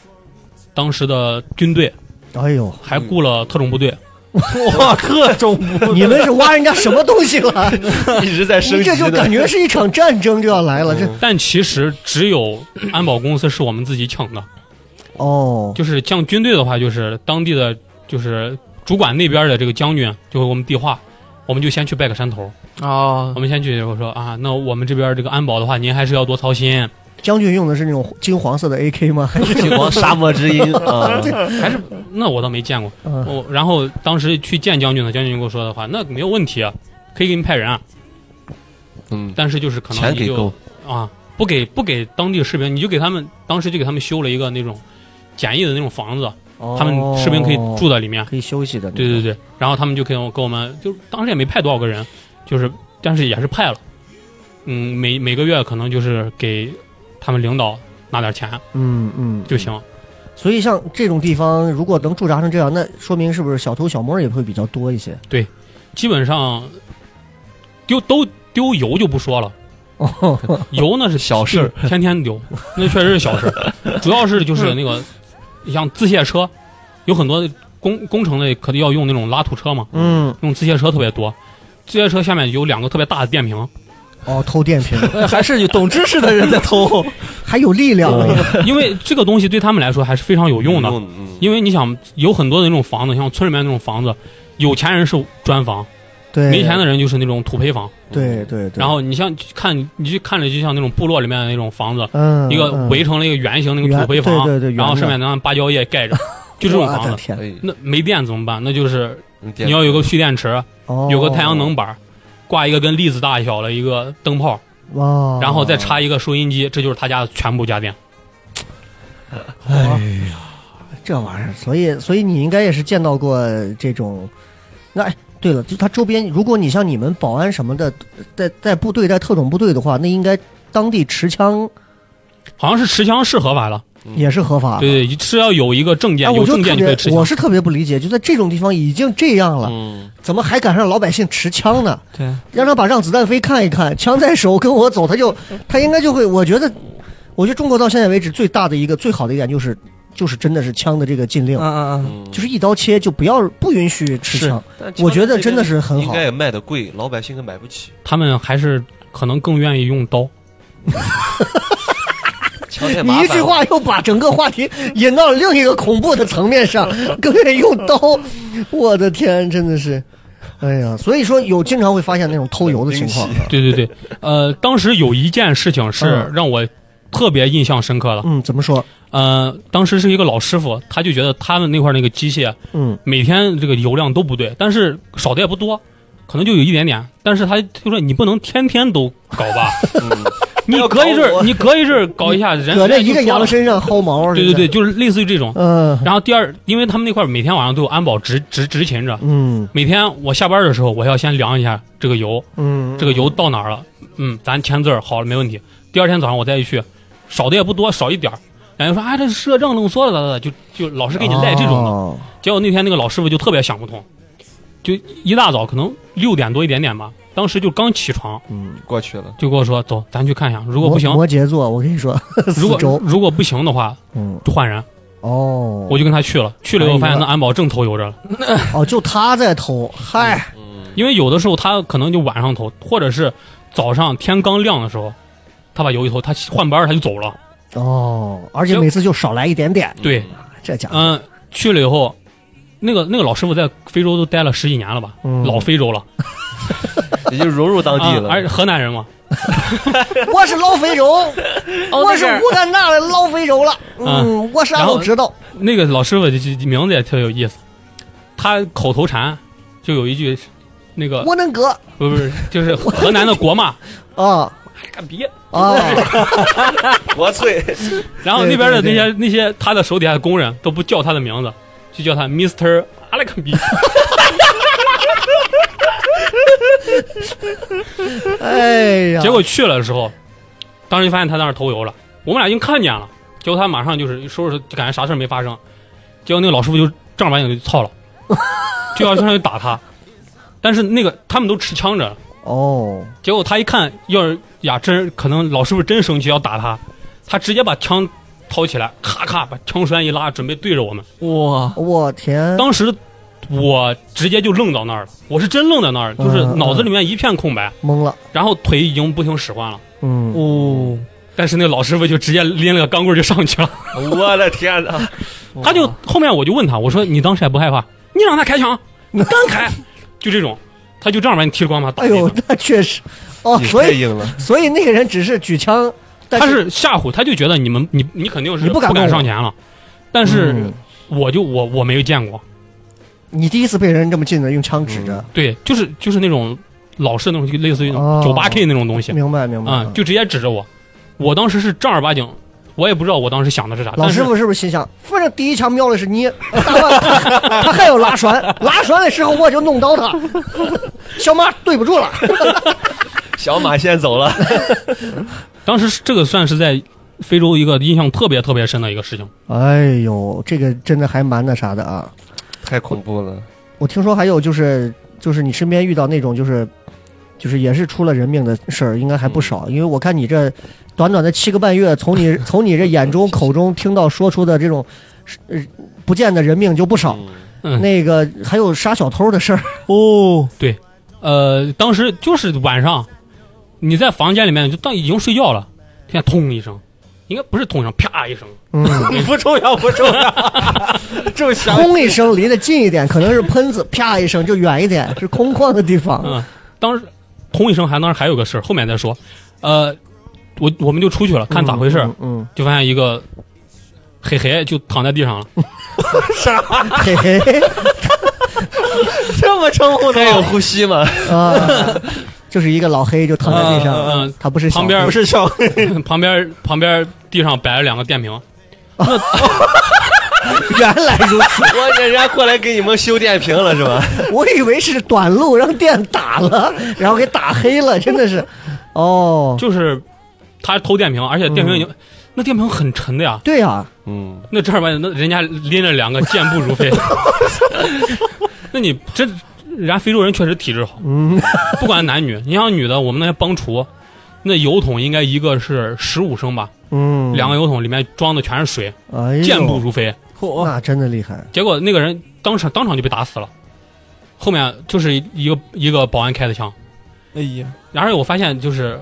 C: 当时的军队，
D: 哎呦，
C: 还雇了特种部队。
G: 哇，各种不
D: 你们是挖人家什么东西了？
F: 一直在升
D: 你
F: 级
D: 这就
F: 的
D: 感，觉是一场战争就要来了，这
C: 但其实只有安保公司是我们自己请的，
D: 哦，
C: 就是像军队的话，就是当地的就是主管那边的这个将军，就给我们递话，我们就先去拜个山头，
G: 啊
E: 哦
C: 我，们先去我说啊，那我们这边这个安保的话，您还是要多操心。
D: 将军用的是那种金黄色的 AK 吗？ 还是
F: 金黄沙漠之 音啊，
C: 那我倒没见过，
D: 嗯
C: 我然后当时去见将军的，将军跟我说的话，那没有问题啊，可以给你派人啊，
F: 嗯，
C: 但是就是可能
F: 钱
C: 你
F: 给
C: 就
F: 够，
C: 啊不给不给当地士兵，你就给他们当时就给他们修了一个那种简易的那种房子，
D: 哦
C: 他们士兵可以住在里面。
D: 可以休息的，
C: 对对对，然后他们就跟我跟我们，就当时也没派多少个人，就是但是也是派了，嗯，每每个月可能就是给他们领导拿点钱
D: 嗯嗯，
C: 就行。
D: 所以像这种地方，如果能驻扎成这样，那说明是不是小偷小摸也会比较多一些？
C: 基本上丢都丢油就不说了，
D: 哦，
C: 油那是
F: 小事儿，
C: 天天丢，那确实是小事儿。主要是就是那个，像自卸车，有很多工工程类可能要用那种拉土车嘛，
D: 嗯，
C: 用自卸车特别多。自卸车下面有两个特别大的电瓶，
D: 哦，偷电瓶
E: 哎
G: 还是有懂知识的人在 偷，
D: 还有力量啊呢，
C: 因为这个东西对他们来说还是非常有用的。
F: 嗯，
C: 因为你想，有很多的那种房子，像村里面那种房子，有钱人是砖房，
D: 对，
C: 没钱的人就是那种土坯房。
D: 对，对对，
C: 然后你像看，你去看着就像那种部落里面的那种房子，
D: 嗯，
C: 一个围成了一个圆形那个土坯房，
D: 对对对，
C: 然后上面拿芭蕉叶盖 着，就这种房子。
D: 子，
F: 哎，
C: 那没电怎么办？那就是
F: 你
C: 你要有个蓄电池，
D: 哦
C: 有个太阳能，板，挂一个跟栗子大小的一个灯泡，
D: 哦哇，
C: 然后再插一个收音机，这就是他家的全部家电。
D: 这玩意儿，所以所以你应该也是见到过这种，那哎，对了，就他周边，如果你像你们保安什么的，在在部队在特种部队的话，那应该当地持枪
C: 好像是持枪是合法的，
D: 也是合法的。
C: 嗯对对，是要有一个证件，
D: 啊哎，
C: 有
D: 我就
C: 证
D: 特
C: 件就可以持
D: 别，
C: 枪
D: 我。是特别不理解，就在这种地方已经这样了，
F: 嗯，
D: 怎么还敢让老百姓持枪呢？
G: 对，
D: 让他把让子弹飞看一看，枪在手，跟我走，他就他应该就会，我觉得，我觉得中国到现在为止最大的一个最好的一点就是，就是真的是枪的这个禁令，
G: 嗯嗯
D: 就是一刀切，就不要不允许持枪，我觉得真的是很
F: 应
D: 好
F: 该。也卖的贵，老百姓也买不 起，
C: 他们还是可能更愿意用刀。
F: 枪太麻
D: 你
F: 烦了
D: 一句话又把整个话题引到另一个恐怖的层面上，更愿意用刀，我的天，真的是，哎呀，所以说有经常会发现那种偷油的情况
F: 冷，兵器
C: 对对 对，呃，当时有一件事情是
D: 嗯
C: 让我特别印象深刻的。
D: 嗯，怎么说，
C: 呃，当时是一个老师傅，他就觉得他们那块儿那个机械
D: 嗯
C: 每天这个油量都不对，但是少的也不多，可能就有一点点。但是他就说你不能天天都搞吧，
F: 嗯
C: 你隔一阵儿，你隔一阵儿搞一下，人
D: 搁这
C: 人
D: 一个
C: 就说
D: 羊
C: 了
D: 身上薅毛，
C: 对对对，，就是类似于这种。
D: 嗯
C: 然后第二，因为他们那块儿每天晚上都有安保执执执勤着，
D: 嗯
C: 每天我下班的时候，我要先量一下这个油，
D: 嗯，
C: 这个油到哪儿了？嗯，咱签字儿好了，没问题。第二天早上我再一去，少的也不多，少一点儿。人家说啊，这摄政弄缩了，咋咋咋，就就老是给你赖这种的。
D: 哦
C: 结果那天那个老师傅就特别想不通，就一大早可能六点多一点点吧，当时就刚起床，
D: 嗯，
F: 过去了，
C: 就跟我说走，咱去看一下，如果不行，
D: 摩摩羯座，我跟你说，
C: 如
D: 四
C: 果
D: 周，
C: 如果不行的话，
D: 嗯，
C: 就换人。
D: 哦，
C: 我就跟他去了，去了
D: 哎
C: 以后发现那安保正头油着了，
D: 哦，就他在偷，嗨，
F: 嗯
C: 因为有的时候他可能就晚上投，或者是早上天刚亮的时候，他把油一投，他换班儿他就走了。
D: 哦，而
C: 嗯
D: 且
C: 行
D: 每次就少来一点点，
C: 对，
D: 这家伙，
C: 嗯，去了以后，那个那个老师傅在非洲都待了十几年了吧，
D: 嗯
C: 老非洲了，
F: 也就融入当地
C: 啊
F: 了。
C: 而且河南人嘛，
D: 我是老非洲，
C: 哦
D: 我是乌干达的老非洲了，
C: 啊
D: 嗯，我啥
C: 然后
D: 都知道，
C: 那个老师傅就就名字也特别有意思，他口头禅就有一句，那个
D: 我能哥
C: 不不是就是河南的国骂，
D: 啊
C: 干别。
D: 啊，
F: 国粹，
C: 然后那边的
D: 对
C: 那
D: 对
C: 些那些他的手底下的工人都不叫他的名字，就叫他 Mister 阿拉克比。
D: 哎呀，
C: 结果去了的时候，当时就发现他在那儿偷油了，我们俩已经看见了，结果他马上就是收拾，就感觉啥事儿没发生。结果那个老师傅就正儿八经就操了，就要上去打他， 但是那个他们都持枪着，
D: 哦，
C: 结果他一看，要是呀真可能老师傅真生气要打他，他直接把枪掏起来，咔咔把枪栓一拉，准备对着我们。
E: 哇，
D: 我天，
C: 当时我直接就愣到那儿了，我是真愣在那儿了，就是
D: 嗯嗯
C: 脑子里面一片空白，
D: 懵了，
C: 然后腿已经不听使唤了。
D: 嗯，
E: 哦，
C: 但是那个老师傅就直接拎了个钢棍就上去了，
F: 我的天哪！
C: 他就后面我就问他，我说你当时还不害怕？你让他开枪，你敢开？就这种，他就这样把你剃了光把打
D: 哎
C: 地
D: 呦
C: 上。，
D: 那确实，哦，
F: 你
D: 所
F: 太
D: 以
F: 硬了，
D: 所以那个人只是举枪，但
C: 他是吓唬，他就觉得你们你你肯定是
D: 你不敢动我
C: 上前了，但是
D: 嗯
C: 我就我我没有见过，
D: 你第一次被人这么近的用枪指着，
C: 对，就是就是那种老式那种，就类似于
D: 哦
C: 九八 K 那种东西，
D: 明白明白
C: 啊、就直接指着我。我当时是正儿八经，我也不知道我当时想的是啥。
D: 老师
C: 但是
D: 傅是不是心想，反正第一枪瞄的是 你，大腕他还有拉栓，拉栓的时候我就弄到他，小马对不住了，
F: 小马先走了。
C: 当时是这个算是在非洲一个印象特别特别深的一个事情。
D: 哎呦，这个真的还蛮那啥的啊！
F: 太恐怖了，
D: 我听说还有就是就是你身边遇到那种就是就是也是出了人命的事儿，应该还不少，因为我看你这短短的七个半月，从你 从你这眼中口中听到说出的这种呃不见的人命就不少。
C: 嗯
D: 那个还有杀小偷的事儿，
E: 哦，
C: 呃，当时就是晚上，你在房间里面就当已经睡觉了，听见通一声，应该不是通一声，啪一声，
D: 嗯，
G: 不重要，不重要，就想
D: 轰一声离得近一点，可能是喷子，啪一声就远一点，是空旷的地方。
C: 嗯，当时通一声还当时还有个事儿，后面再说。呃，我我们就出去了，看咋回事儿，
D: 嗯嗯，
C: 就发现一个黑黑就躺在地 上了，
D: 嗯嘿嘿
G: 这么称呼的
F: 该有呼吸嘛？
D: 啊， 就是一个老黑就躺在
C: 嗯嗯
D: 地上，他不是小
C: 旁边
G: 不是小黑，
C: 旁边旁边地上摆了两个电瓶，
D: 原来如此，
F: 我人家过来给你们修电瓶了是吧？
D: 我以为是短路让电打了， 然后给打黑了，真 的是，哦，
C: 就是他偷电瓶，而且电瓶已
D: 嗯
C: 经、那电瓶很沉的呀，
D: 对啊，
F: 嗯，
C: 那正儿八经那人家拎着两个健步 如飞， 那你这人家非洲人确实体质好，
D: 嗯，
C: 不管男女，你像女的，我们那些帮厨。那油桶应该一个是十五升吧，
D: 嗯，
C: 两个油桶里面装的全是水，
D: 哎呦
C: 健步，如飞。
E: 嚯，
D: 那真的厉害，
C: 结果那个人当场当场就被打死了，后面就是一个一个保安开的枪。
E: 哎呀，
C: 然而我发现就是，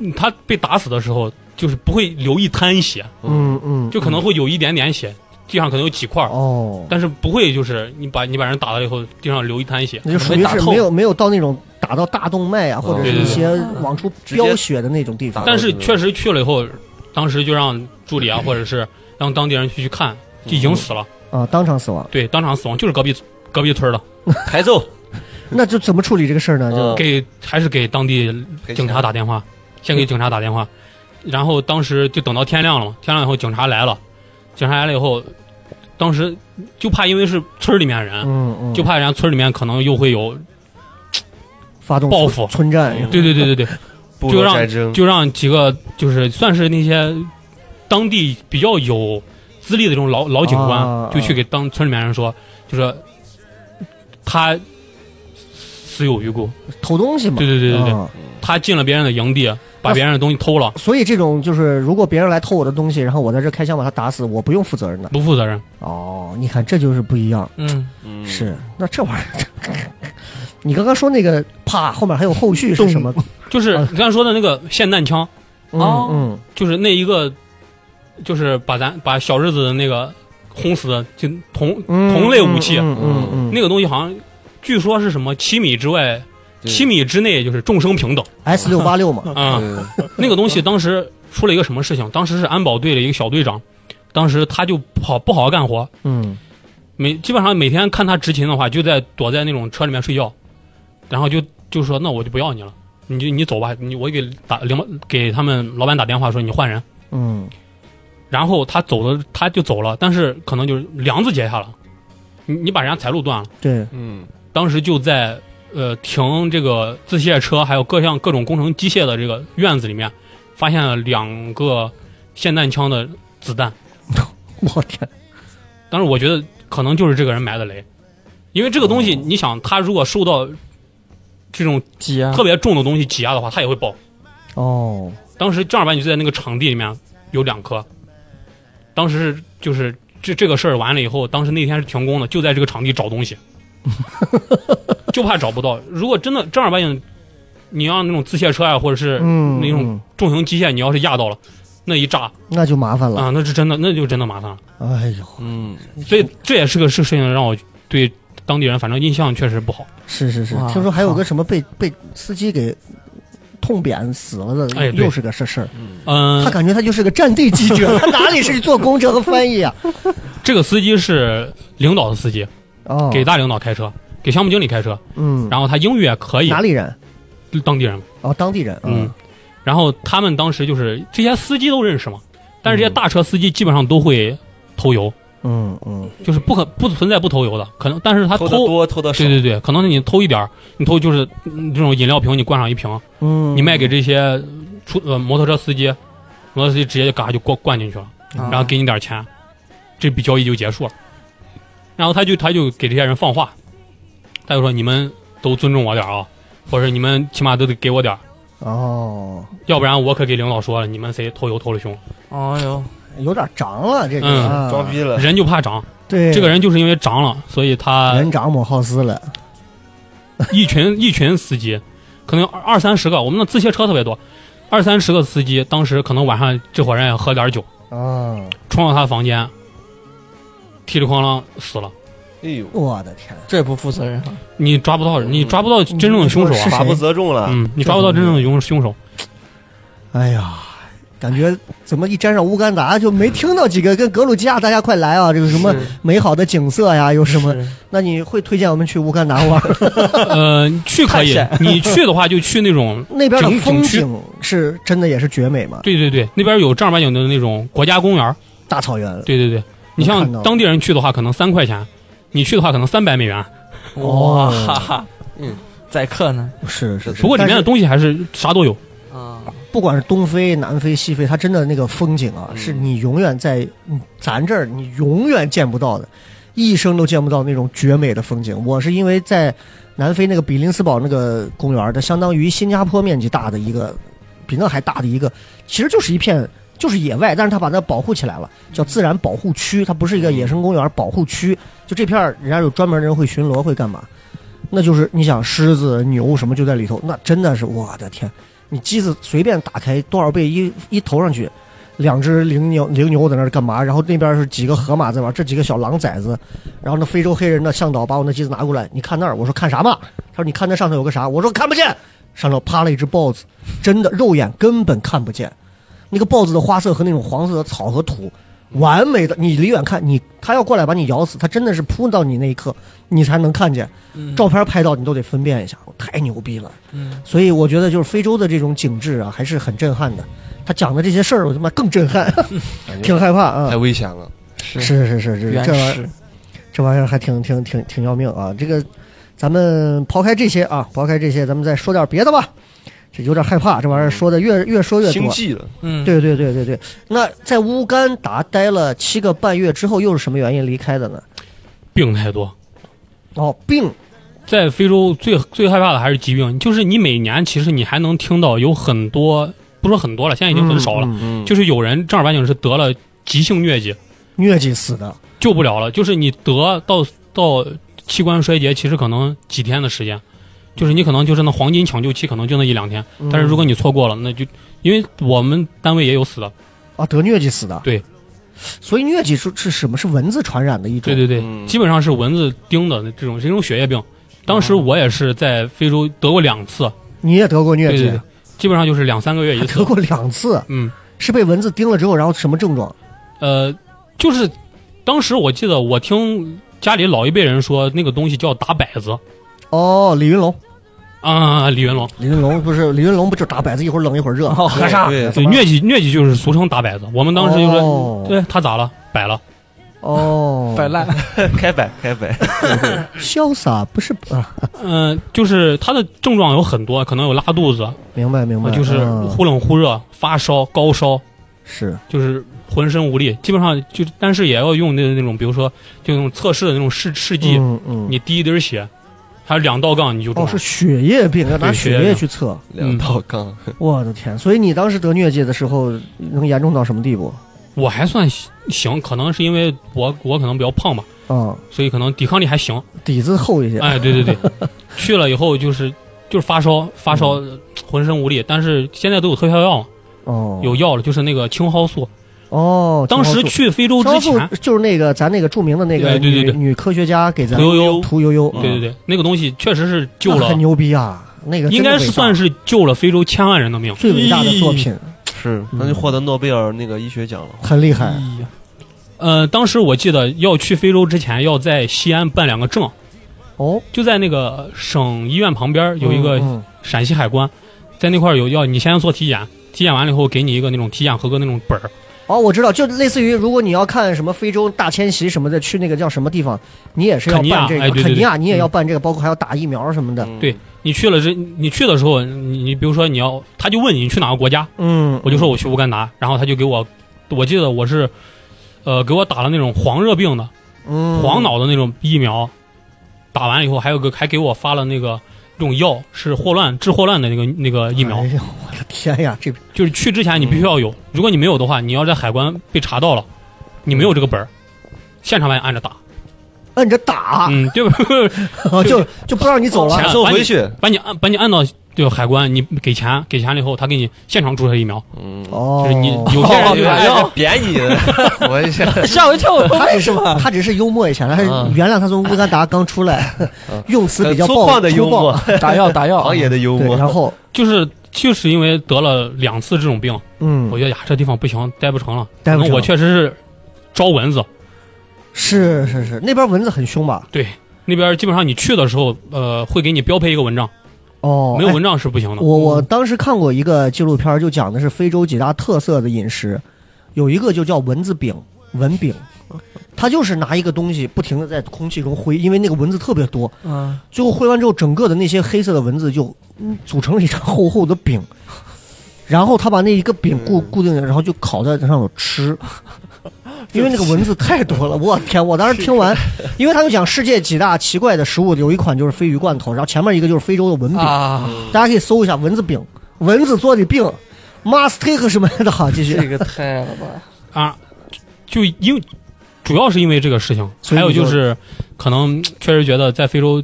C: 嗯他被打死的时候，就是不会流一滩血，
D: 嗯嗯，
C: 就可能会有一点点血，地上可能有几块儿，
D: 哦，
C: 但是不会就是你把你把人打了以后，地上流一滩血。
D: 那就属于是没有没有到那种打到大动脉
C: 哦
D: 啊，或者是一些往出飙血的那种地方。
C: 但是确实去了以后，当时就让助理啊，或者是让当地人去去看，就已经死了，
D: 啊，当场死亡，
C: 对，当场死亡，就是隔壁隔壁村的，
F: 抬揍，
D: 那就怎么处理这个事儿呢？就
F: 嗯
C: 给还是给当地
F: 赔钱
C: 警察打电话，先给警察打电话，然后当时就等到天亮了嘛，天亮以后警察来了，警察来了以后，当时就怕因为是村里面人，
D: 嗯嗯，
C: 就怕人家村里面可能又会有，
D: 发动
C: 报复嗯
D: 村战，
C: 对对对对对，
F: 部
C: 就
F: 落
C: 让
F: 战
D: 嗯
F: 争，
C: 就让几个就是算是那些当地比较有资历的这种老老警官
D: 啊，
C: 就去给当村里面人说，就说他。死有余辜。
D: 偷东西嘛。
C: 对对对对对
D: 嗯
C: 他进了别人的营地，把
D: 那
C: 别人的东西偷了，
D: 所以这种就是，如果别人来偷我的东西，然后我在这开枪把他打死，我不用负责任的。
C: 不负责任。
D: 哦，你看这就是不一样。
E: 嗯，
F: 嗯，
D: 是，那这玩意儿， 你刚刚说那个啪后面还有后续是什么？
C: 就是
D: 啊
C: 你刚才说的那个霰弹枪，
D: 嗯
E: 哦
D: 嗯，
C: 就是那一个，就是把咱把小日子的那个轰死的，就同
D: 嗯
C: 同类武器啊
D: 嗯嗯嗯。
C: 那个东西好像据说是什么七米之外、
F: 对
C: 七米之内就是众生平等
D: S 六八六 嘛，
C: 啊。
F: 对
C: 那个东西当时出了一个什么事情？当时是安保队的一个小队长，当时他就不好不好好干活，
D: 嗯，
C: 每基本上每天看他执勤的话，就在躲在那种车里面睡觉，然后就就说那我就不要你了，你就你走吧，你我给打领导给他们老板打电话说你换人，
D: 嗯，
C: 然后他走了他就走了，但是可能就是梁子结下了，你你把人家财路断了，
D: 对，
F: 嗯，
C: 当时就在呃停这个自卸车还有各项各种工程机械的这个院子里面，发现了两个霰弹枪的子弹，
D: 我天，
C: 当时我觉得可能就是这个人埋的雷，因为这个东西，你想他如果受到这种
E: 挤啊，
C: 特别重的东西挤压的话，他也会爆。
D: 哦，
C: 当时正儿八经就在那个场地里面有两颗，当时是就是这这个事儿完了以后，当时那天是停工的，就在这个场地找东 西，就怕找不到。如果真的正儿八经，你让那种自卸车啊，或者是
D: 嗯，
C: 那种
D: 嗯
C: 重型机械，你要是压到了，那一炸
D: 那就麻烦了，
C: 啊，那是真的，那就真的麻烦了。
D: 哎呦，
F: 嗯，
C: 所以这也是个事事情，让我对当地人反正印象确实不好。
D: 是是是，
E: 哇
D: 听说还有个什么被被司机给痛扁死了的，
C: 哎对
D: 又是个事事儿。
C: 嗯
D: 他，感觉他就是个战地记 者，他哪里是做公车和翻译啊？
C: 这个司机是领导的司机，
D: 哦，
C: 给大领导开车，给项目经理开车，
D: 嗯，
C: 然后他英语也可以
D: 哪，里人？
C: 当地人嘛。
D: 哦，当地人，
C: 嗯，，然后他们当时就是这些司机都认识嘛，但是这些大车司机基本上都会偷油，
D: 嗯嗯，
C: 就是不可不存在不偷油的，可能但是他
G: 偷的多，偷的少
C: 对，对对，可能你偷一点儿，你偷就是嗯这种饮料瓶，你灌上一瓶，
D: 嗯，
C: 你卖给这些出呃摩托车司机，摩托车司机直接就嘎就灌灌进去了。
E: 啊
C: 然后给你点钱，这笔交易就结束了。然后他就他就给这些人放话，他就说你们都尊重我点儿啊，或者你们起码都得给我点儿，
D: 哦，
C: 要不然我可给领导说了，你们谁偷油偷了凶，
E: 哎呦，
D: 有点长了，这
C: 嗯
D: 个啊
G: 装，逼了，
C: 人就怕长。
D: 对，
C: 这个人啊就是因为长了，所以他
D: 人长母好斯了，
C: 一群一群司机，可能有二二三十个，我们那自卸车特别多，二三十个司机，当时可能晚上这伙人也喝点儿酒，
D: 啊，
C: 冲到他房间，踢里哐啷死了。
G: 哎呦，
D: 我的天，
E: 这不负责任啊！
C: 你抓不到人，你抓不到真正的凶手
D: 嗯是
C: 啊！
G: 法
D: 谁
G: 不责众了，
C: 嗯，你抓不到真正的凶凶 手。
D: 哎呀，感觉怎么一沾上乌干达就没听到几个跟格鲁吉亚，大家快来啊！这个什么
E: 是
D: 美好的景色呀，有什么
E: 是？
D: 那你会推荐我们去乌干达玩？
C: 呃，你去可以
E: 探，
C: 你去的话就去那种，
D: 那边的
C: 景景
D: 风
C: 区
D: 景是真的也是绝美嘛，
C: 对对对，那边有正儿八经的那种国家公园儿，
D: 大草原。
C: 对对对，你
D: 能看
C: 像
D: 到
C: 当地人去的话可能三块钱，你去的话可能三百美元，
D: 嗯哦
E: 哇，哈哈，嗯，宰客呢
D: 是是是。
C: 不过里面的
D: 但是
C: 东西还是啥都有。
E: 啊，
D: 不管是东非、南非、西非，它真的那个风景啊，是你永远在嗯咱这儿你永远见不到的，一生都见不到那种绝美的风景。我是因为在南非那个比林斯堡那个公园，它相当于新加坡面积大的一个，比那还大的一个，其实就是一片。就是野外，但是它把它保护起来了，叫自然保护区，它不是一个野生公园保护区。就这片儿，人家有专门人会巡逻，会干嘛？那就是你想狮子、牛什么就在里头，那真的是我的天！你机子随便打开多少倍一一投上去，两只羚牛羚牛在那儿干嘛？然后那边是几个河马在玩，这几个小狼崽子，然后那非洲黑人的向导把我那机子拿过来，你看那儿，我说看啥嘛？他说你看那上头有个啥？我说看不见。上头趴了一只豹子，真的肉眼根本看不见，那个豹子的花色和那种黄色的草和土，完美的，你离远看，你它要过来把你咬死，它真的是扑到你那一刻，你才能看见。照片拍到你都得分辨一下，太牛逼了。
E: 嗯，
D: 所以我觉得就是非洲的这种景致啊，还是很震撼的。他讲的这些事儿，我他妈更震 撼， 挺害怕啊
C: 哎
F: 太。危险了，
E: 是
D: 是是是是，
E: 原
D: 这玩意儿
E: 始，
D: 这玩意儿还挺挺挺挺要命啊。这个，咱们抛开这些啊，抛开这些，咱们再说点别的吧。这有点害怕，这玩意儿说的越越说越
G: 星
D: 多。
G: 际了，
E: 嗯，
D: 对对对对对。那在乌干达待了七个半月之后，又是什么原因离开的呢？
C: 病太多，
D: 哦，病，
C: 在非洲最最害怕的还是疾病，就是你每年其实你还能听到有很多，不说很多了，现在已经很少了，
D: 嗯，
F: 嗯，
C: 就是有人正儿八经是得了急性疟疾，
D: 疟疾死的，
C: 救不了了，就是你得到到器官衰竭，其实可能几天的时间，就是你可能就是那黄金抢救期，可能就那一两天，但是如果
D: 嗯
C: 你错过了，那就因为我们单位也有死的，
D: 啊得疟疾死的，
C: 对，
D: 所以疟疾是是什么？是蚊子传染的一种，
C: 对对对，
F: 嗯
C: 基本上是蚊子叮的这种，是一种血液病。当时我也是在非洲得过两次，
D: 你也得过疟
C: 对
D: 疾，
C: 对对，基本上就是两三个月一
D: 还得
C: 次。
D: 过两次，
C: 嗯，
D: 是被蚊子叮了之后，然后什么症状？
C: 呃，就是当时我记得我听家里老一辈人说，那个东西叫打摆子
D: 哦，李云龙，
C: 啊，李云龙。
D: 李云龙不是李云龙，不就打摆子，一会儿冷一会儿热，
C: 哦
D: 和尚，
E: 对
C: 对，疟疾疟疾就是俗称打摆子，我们当时就说，
D: 说
C: 对他咋了？摆了，
D: 哦，
E: 摆烂，
F: 开摆开摆，
D: 潇洒不是啊，
C: 嗯、就是他的症状有很多，可能有拉肚子，
D: 明白明白，
C: 啊就是
D: 嗯
C: 忽冷忽热、发烧、高烧，
D: 是
C: 就是浑身无力，基本上就但是也要用那那种，比如说就那种测试的那种试试剂，
D: 嗯嗯，
C: 你滴一滴血，还有两道杠你就中
D: 哦
C: 了。
D: 是血液病，要拿
C: 对血
D: 血
C: 液
D: 液
C: 病
D: 去测，
F: 两道杠，
D: 我的天！所以你当时得疟疾的时候，能严重到什么地步？
C: 我还算行，可能是因为我我可能比较胖吧，
D: 啊、
C: 所以可能抵抗力还行。
D: 底子厚一些。
C: 哎，对对对， 去了以后就是就是发烧，发烧、
D: 嗯
C: 浑身无力，但是现在都有特效药嘛，
D: 哦，
C: 有药了，就是那个青蒿素。
D: 哦，
C: 当时
D: 青蒿素
C: 去非洲之
D: 青蒿
C: 前
D: 素，就是那个咱那个著名的那
C: 对
D: 个
C: 对对
D: 女
C: 对
D: 女科学家给咱
C: 屠呦呦
D: 屠呦呦，
C: 对对对，那个东西确实是救
D: 嗯那
C: 了
D: 很，牛逼啊！那个
C: 应该是嗯算
D: 是
C: 是救了非洲千万人的命。
D: 最伟大的作品，
F: 是，那就获得诺贝尔那个医学奖了。
D: 很厉害。
C: 嗯呃，当时我记得要去非洲之前，要在西安办两个证，
D: 哦，
C: 就在那个省医院旁边有一
D: 嗯
C: 个
D: 嗯
C: 陕西海关，在那块儿有要你先做体检，体检完了以后给你一个那种体检合格那种本儿，
D: 哦，我知道，就类似于如果你要看什么非洲大迁徙什么的，去那个叫什么地方，你也是要
C: 肯尼亚
D: 办这个
C: 哎，对对
D: 肯尼亚
C: 对
D: 你也要办这个，包括还要打疫苗什么的。
F: 嗯
C: 对你去了之，你去的时候，你你比如说你要，他就问你你去哪个国家，
D: 嗯，
C: 我就说我去乌干达，然后他就给我， 我记得我是，呃，给我打了那种黄热病的
D: 嗯
C: 黄脑的那种疫苗，打完以后还有个还给我发了那个那种药，是霍乱治霍乱的那个那个疫苗
D: 哎，呀，我的天呀，这
C: 就是去之前你必须要有，如果你没有的话，你要在海关被查到了，你没有这个本儿，现场把你按着打，
D: 摁着打，
C: 嗯，对吧？
D: 啊， 就就不让你走了
C: 前
F: 钱收回去，
C: 把你按把你按到对海关，你给钱给钱了以后，他给你现场注射疫苗，
F: 嗯，
D: 哦，
C: 就是你有些人就
F: 哎
C: 是
F: 呀，贬 义的，我一下，
E: 吓我一跳，
D: 他
E: 为
D: 只是
E: 什么？
D: 他只是幽默一下，他是
F: 嗯
D: 原谅他从乌干达刚出来，
C: 嗯
D: 用词比较
F: 粗
D: 暴
F: 犷的幽
D: 粗暴
F: 默，
E: 打药打药，啊
F: 行业的幽
D: 对，
F: 默，
D: 然后
C: 就是就是因为得了两次这种病，
D: 嗯
C: 我，觉得呀这地方不行，待不成了，
D: 待不
C: 可能我
D: 成
C: 确实是招蚊子，
D: 是是是，那边蚊子很凶吧？
C: 那边基本上你去的时候，呃，会给你标配一个蚊帐，
D: 哦，
C: 没有
D: 哎
C: 蚊帐是不行的。
D: 我我当时看过一个纪录片儿，就讲的是非洲几大特色的饮食，有一个就叫蚊子饼，蚊饼，它就是拿一个东西不停的在空气中挥，因为那个蚊子特别多，
E: 嗯，
D: 最后挥完之后，整个的那些黑色的蚊子就嗯组成了一张厚厚的饼，然后他把那一个饼固
C: 嗯
D: 固定，然后就烤在上头 吃。因为那个蚊子太多了，我天！我当时听 完，因为他就讲世界几大奇怪的食物，有一款就是鲱鱼罐头，然后前面一个就是非洲的蚊饼，
E: 啊，
D: 大家可以搜一下蚊子饼，蚊子做的病，mistake 什么的哈，继续。
E: 这个太了 吧，
C: 啊，就因为主要是因为这个事情，
D: 所以
C: 还有
D: 你就
C: 就是可能确实觉得在非洲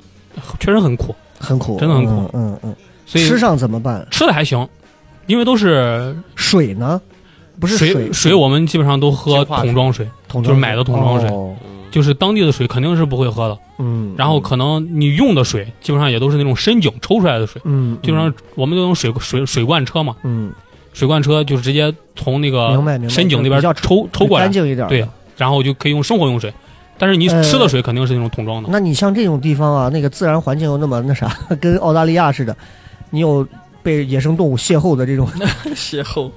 C: 确实很苦，
D: 很苦，
C: 真的很苦
D: 嗯嗯，嗯
C: 所以
D: 吃上怎么办？
C: 吃的还行，因为都是
D: 水呢？不是
C: 水
D: 水
C: 我们基本上都喝
F: 净化水
C: 桶装水，
D: 桶
C: 就是买的桶装水
D: 哦
C: 就是当地的水肯定是不会喝的。
D: 嗯，
C: 然后可能你用的水基本上也都是那种深井抽出来的水，
D: 嗯，
C: 基本上我们都用水水水罐车嘛，
D: 嗯，
C: 水罐车就是直接从那个
D: 明白明白
C: 深井那
D: 就
C: 边
D: 比较
C: 抽抽过来
D: 干，净一点。
C: 对，然后就可以用生活用水。但是你
D: 呃
C: 吃的水肯定是那种桶装的，
D: 那你像这种地方啊，那个自然环境又那么那啥，跟澳大利亚似的，你有被野生动物邂逅的这种？
E: 邂逅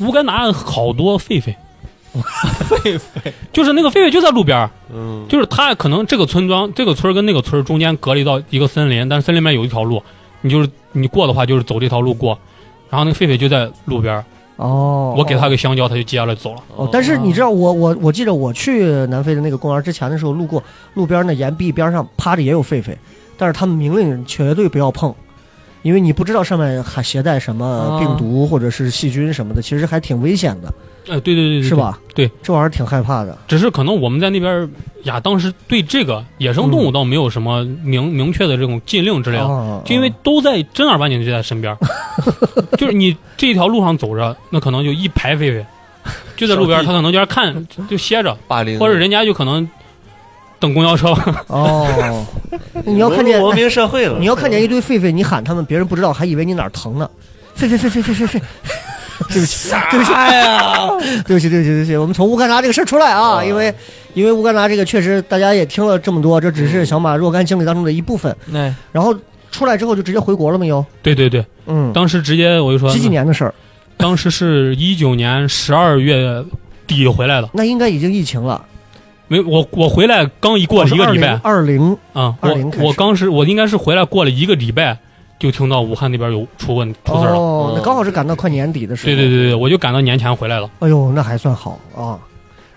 C: 乌干达好多狒狒， 狒狒就是那个狒狒就在路边儿，
F: 嗯，
C: 就是它可能这个村庄、这个村儿跟那个村儿中间隔了一道一个森林，但是森林里面有一条路，你就是你过的话就是走这条路过，然后那个狒狒就在路边儿，
D: 哦，
C: 我给它个香蕉，它就接下来走了。
D: 哦，但是你知道我我我记得我去南非的那个公园之前的时候，路过路边那岩壁边上趴着也有狒狒，但是他们明令绝对不要碰，因为你不知道上面还携带什么
C: 哦
D: 病毒或者是细菌什么的，其实还挺危险的，
C: 哎，对对对对，
D: 是？吧？
C: 对，
D: 这玩意儿挺害怕的。
C: 只是可能我们在那边儿呀，当时对这个野生
D: 嗯
C: 动物倒没有什么明、明确的这种禁令之类的，
D: 哦
C: 啊就因为都在正儿八经就在身边儿， 就是你这条路上走着，那可能就一排狒狒，就在路边儿，他可能就在那儿看就歇着，
F: 霸凌
C: 或者人家就可能等公交车吧。
D: 哦，你要看见
G: 文明社会了，
D: 你要看见一堆狒狒，你喊他们，别人不知道，还以为你哪儿疼呢。狒狒狒狒狒狒狒，对不起， 对不起，
E: 哎
D: 对不起，对不起，对不起，我们从乌干达这个事儿出来啊，因为因为乌干达这个确实大家也听了这么多，这只是小马若干经历当中的一部分。
E: 那
D: 然后出来之后就直接回国了没有？
C: 对对对，
D: 嗯，
C: 当时直接我就说，
D: 几几年的事儿，
C: 当时是一九年十二月底回来的，
D: 那应该已经疫情了，
C: 没我我回来刚一过了一个礼拜啊、
D: 二零
C: 嗯
D: 20
C: 我
D: 开始
C: 我刚是我应该是回来过了一个礼拜，就听到武汉那边有出问出事儿了。
D: 哦，那刚好是赶到快年底的时候。
C: 对对对对，我就赶到年前回来了。
D: 哎呦，那还算好啊。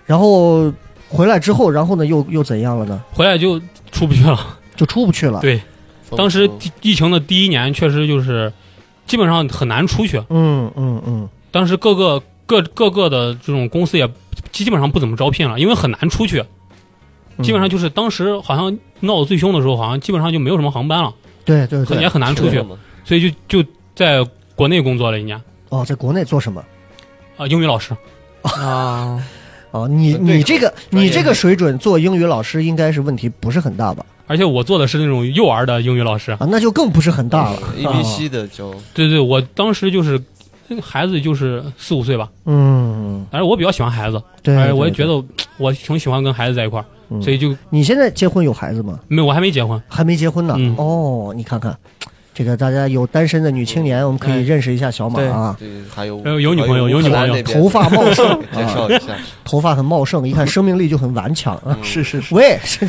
D: 然后回来之后，然后呢又又怎样了呢？
C: 回来就出不去了。
D: 就出不去了。
C: 对，当时第疫情的第一年，确实就是基本上很难出去。
D: 嗯嗯嗯，
C: 当时各个各各个的这种公司也基本上不怎么招聘了，因为很难出去。
D: 嗯
C: 基本上就是当时好像闹得最凶的时候，好像基本上就没有什么航班了，
D: 对对
C: 也
D: 对。
C: 很难出去，所以就就在国内工作了一年。
D: 哦，在国内做什么？
C: 啊，英语老师，
E: 啊，
D: 哦，你
E: 对
D: 你这个
E: 专业
D: 你这个水准做英语老师应该是问题不是很大吧？
C: 而且我做的是那种幼儿的英语老师。
D: 啊，那就更不是很大了。
F: 嗯
D: 嗯啊
F: A B C 的教，
C: 对对，我当时就是孩子就是四五岁吧，
D: 嗯，
C: 反正我比较喜欢孩子，
D: 对。
C: 哎，
D: 对
C: 我也觉
D: 对
C: 得我挺喜欢跟孩子在一块儿，
D: 嗯
C: 所以就
D: 你现在结婚有孩子吗？
C: 没有我还没结婚。
D: 还没结婚呢。
C: 嗯
D: 哦，你看看，这个大家有单身的女青年，我们可以
C: 哎
D: 认识一下小马啊，
F: 对，还有
C: 还呃有有女朋友
F: 还
C: 有女朋友
F: 乌克兰那边
D: 头发茂盛 啊
F: 介绍一下，
D: 头发很茂盛，一看生命力就很顽强啊。
F: 嗯
G: 是是是，
D: 喂，是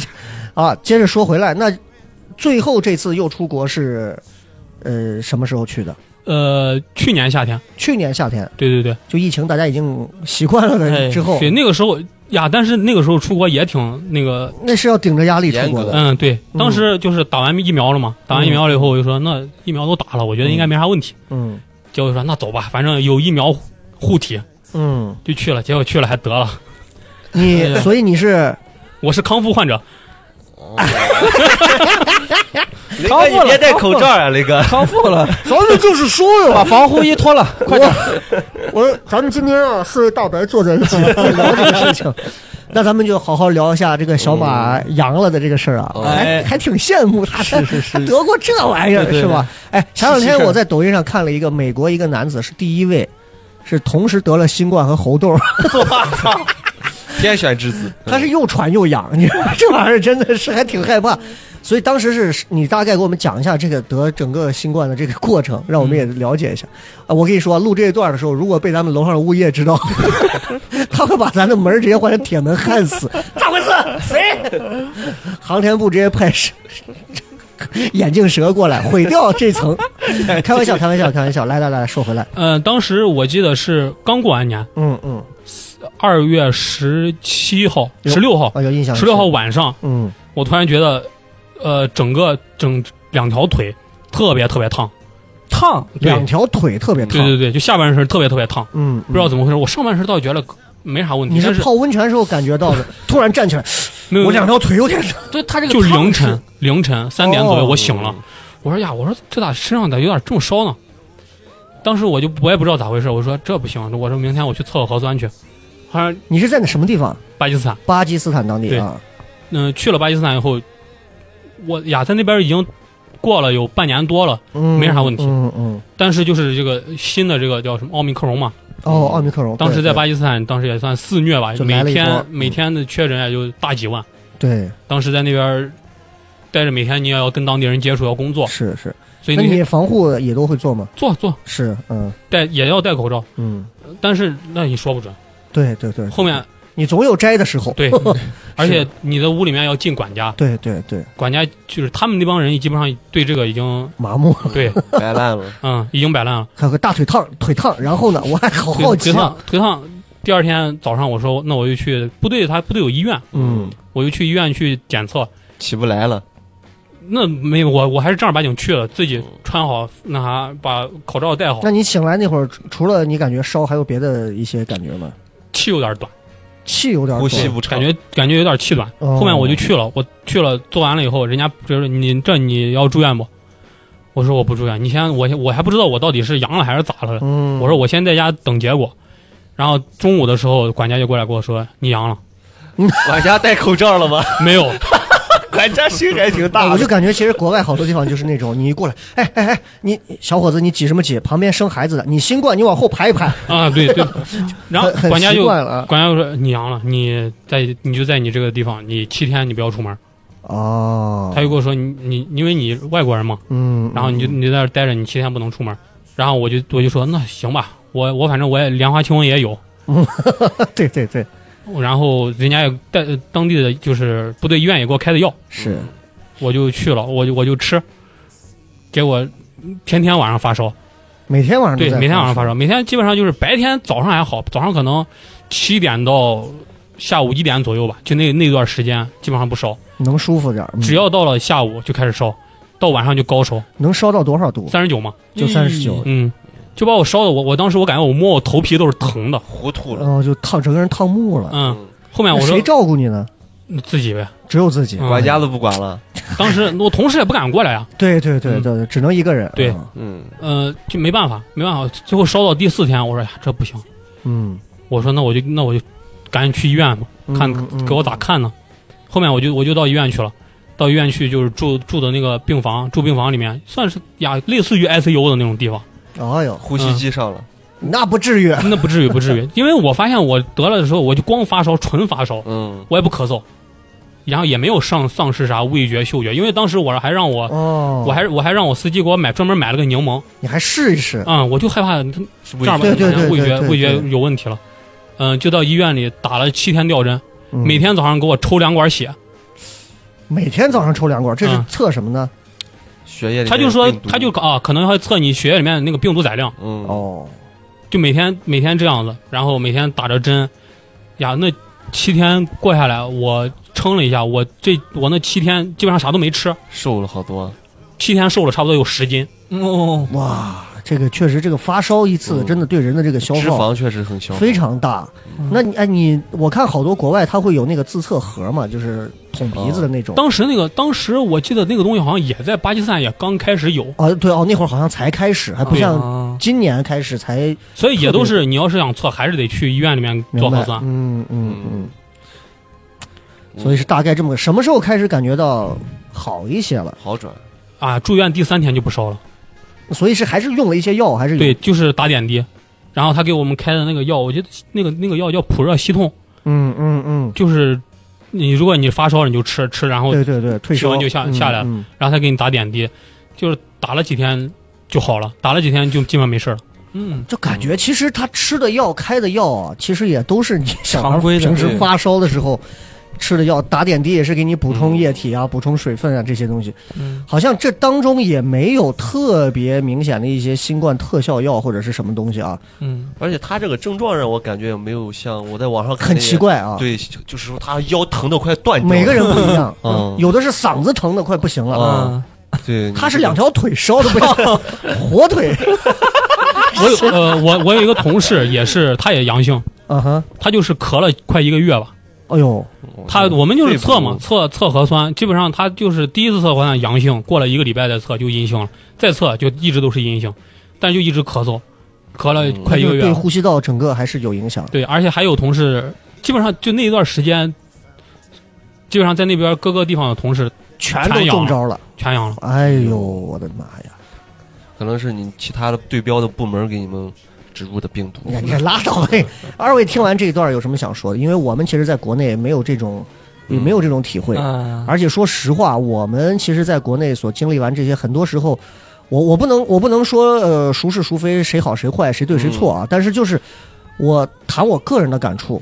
D: 啊，接着说回来，那最后这次又出国是呃什么时候去的？
C: 呃，去年夏天，
D: 去年夏天，
C: 对对对，
D: 就疫情大家已经习惯了的
E: 哎
D: 之后，
C: 对那个时候呀，但是那个时候出国也挺那个，
D: 那是要顶着压力出国
F: 严格
D: 的。
C: 嗯，对，当时就是打完疫苗了嘛，
D: 嗯
C: 打完疫苗了以后，我就说那疫苗都打了，我觉得应该没啥问题，
D: 嗯
C: 结果说那走吧，反正有疫苗护体
D: 嗯，
C: 就去了，结果去了还得了，
D: 你所以你是
C: 我是康复患者，
G: 雷哥你别戴口罩啊，雷哥，
E: 康复了，
D: 咱们就是说
E: 把
D: 呀，
E: 防护衣脱了，快点。
D: 我咱们今天啊四位大白坐在一起聊这个事情，那咱们就好好聊一下这个小马阳了的这个事儿啊，
E: 哎
D: 还还挺羡慕他，他他得过这玩意儿
E: 对对
D: 是吧？哎，前两
E: 是
D: 天
E: 是
D: 我在抖音上看了一个美国一个男子是第一位，是同时得了新冠和猴痘，
F: 天选之子，
D: 他是又喘又痒， 你说这玩意儿真的是还挺害怕。所以当时是你大概给我们讲一下这个得整个新冠的这个过程，让我们
C: 嗯
D: 也了解一下。啊，我跟你说，录这一段的时候，如果被咱们楼上的物业知道， 他会把咱的门儿直接换成铁门焊死。咋回事？谁？航天部直接派是眼镜蛇过来毁掉这层。开玩笑，开玩笑，开玩笑。来来来，说回来，
C: 嗯，当时我记得是刚过完年，
D: 嗯嗯，
C: 二月十七号、
D: 哟
C: 十六号、
D: 啊，有印象。
C: 十六号，晚上，
D: 嗯，
C: 我突然觉得，呃，整个整两条腿特别特别烫，
E: 烫，
C: 对
D: 两条腿特别
C: 对
D: 烫。
C: 对对，就下半身特别特别烫，
D: 嗯，
C: 不知道怎么回事。我上半身倒觉得没啥 问题，
D: 你是
C: 但是
D: 泡温泉的时候感觉到的， 突然站起来，
C: 没有
D: 我两条腿有点疼。
C: 对他这个就凌晨凌晨三点左右
D: 哦
C: 我醒了，我说呀，我说这咋身上咋有点中烧呢？当时我就我也不知道咋回事，我说这不行，我说明天我去测个核酸去。好像
D: 你是在那什么地方？
C: 巴基斯坦，
D: 巴基斯坦当地
C: 对
D: 啊？
C: 嗯、去了巴基斯坦以后，我呀在那边已经过了有半年多了，
D: 嗯，
C: 没啥问题
D: 嗯嗯。
C: 但是就是这个新的这个叫什么奥密克戎嘛，
D: 哦，奥密克戎。
C: 当时在
D: 对
C: 巴基斯坦，当时也算肆虐吧，
D: 就
C: 每
D: 来了一波
C: 天
D: 嗯
C: 每天的确诊也就大几万。
D: 对
C: 当时在那边儿待着，每天你也要跟当地人接触，要工
D: 对
C: 作，
D: 是是。
C: 所以
D: 那
C: 你
D: 你防护也都会做吗？
C: 做做
D: 是，嗯
C: 戴也要戴口罩，
D: 嗯，
C: 但是那你说不准，
D: 对对对。
C: 后面
D: 你总有摘的时候。
C: 对，而且你的屋里面要进管家，
D: 对对对，
C: 管家就是他们那帮人基本上对这个已经
D: 麻木，
C: 对，
F: 白烂了，
C: 嗯，已经摆烂了。
D: 还有个大腿烫，腿烫。然后呢，我还好好
C: 腿
D: 奇
C: 腿
D: 啊。
C: 烫腿烫，第二天早上我说那我就去部队，他部队有医院，
D: 嗯，
C: 我就去医院去检测，
F: 起不来了，
C: 那没有我我还是正儿八经去了，自己穿好那啥，把口罩戴好
D: 那，你醒来那会儿，除除了你感觉烧，还有别的一些感觉吗？
C: 气有点短，
D: 气有点
F: 呼吸
D: 短
F: 不畅，
C: 感觉感觉有点气短。
D: 哦
C: 后面我就去了，我去了做完了以后，人家 就是你这你要住院不？我说我不住院，你先我我还不知道我到底是阳了还是咋了。
D: 嗯，
C: 我说我先在家等结果，然后中午的时候管家就过来跟我说你阳了，
F: 管家戴口罩了吗？
C: 没有，
F: 管家心还挺
D: 啊
F: 大
D: 我就
F: 的。
D: 感觉其实国外好多地方就是那种，你一过来，哎哎哎，你小伙子，你挤什么挤？旁边生孩子的，你新冠，你往后排一排，
C: 啊，对 对，然后
D: 很很
C: 管家
D: 习
C: 就
D: 惯了啊
C: 管家就说你阳了，你在你就在你这个地方，你七天你不要出门。
D: 哦
C: 他就跟我说你你因为你外国人嘛，
D: 嗯，
C: 然后你就你在那儿待着，你七天不能出门。然后我就我就说那行吧，我我反正我也莲花清瘟也有，
D: 对对对，
C: 然后人家也带当地的就是部队医院也给我开的药，
D: 是
C: 嗯我就去了，我就我就吃，结果天天晚上发烧，
D: 每天晚上都
C: 对，
D: 在
C: 每天晚上发
D: 烧，
C: 烧，每天基本上就是白天早上还好，早上可能七点到下午一点左右吧，就那那段时间基本上不烧，
D: 能舒服点儿，嗯
C: 只要到了下午就开始烧，到晚上就高烧，
D: 能烧到多少度？
C: 三十九嘛，
D: 就三十九，
C: 嗯，就把我烧的我我当时我感觉我摸我头皮都是疼的，
F: 糊涂了，
D: 然后就烫，整个人烫木了。
C: 嗯，后面
D: 那
C: 我说
D: 谁照顾你呢？
C: 自己呗，
D: 只有自己。
C: 嗯
F: 管家都不管了。
C: 当时我同事也不敢过来啊，
D: 对对对对，对只能一个人。
C: 对
D: 嗯
F: 嗯，
C: 呃，就没办法，没办法，最后烧到第四天，我说哎呀这不行，
D: 嗯，
C: 我说那我就那我就赶紧去医院吧，
D: 嗯
C: 看
D: 嗯嗯
C: 给我咋看呢？后面我就我就到医院去了，到医院去就是住住的那个病房，住病房里面算是呀，类似于 ICU 的那种地方，
D: 哎呦，
F: 呼吸
C: 嗯
F: 机上了，
D: 那不至于。
C: 那不至于不至于，因为我发现我得了的时候，我就光发烧，纯发烧，
F: 嗯，
C: 我也不咳嗽，然后也没有上丧失啥味觉、嗅觉，因为当时我还让我。
D: 哦，
C: 我还我还让我司机给我买专门买了个柠檬，
D: 你还试一试。
C: 嗯，我就害怕他
F: 是
C: 正儿八
D: 对
C: 经
D: 对对
C: 味
D: 对
C: 觉
D: 对
C: 味觉
D: 对
C: 有问题了，嗯，就到医院里打了七天吊针，
D: 嗯
C: 每天早上给我抽两管血，
D: 每天早上抽两管，这是
C: 嗯
D: 测什么呢？
F: 血液里
C: 他
F: 面
C: 就
F: 有
C: 说
F: 病毒
C: 他就啊，可能还测你血液里面那个病毒载量，
F: 嗯
D: 哦，
C: 就每天每天这样子，然后每天打着针，呀，那七天过下来，我称了一下，我这我那七天基本上啥都没吃，
F: 瘦了好多，
C: 七天瘦了差不多有十斤，
E: 哦，
D: 哇，这个确实，这个发烧一次
F: 嗯
D: 真的对人的这个消
F: 脂
D: 耗
F: 肪确实很消耗。
D: 非常大。
C: 嗯
D: 那你哎，你我看好多国外它会有那个自测盒嘛，就是捅鼻子的那种。
C: 当时那个当时我记得那个东西好像也在巴基斯坦也刚开始有，
D: 啊，对哦，那会儿好像才开始，还不像
E: 啊
D: 今年开始才
C: 所以也都是你要是想测，还是得去医院里面做
D: 明
C: 核
D: 白。
C: 酸。
D: 嗯嗯嗯。
F: 嗯
D: 所以是大概这么个，什么时候开始感觉到好一些了？
F: 好转，
C: 啊，住院第三天就不烧了。
D: 所以是还是用了一些药，还是有
C: 对，就是打点滴，然后他给我们开的那个药，我觉得那个那个药叫普热息痛，
D: 嗯嗯嗯，
C: 就是你如果你发烧了你就吃吃，然后
D: 对对对，退
C: 体
D: 烧
C: 温就下
D: 嗯
C: 下来了
D: 嗯
C: 然后他给你打点滴，就是打了几天就好了，打了几天就基本上没事了。
E: 嗯，
D: 就感觉其实他吃的药、开的药啊，其实也都是你小孩
E: 常规的
D: 平时
E: 对
D: 发烧的时候吃的药，打点滴也是给你补充液体啊、补充水分啊这些东西。
E: 嗯
D: 好像这当中也没有特别明显的一些新冠特效药或者是什么东西啊，
E: 嗯，
F: 而且他这个症状让我感觉也没有像我在网上看
D: 很
F: 那些
D: 奇、怪啊。
F: 对，就就是说他腰疼的快断掉了，
D: 每个人不一样，
F: 嗯
D: 有的是嗓子疼的快不行了，
F: 啊，对，
D: 他是两条腿烧的不行，火腿，
C: 我有呃我我有一个同事也是，他也阳性，
D: 啊哈，
C: 他就是咳了快一个月吧。
D: 哎呦，
C: 他我们就是测嘛，
F: 哦肺
C: 测
F: 部
C: 测核酸，基本上他就是第一次测核酸阳性，过了一个礼拜再测就阴性了，再测就一直都是阴性，但就一直咳嗽，咳
F: 哦
C: 了快一
D: 就
C: 个
D: 是
C: 月
D: 对
C: 了。
D: 呼吸道整个还是有影响。
C: 对，而且还有同事，基本上就那一段时间，基本上在那边各个地方的同事
D: 全都中招了，
C: 全阳了。
D: 哎呦，我的妈呀！
F: 可能是你其他的对标的部门给你们植入的病毒
D: 你，看，你拉倒呗。 二位听完这一段有什么想说的？因为我们其实在国内没有这种，也没有这种体会。
E: 啊，
D: 而且说实话，我们其实在国内所经历完这些，很多时候，我我不能我不能说呃孰是孰非，谁好谁坏，谁对谁错啊。但是就是我谈我个人的感触，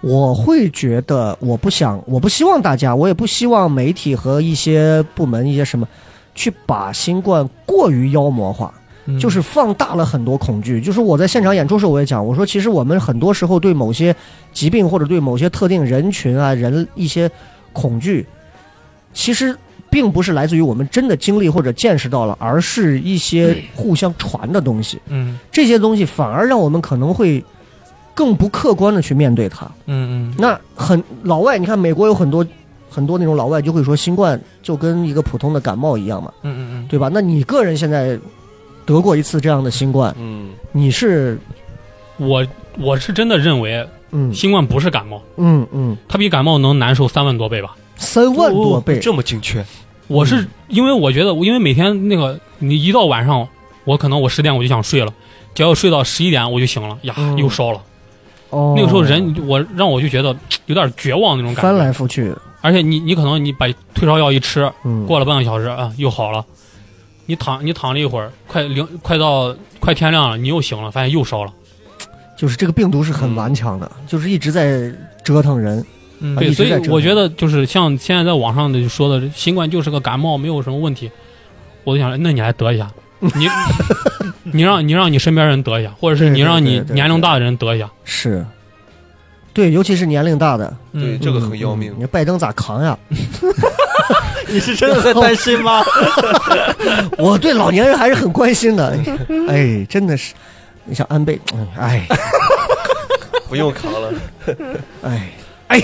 D: 我会觉得我不想，我不希望大家，我也不希望媒体和一些部门一些什么，去把新冠过于妖魔化。
E: 嗯
D: 就是放大了很多恐惧。就是我在现场演出时候，我也讲，我说其实我们很多时候对某些疾病或者对某些特定人群啊、人一些恐惧，其实并不是来自于我们真的经历或者见识到了，而是一些互相传的东西。
E: 嗯
D: 这些东西反而让我们可能会更不客观的去面对它。
E: 嗯嗯
D: 那很老外，你看美国有很多很多那种老外就会说，新冠就跟一个普通的感冒一样嘛，
E: 嗯嗯
D: 对吧？那你个人现在得过一次这样的新冠，
F: 嗯，
D: 你是
C: 我我是真的认为
D: 嗯
C: 新冠不是感冒，
D: 嗯嗯
C: 它比感冒能难受三万多倍吧。
D: 三万多倍，
F: 这么精确，
C: 我是因为我觉得，因为每天那个你一到晚上，我可能我十点我就想睡了，只要睡到十一点我就醒了，呀
D: 嗯
C: 又烧了。
D: 哦
C: 那个时候人我让我就觉得有点绝望那种感
E: 哦
D: 翻
C: 觉，
D: 来覆去，
C: 而且你你可能你把退烧药一吃，
D: 嗯，
C: 过了半个小时啊又好了，你躺你躺了一会儿，快零快到快天亮了，你又醒了，发现又烧了。
D: 就是这个病毒是很顽强
C: 嗯
D: 的，就是一直在折腾人。
E: 嗯，
D: 啊一
C: 对，
D: 直
C: 所以
D: 在折
C: 我
D: 腾
C: 觉得就是像现在在网上的就说的，新冠就是个感冒，没有什么问题。我就想，那你来得 一下，你你让你让你身边人得一下，或者是
D: 对
C: 你
D: 对
C: 让
D: 对
C: 你
D: 对对
C: 年龄大的人得一下。
D: 是，对，尤其是年龄大的，
F: 对，
E: 嗯
F: 这个很要命
D: 嗯。你拜登咋扛呀？
G: 你是真的在担心吗？
D: 我对老年人还是很关心的。哎，真的是，你像安倍，嗯哎
F: 不用扛了，
D: 哎哎，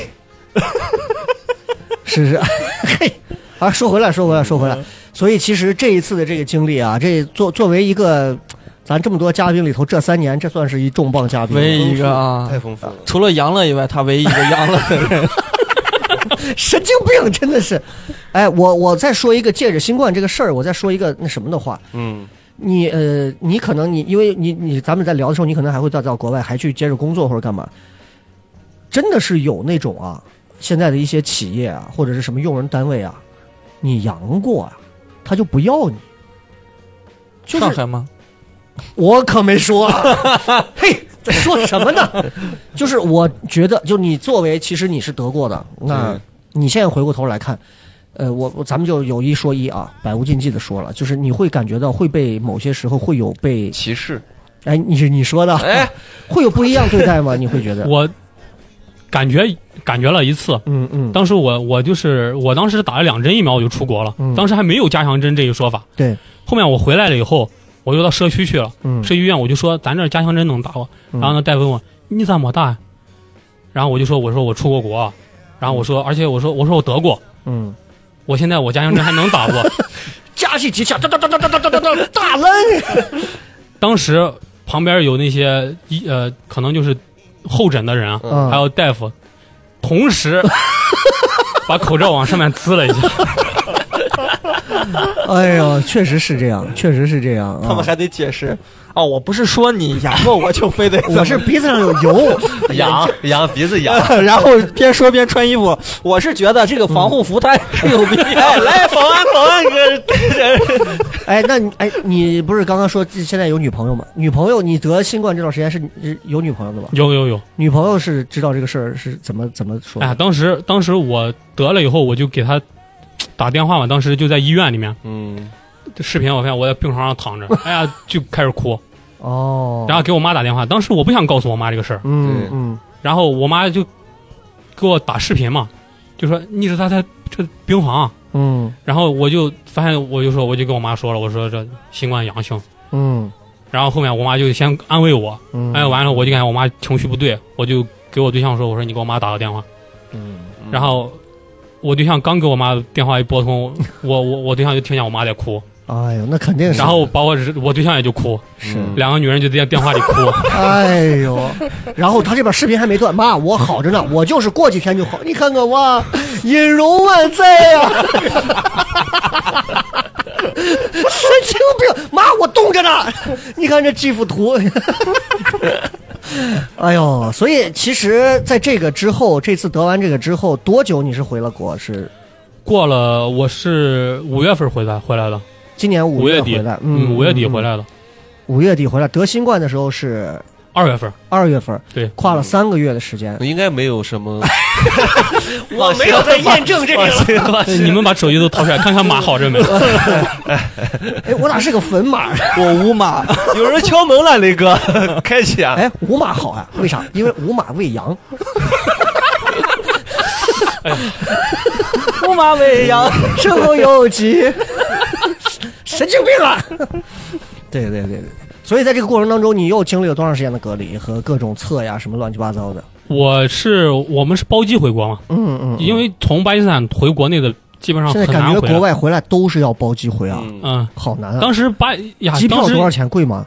D: 是是，嘿。啊，说回来，说回来，说回来。所以其实这一次的这个经历啊，这作作为一个咱这么多嘉宾里头，这三年这算是 一重磅嘉宾了，
E: 唯一一个啊，
F: 太丰富了。
E: 除了杨乐以外，他唯一一个杨乐的人。
D: 神经病，真的是。哎，我我再说一个，借着新冠这个事儿，我再说一个那什么的话。
F: 嗯
D: 你呃，你可能你因为你你咱们在聊的时候，你可能还会再到国外还去接着工作或者干嘛。真的是有那种啊，现在的一些企业啊，或者是什么用人单位啊，你阳过啊，他就不要你。 就
E: 上
D: 是
E: 海吗？
D: 我可没说、啊， 嘿，在说什么呢？就是我觉得，就你作为，其实你是得过的，那
F: 嗯
D: 你现在回过头来看，呃，我我咱们就有一说一啊，百无禁忌的说了，就是你会感觉到会被某些时候会有被，
F: 歧视，
D: 哎，你是你说的，
F: 哎，
D: 会有不一样对待吗？你会觉得，
C: 我感觉感觉了一次，
D: 嗯嗯，
C: 当时我我就是我当时打了两针疫苗我就出国了，
D: 嗯
C: 当时还没有加强针这一说法。
D: 对，
C: 后面我回来了以后，我又到社区去了，
D: 嗯
C: 社区医院我就说咱这儿加强针能打我，
D: 嗯
C: 然后呢大夫问我你咋没打呀？然后我就说我说我出过国啊，然后我说而且我说我说我得过，
D: 嗯，
C: 我现在我加强针还能打不？
D: 加起几下，哒哒哒哒哒哒哒哒，大扔，
C: 当时旁边有那些医呃，可能就是候诊的人啊，
D: 嗯
C: 还有大夫，同 时把口罩往上面呲了一下。
D: 哎呦，确实是这样，确实是这样，啊、
E: 他们还得解释。哦，我不是说你养过我就非得怎么
D: 我是鼻子上有油，
F: 痒痒鼻子痒，
E: 然后边说边穿衣服。我是觉得这个防护服它是有 必要。哎来，保安，保安啊哥，
D: 哎，那你哎，你不是刚刚说自己现在有女朋友吗？女朋友，你得新冠这段时间是是有女朋友的吧？
C: 有有有，
D: 女朋友是知道这个事儿是怎么怎么说的？
C: 哎呀，当时当时我得了以后，我就给他打电话嘛，当时就在医院里面
F: 嗯，
C: 视频，我发现我在病床上躺着，哎呀，就开始哭，
D: 哦，
C: 然后给我妈打电话，当时我不想告诉我妈这个事儿，
D: 嗯
F: 对
D: 嗯，
C: 然后我妈就给我打视频嘛，就说你是他在这病房啊、
D: 嗯
C: 然后我就发现，我就说，我就跟我妈说了，我说这新冠阳性。
D: 嗯
C: 然后后面我妈就先安慰我，
D: 嗯，
C: 安慰完了我就感觉我妈情绪不对，我就给我对象说，我说你给我妈打个电话。
D: 嗯，
C: 然后我对象刚给我妈电话一拨通，我我我对象就听见我妈在哭，
D: 哎呦，那肯定是，
C: 然 后把我我对象也就哭，
D: 是，
F: 嗯
C: 两个女人就在电话里哭。
D: 哎呦，然后他这边视频还没断，妈，我好着呢，我就是过几天就好，你看看我音容万啊载呀、神经病！妈，我冻着呢。你看这 GIF 图， 哎呦，所以其实在这个之后，这次得完这个之后多久你是回了国？是
C: 过了，我是五月份回来回来的，
D: 今年
C: 五
D: 五月
C: 底
D: 回来，，
C: 嗯，
D: 嗯，
C: 五月底回，来的，
D: 五月底回来得新冠的时候是
C: 二月份。
D: 二月份，
C: 对嗯
D: 跨了三个月的时间。
F: 应该没有什么，
D: 我没有 在验 证这个
C: 对你们把手机都掏出来看看码好着没？
D: 哎，我咋是个粉码？
E: 我无 码。
F: 有人敲门了，雷哥， 开起
D: 哎
F: 啊！
D: 哎，五马好啊？为啥？因为五马喂羊。
E: 木马未央，
D: 生不有极， 神经病啊！ 对对对对，所以在这个过程当中，你又经历了多长时间的隔离和各种测呀，什么乱七八糟的？
C: 我是我们是包机回国嘛，
D: 嗯嗯，
C: 因为从巴基斯坦回国内的基本上
D: 现
C: 啊很
D: 在感
C: 难
D: 觉
C: 回来
D: 国。外回来都是要包机回啊，
C: 嗯，
D: 好难啊！
C: 当时巴呀，
D: 机票
C: 当
D: 多少
C: 时
D: 钱？贵吗？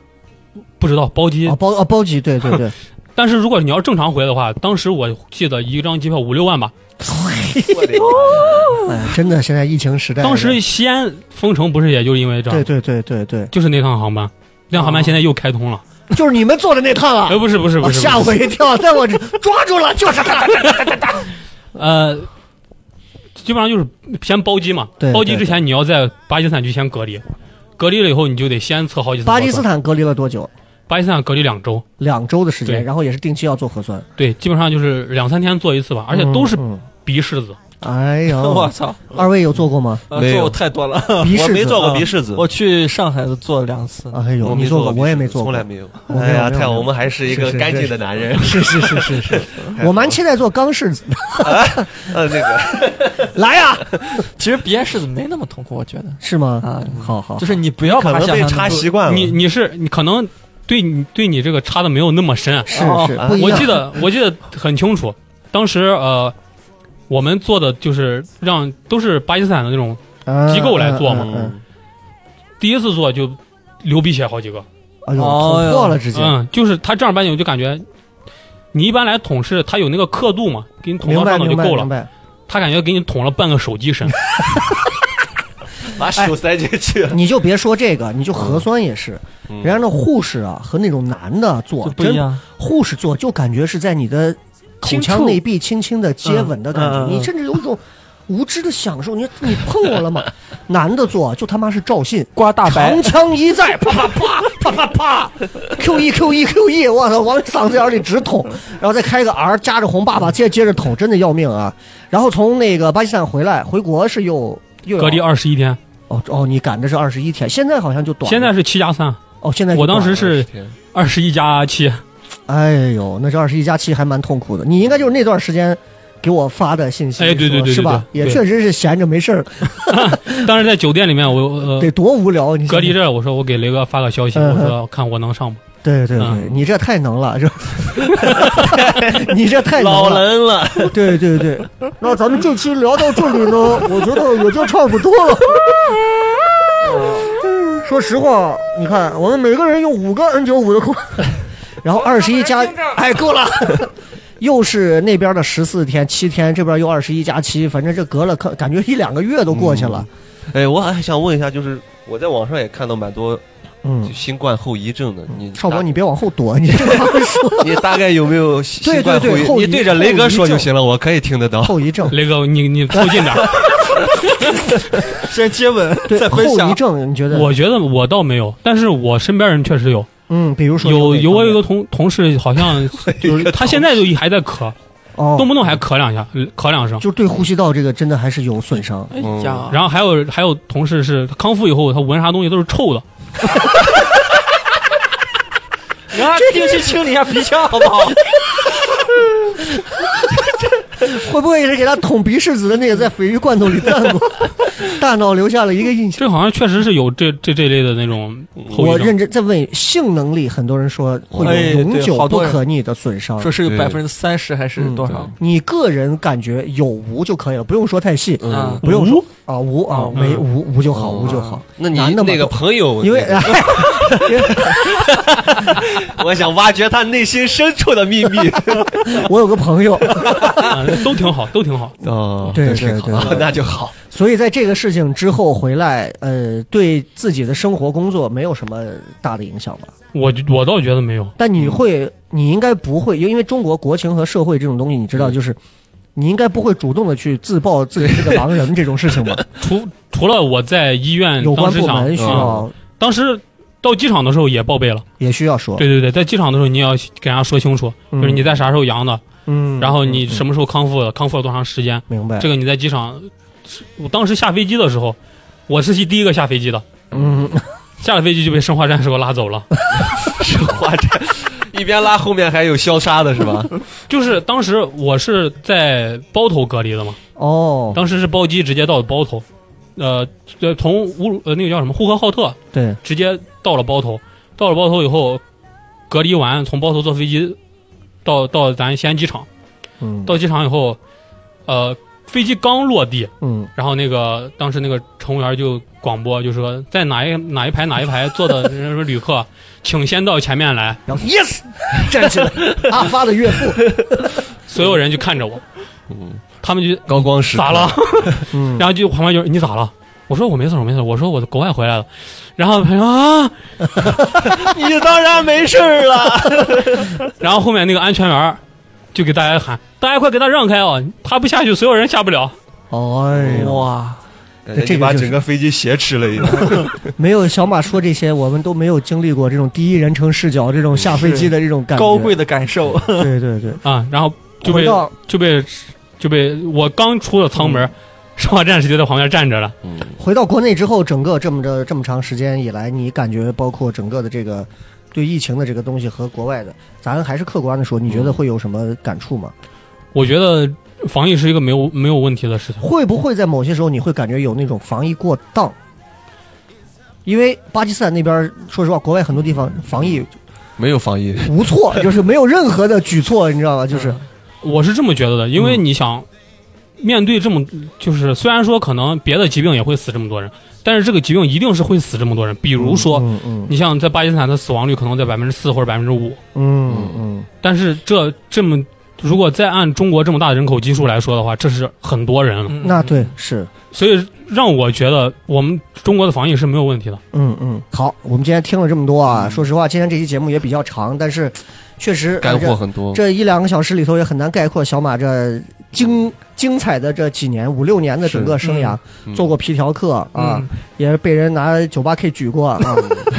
C: 不知道包机
D: 啊，，包啊包机，对对 对，
C: 但是如果你要正常回的话，当时我记得一张机票五六万吧。
D: 哎，真的，现在疫情时代，
C: 当时西安封城不是也就是因为这
D: 对
C: 样，
D: 对对对对，
C: 就是那趟航班，那趟航班现在又开通了。
D: 就是你们坐的那趟啊
C: 哎，，不是不是不
D: 啊
C: 是，
D: 吓
C: 不是
D: 我一跳，但我这抓住了，就是他，
C: 呃，基本上就是先包机嘛
D: 对，
C: 包机
D: 对
C: 之前你要在巴基斯坦去先隔离，隔离了以后你就得先测好几次核
D: 巴
C: 酸。
D: 基斯坦隔离了多久？
C: 巴基斯坦隔离两周，
D: 两周的时间，
C: 对
D: 然后也是定期要做核酸，
C: 对，基本上就是两三天做一次吧，而且都是
D: 嗯嗯
C: 鼻拭子。
D: 哎
E: 哦我
D: 呦，
E: 操，
D: 二位有做过吗？
E: 呃
F: 没
E: 做
F: 有
E: 太多了。嗯
D: 鼻
H: 我
D: 拭
H: 没
D: 子
H: 做过
D: 啊
H: 鼻拭子，
E: 我去上海做了两次，
D: 哎呦，
F: 我
D: 你
F: 没
D: 做
F: 做
D: 过，
F: 过
D: 我也没做
F: 从
D: 过
F: 来。没有。
D: 我没有
F: 哎呀，
D: 没有
F: 太好，
D: 没有
F: 我们还是一个干净的男人。
D: 是是是是是，我蛮期待做钢拭子的。
F: 呃， 那个
D: 来呀，
E: 其实鼻咽拭子没那么痛苦，我觉得
D: 是吗？嗯
E: 啊，
D: 好好
E: 就，是你不要
F: 可
E: 把
F: 能被插习
D: 嗯
F: 惯了。
C: 你你是你可能对你对你这个插的没有那么深，
D: 是
E: 哦
D: 是
F: 啊，
D: 不一
C: 我
D: 样
C: 记。得我记得很清楚，当时呃。我们做的就是让都是巴基斯坦的那种，
D: 嗯
C: 机构来做嘛
D: 嗯嗯嗯
F: 嗯，
C: 第一次做就流鼻血好几个，
D: 哎呦，
E: 哦
D: 捅
E: 哟
D: 破了直接。
C: 嗯，就是他正儿八经我就感觉，你一般来捅是他有那个刻度嘛，给你捅
D: 明
C: 到
D: 白
C: 上头
D: 明
C: 就
D: 白
C: 够
D: 明
C: 了，
D: 白。啊
C: 他感觉给你捅了半个手机深，
F: 把手塞进去，
D: 你就别说这个，你就核酸也是，人家那护士啊和那种男的做
E: 就不一，样。
D: 真护士做就感觉是在你的口
E: 轻
D: 腔
E: 触
D: 内壁轻轻的接吻的感觉，
E: 嗯嗯嗯
D: 你甚至有一种无知的享受。你你碰我了吗？男的做就他妈是赵信，
E: 刮大白
D: 长，枪一在，啪啪啪啪啪啪，Q 一 Q 一 Q 一，我操，往嗓子眼里直捅，然后再开个 R 夹着红爸爸，接接着捅，真的要命啊！然后从那个巴基斯坦回来，回国是又又要
C: 隔离二十一天，
D: 哦哦，你赶的是二十一天，现在好像就短了，
C: 现在是七加三，
D: 哦现在就
C: 我当
D: 短
C: 时
D: 了
C: 是二十一加七，
D: 哎呦，那这二十一加七还蛮痛苦的，你应该就是那段时间。给我发的信息，
C: 哎对对对
D: 说
C: 对
D: 是吧？
C: 对
D: 也
C: 对
D: 确实是闲着没事儿，
C: 当时在酒店里面我呃
D: 得多无聊。你想
C: 隔离这，我说我给雷哥发个消息，
D: 嗯
C: 我说看我能上吗？
D: 对对对，
C: 嗯
D: 你这太能了，是吧？ 你这太能
E: 老
D: 了，
E: 人了，
D: 对对对， 那咱们这期聊到这里呢，我觉得也就差不多了。 说实话，你看我们每个人用五个 N 九五的口，然后二十一加，哎，够了。 又是那边的十四天七天，这边又二十一加七，反正这隔了可感觉一两个月都过去了。
F: 哎，我还想问一下，就是我在网上也看到蛮多
D: 嗯
F: 就，新冠后遗症的，你
D: 少博
F: 大
D: 你别往后躲，你这个话说
F: 你大概有没有
D: 对
F: 新冠
D: 对对后遗
F: 你对着雷哥说就行了，我可以听得到。
D: 后 遗症。
C: 雷哥你你凑近点 儿，
E: 先接吻，
D: 对
E: 再分
D: 后遗
E: 享。
D: 症，你觉得？
C: 我觉得我倒没有，但是我身边人确实有，
D: 嗯，比如说
C: 有
D: 哪
C: 有我有一
D: 方
C: 个同同事好像
D: 哎
C: 就是他现在就还在咳，
D: 面哦，
C: 动不动还咳两下，咳两声。
D: 就是对呼吸道这个真的还是有损伤。
E: 哎
D: 啊
E: 呀，
C: 然后还有还有同事是他康复以后，他闻啥东西都是臭的，
E: 然后定期清理一下鼻腔，好不好？
D: 会不会也是给他捅鼻拭子的那个在鲱鱼罐头里站过，大脑留下了一个印象？
C: 这好像确实是有这这这类的那种后
D: 我
C: 遗症。
D: 认真再问，性能力很多人说会
E: 哎
D: 有永
E: 对
D: 久
E: 好
D: 不
E: 多人
D: 可逆的损伤，
E: 说是有
F: 对
E: 百分之三十还是多少？
D: 你个人感觉有无就可以了，不用说太细，
E: 嗯
D: 不用说啊无啊没
C: 嗯
D: 无无就好无就好，
F: 那你
D: 男的嘛
F: 那个
D: 都
F: 朋友，
D: 因为
F: 我想挖掘他内心深处的秘密。
D: 我有个朋友，
C: 啊都挺好，都挺好。
F: 哦，
D: 对
F: 那
D: 对
F: 挺好
D: 对
F: 啊
D: 对
F: 那就好。
D: 所以在这个事情之后回来，呃，对自己的生活工作没有什么大的影响吧？
C: 我我倒觉得没有，
D: 但你
C: 嗯
D: 会，你应该不会，因为中国国情和社会这种东西，你知
C: 嗯
D: 道，就是你应该不会主动的去自曝自己是个狼人这种事情吧？
C: 除除了我在医院
D: 有关
C: 当时
D: 部
C: 想，
D: 门
C: 嗯
D: 需要
C: 当时到机场的时候也报备了。
D: 也需要说，
C: 对对对，在机场的时候你也要给人家说清楚，
D: 嗯
C: 就是你在啥时候阳的，
D: 嗯，
C: 然后你什
D: 么
C: 么时候康复的，康复了多长时间，
D: 明白？
C: 这个你在机场，我当时下飞机的时候，我是第一个下飞机的，
D: 嗯，
C: 下了飞机就被生化战士给我拉走了。
F: 是花站，一边拉 后面还有消杀的是吧？
C: 就是当时我是在包头隔离的嘛，
D: 哦，
C: 当时是包机直接到的包头，呃，这从乌鲁呃那个叫什么呼和浩特
D: 对，
C: 直接到了包头，到了包头以后隔离完，从包头坐飞机到到咱西安机场，
D: 嗯
C: 到机场以后，呃，飞机刚落地，
D: 嗯，
C: 然后那个当时那个乘务员就广播，就说在哪一哪一排哪一排坐的什么旅客， 请先到前面来，
D: 然后 yes 站起来，阿啊发的岳父，
C: 所有人就看着我，
F: 嗯，
C: 他们就
F: 高光 时刻
C: 咋了？
D: 嗯，
C: 然后就旁边就是你咋了？我说我没事儿，我没事儿。我说我国外回来了，然后他说啊，
G: 你当然没事儿了。
C: 然后后面那个安全员儿就给大家喊，大家快给他让开啊！他不下去，所有人下不了。
D: 哦，哎呦
G: 哇，
F: 感
D: 这
F: 觉
D: 个
F: 你把
D: 就是
F: 整个飞机挟持了一样。
D: 没有小马说这些，我们都没有经历过这种第一人称视角、这种下飞机的这种感觉，
G: 高贵，的感嗯受，
D: 对对对，
C: 啊，然后就
D: 回
C: 被
D: 到
C: 就被就被我刚出了舱门，生化战士就在旁边站着了。
F: 嗯，
D: 回到国内之后，整个这么着这么长时间以来，你感觉包括整个的这个对疫情的这个东西和国外的，咱还是客观的说，你觉得会有什么感触吗？
C: 我觉得防疫是一个没有没有问题的事情。
D: 会不会在某些时候你会感觉有那种防疫过当？因为巴基斯坦那边，说实话，国外很多地方防疫
F: 没有 防疫，
D: 无 措，就是没有任何的举措，你知道吧？就是
C: 我是这么觉得的，因为你想、面对这么就是虽然说可能别的疾病也会死这么多人，但是这个疾病一定是会死这么多人。比如说，
D: 嗯嗯
C: 你像在巴基斯坦的死亡率可能在百分之四或者百分之五，
D: 嗯嗯，
C: 但是这这么如果再按中国这么大的人口基数来说的话，这是很多人
E: 嗯
C: 了。
G: 嗯
D: 那对是。
C: 所以让我觉得我们中国的防疫是没有问题的。
D: 嗯嗯，好，我们今天听了这么多啊，说实话，今天这期节目也比较长，但是确实
F: 干货
D: 呃
F: 很
G: 哦
F: 多
D: 这。这一两个小时里头也很难概括小马这精精彩的这几年五六年的整个生涯，
F: 嗯
D: 做过皮条客
G: 嗯
D: 啊，
E: 嗯
D: 也被人拿九八 K 举过啊，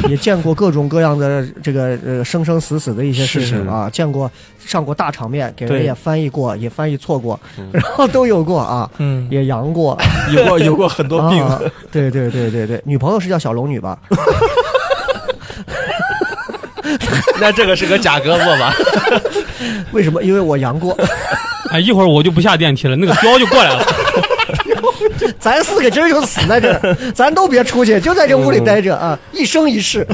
D: 也见过各种各样的这个呃生生死死的一些事情啊，见过上过大场面，给人
G: 对
D: 也翻译过，也翻译错过，
F: 嗯
D: 然后都有过啊，
G: 嗯，
D: 也阳过，
G: 有过有过很多病，
D: 啊。对对对对对，女朋友是叫小龙女吧？
F: 那这个是个假胳 膊吧？
D: 为什么？因为我阳过。
C: 哎，一会儿我就不下电梯了，那个彪就过来了。
D: 咱四个今儿就死在这儿，咱都别出去，就在这屋里待着啊，一生一世。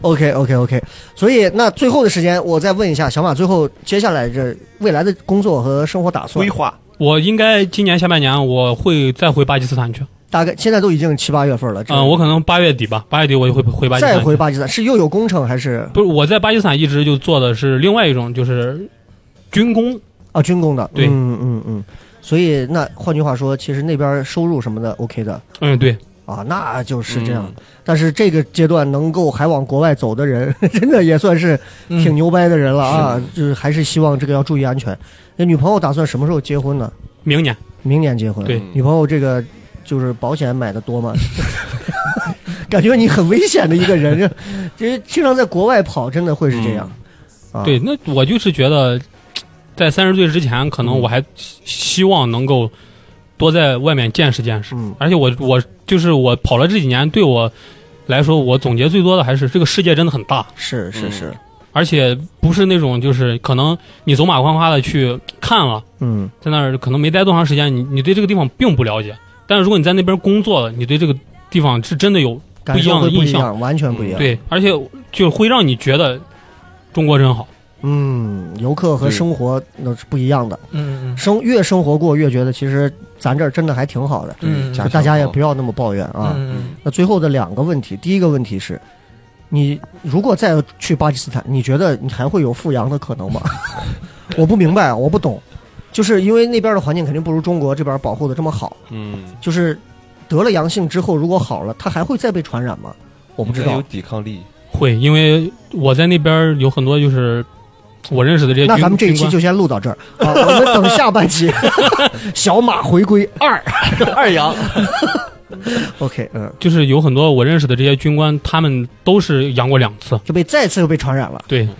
D: OK OK OK，所以那最后的时间，我再问一下小马，最后接下来这未来的工作和生活打算
G: 规，划
C: 我应该今年下半年我会再回巴基斯坦去。
D: 大概现在都已经七八月份了，这
C: 嗯、我可能八月底吧，八月底我就会回巴基斯
D: 再
C: 坦去。
D: 回巴基斯坦是又有工程还是
C: 不是我在巴基斯坦一直就做的是另外一种，就是军工。
D: 啊军工的？
C: 对
D: 嗯嗯嗯。所以那换句话说，其实那边收入什么的 OK 的
C: 嗯，对，
D: 啊，那就是这样。
C: 嗯
D: 但是这个阶段能够还往国外走的人， 真的也算是
C: 嗯
D: 挺牛掰的人了啊！就是还是希望这个要注意安全。那女朋友打算什么时候结婚呢？
C: 明年
D: 明年结婚。
C: 对
D: 女朋友这个就是保险买的多吗？ 感觉你很危险的一个人，啊这这经常在国外跑，真的会是这样。
C: 嗯
D: 啊，
C: 对，，那我就是觉得，在三十岁之前，可
D: 嗯
C: 能我还希希望能够多在外面见识见识。
D: 嗯
C: 而且我我就是我跑了这几年，对我来说，我总结最多的还是这个世界真的很大，
D: 是是是，
C: 而且不是那种就是可能你走马观花的去看了，
D: 嗯
C: 在那儿可能没待多长时间，你你对这个地方并不了解。但是如果你在那边工作了，你对这个地方是真的有
D: 感
C: 不一
D: 受
C: 样
D: 会
C: 的
D: 不一
C: 印象嗯
D: 样，完全不一样。，
C: 对，而且就会让你觉得中国真好。
D: 嗯，游客和
F: 对
D: 生活那是不一样的，
G: 嗯
D: 生越生活过越觉得其实咱这儿真的还挺好的。
G: 嗯
F: 假
D: 大家也不要那么抱怨啊。
G: 嗯
D: 那最后的两个问题，第一个问题是，你如果再去巴基斯坦，你觉得你还会有复阳的可 能吗？我不明白，啊我不懂，就是因为那边的环境肯定不如中国这边保护的这么好。
F: 嗯，
D: 就是得了阳性之后，如果好了，它还会再被传染吗？我
F: 我
D: 不知
F: 有
G: 哎
D: 道。
F: 抵抗 力。
C: 会，因为我在那边有很多就是我认识的这些军
D: 那咱们这一
C: 军
D: 期
C: 官
D: 就先录到这儿啊，我们等下 半期小马回归二。
G: 二 阳
D: OK，嗯，
C: 就是有很多我认识的这些军官，他们都是阳过两次。
D: 就被再次又被传染了。
C: 对
D: 呦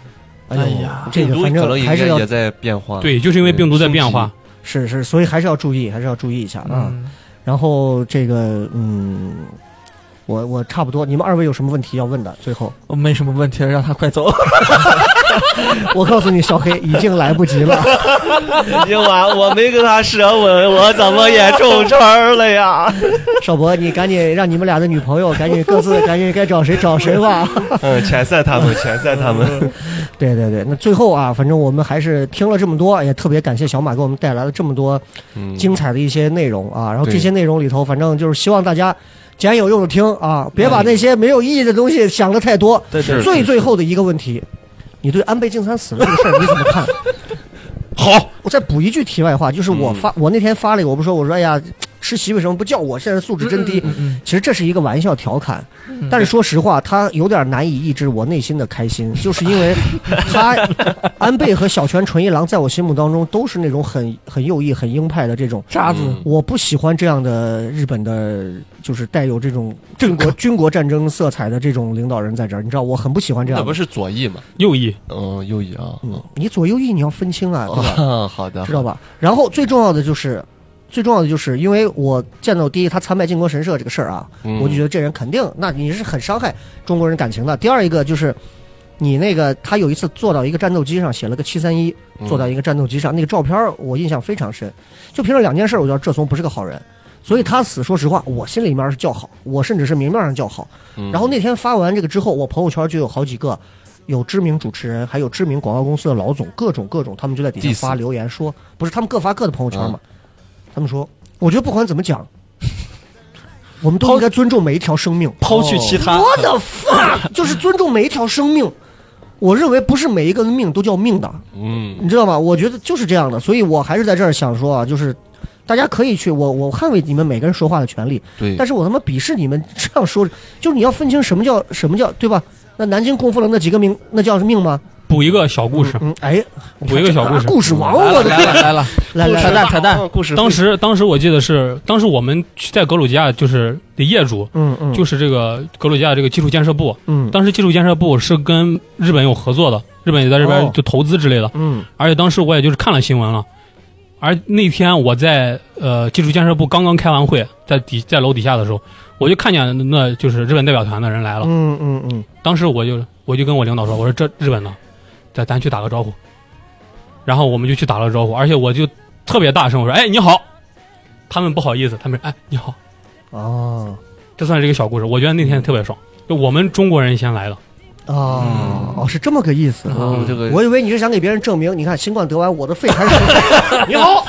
G: 哎呀
D: 这
F: 病
D: 个
F: 毒
D: 反
F: 可能
D: 正
F: 应
D: 还是
F: 该
D: 要
F: 也在变化。，
C: 对，就是因为病毒在变化。
D: 是是，所以还是要注意，还是要注意一下啊。
G: 嗯，
D: 然后这个，嗯，我我差不多，你们二位有什么问题要问的？最后，
G: 我没什么问题了，让他快走。
D: 我告诉你，小黑已经来不及了。
E: 已经完，我没跟他舌吻，我怎么也中招了呀？
D: 少博，你赶紧让你们俩的女朋友赶紧各自赶紧该找谁找谁吧。
F: 嗯，遣散他们，遣散他们。
D: 对对对，那最后啊，反正我们还是听了这么多，也特别感谢小马给我们带来了这么多
F: 嗯
D: 精彩的一些内容啊。然后这些内容里头，反正就是希望大家捡有用的听啊，别把那些没有意义的东西想的太多。
E: 对
F: 对
D: 最最后的一个问题，你对安倍晋三死了这个事儿你怎么看？
C: 好，
D: 我再补一句题外话，就是我发、我那天发了一个，我不说我说哎呀，吃席为什么不叫我？现在素质真
G: 嗯
E: 嗯
D: 低。其实这是一个玩笑调侃，但是说实话，他有点难以抑制我内心的开心，就是因为他安倍和小泉纯一郎在我心目当中都是那种很很右翼、很鹰派的这种
G: 渣子，
F: 嗯
D: 我不喜欢这样的日本的，就是带有这种军国军国战争色彩的这种领导人在这儿，你知道我很不喜欢这
F: 那
D: 样
F: 不
D: 的。
F: 是左翼嘛？
C: 右翼
F: 嗯，右翼啊。
D: 嗯，你左右翼你要分清啊，对吧？
F: 哦，好的，
D: 知道吧？然后最重要的就是，最重要的就是，因为我见到第一他参拜靖国神社这个事儿啊，
F: 嗯
D: 我就觉得这人肯定，那你是很伤害中国人感情的。第二一个就是，你那个他有一次坐到一个战斗机上，写了个七三一，
F: 嗯
D: 坐到一个战斗机上，那个照片儿我印象非常深。就凭着两件事儿，我觉得这怂不是个好人。所以他死，说实话，我心里面是叫好，我甚至是明面上叫好。
G: 嗯
D: 然后那天发完这个之后，我朋友圈就有好几个有知名主持人，还有知名广告公司的老总，各种各种，他们就在底
F: diss
D: 下发留言说，不是他们各发各的朋友圈嘛？他们说，我觉得不管怎么讲， 我们都应该尊重每一条生命。
G: 抛去其
C: 啊
G: 他，
D: 我的 fuck，就是尊重每一条生命。我认为不是每一个命都叫命的，
F: 嗯，
D: 你知道吗？我觉得就是这样的，所以我还是在这儿想说啊，就是大家可以去，我我捍卫你们每个人说话的权利，
F: 对，
D: 但是我他妈鄙视你们这样说，就是你要分清什么叫什么叫对吧？那南京供奉了那几个命，那叫命吗？
C: 补一个小故事，
D: 嗯，哎，
C: 补一个小故事
D: 啊故事王，我的
G: 来了来了，
D: 来来
G: 扯
D: 来，
G: 淡扯淡，
F: 故事
C: 当时当时我记得是，当时我们去在格鲁吉亚就是的业主。
D: 嗯嗯，
C: 就是这个格鲁吉亚这个基础建设部，
D: 嗯
C: 当时基础建设部是跟日本有合作的，日本也在这
D: 哦
C: 边就投资之类的。
D: 嗯
C: 而且当时我也就是看了新闻了，而那天我在呃基础建设部刚刚开完会，在底在楼底下的时候，我就看见那就是日本代表团的人来了。
D: 嗯嗯嗯，
C: 当时我就我就跟我领导说，我说这日本的，咱咱去打个招呼。然后我们就去打了招呼，而且我就特别大声，我说哎你好，他们不好意思，他们哎你好，
D: 哦
C: 这算是一个小故事，我觉得那天特别爽。就我们中国人先来的，
D: 哦哦，是这么个意思。
F: 嗯这个
D: 我以为你是想给别人证明，你看新冠得完，我的肺还是你好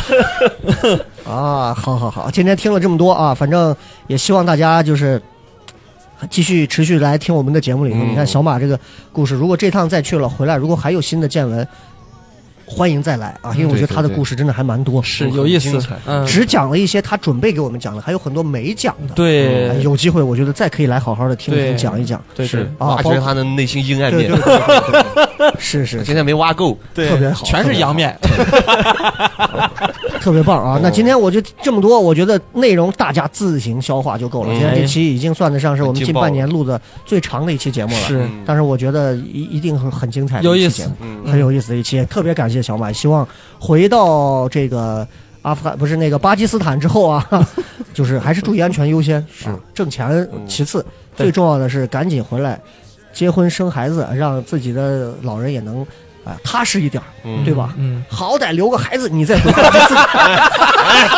D: 啊，好好好，今天听了这么多啊，反正也希望大家就是继续持续来听我们的节目里头。
F: 嗯
D: 你看小马这个故事，如果这趟再去了回来，如果还有新的见闻，欢迎再来啊，因为我觉得他的故事真的还蛮多，
G: 是有意思
F: 精彩，
G: 嗯，
D: 只讲了一些他准备给我们讲的，还有很多没讲的。哎
G: 对
D: 有机会我觉得再可以来好好的听
G: 对
D: 听讲一讲。
G: 对
F: 是
G: 对，
D: 啊
F: 挖
D: 包括
F: 掘他的内心阴暗
D: 对
F: 面
D: 对，对对对对，是是，
F: 现在没挖够。
G: 对
D: 特别好
G: 全是
D: 特别
G: 阳
D: 好
G: 面，
D: 特别棒
G: 哦
D: 啊！那今天我就这么多，我觉得内容大家自行消化就够了。
F: 嗯
D: 今
G: 哎
D: 天这期已经算得上是我们近半年录的最长的一期节目了，
G: 是
F: 嗯
D: 但是我觉得一一定很很精彩的
G: 有
D: 一
G: 意
D: 期节
G: 思
D: 目，
F: 嗯
D: 很有意思的一期。特别感谢小马，希望回到这个阿富汗不是那个巴基斯坦之后啊， 就是还是注意安全优先，是
F: 啊
D: 挣钱
F: 嗯
D: 其次，
G: 对
D: 最重要的是赶紧回来结婚生孩子，让自己的老人也能啊、踏实一点儿，
F: 嗯
D: 对吧？
G: 嗯，
D: 好歹留个孩子，你再回巴基斯 坦。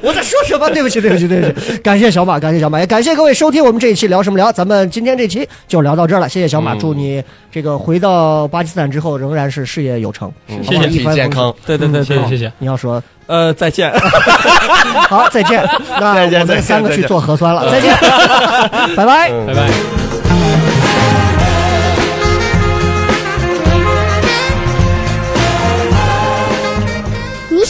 D: 我在说什么？对不起，对不起，对不起。感谢小马，感谢小马，也感谢各位收听我们这一期聊什么聊。咱们今天这期就聊到这儿了，谢谢小马，
F: 嗯
D: 祝你这个回到巴基斯坦之后仍然是事业有成，
F: 嗯
D: 好
C: 谢
D: 不好
C: 谢
F: 身
D: 一帆
F: 体健
D: 风顺。
F: 康，
G: 对对
D: 嗯
G: 对
C: 谢谢谢
G: 对，
C: 谢。
D: 你要说
G: 呃，再见，
D: 好，再 见。那
F: 再见
D: 我
F: 再
D: 们
F: 见
D: 三个
F: 再
D: 去
F: 见
D: 做核酸了，再见， 拜拜。
C: 拜拜。
A: 你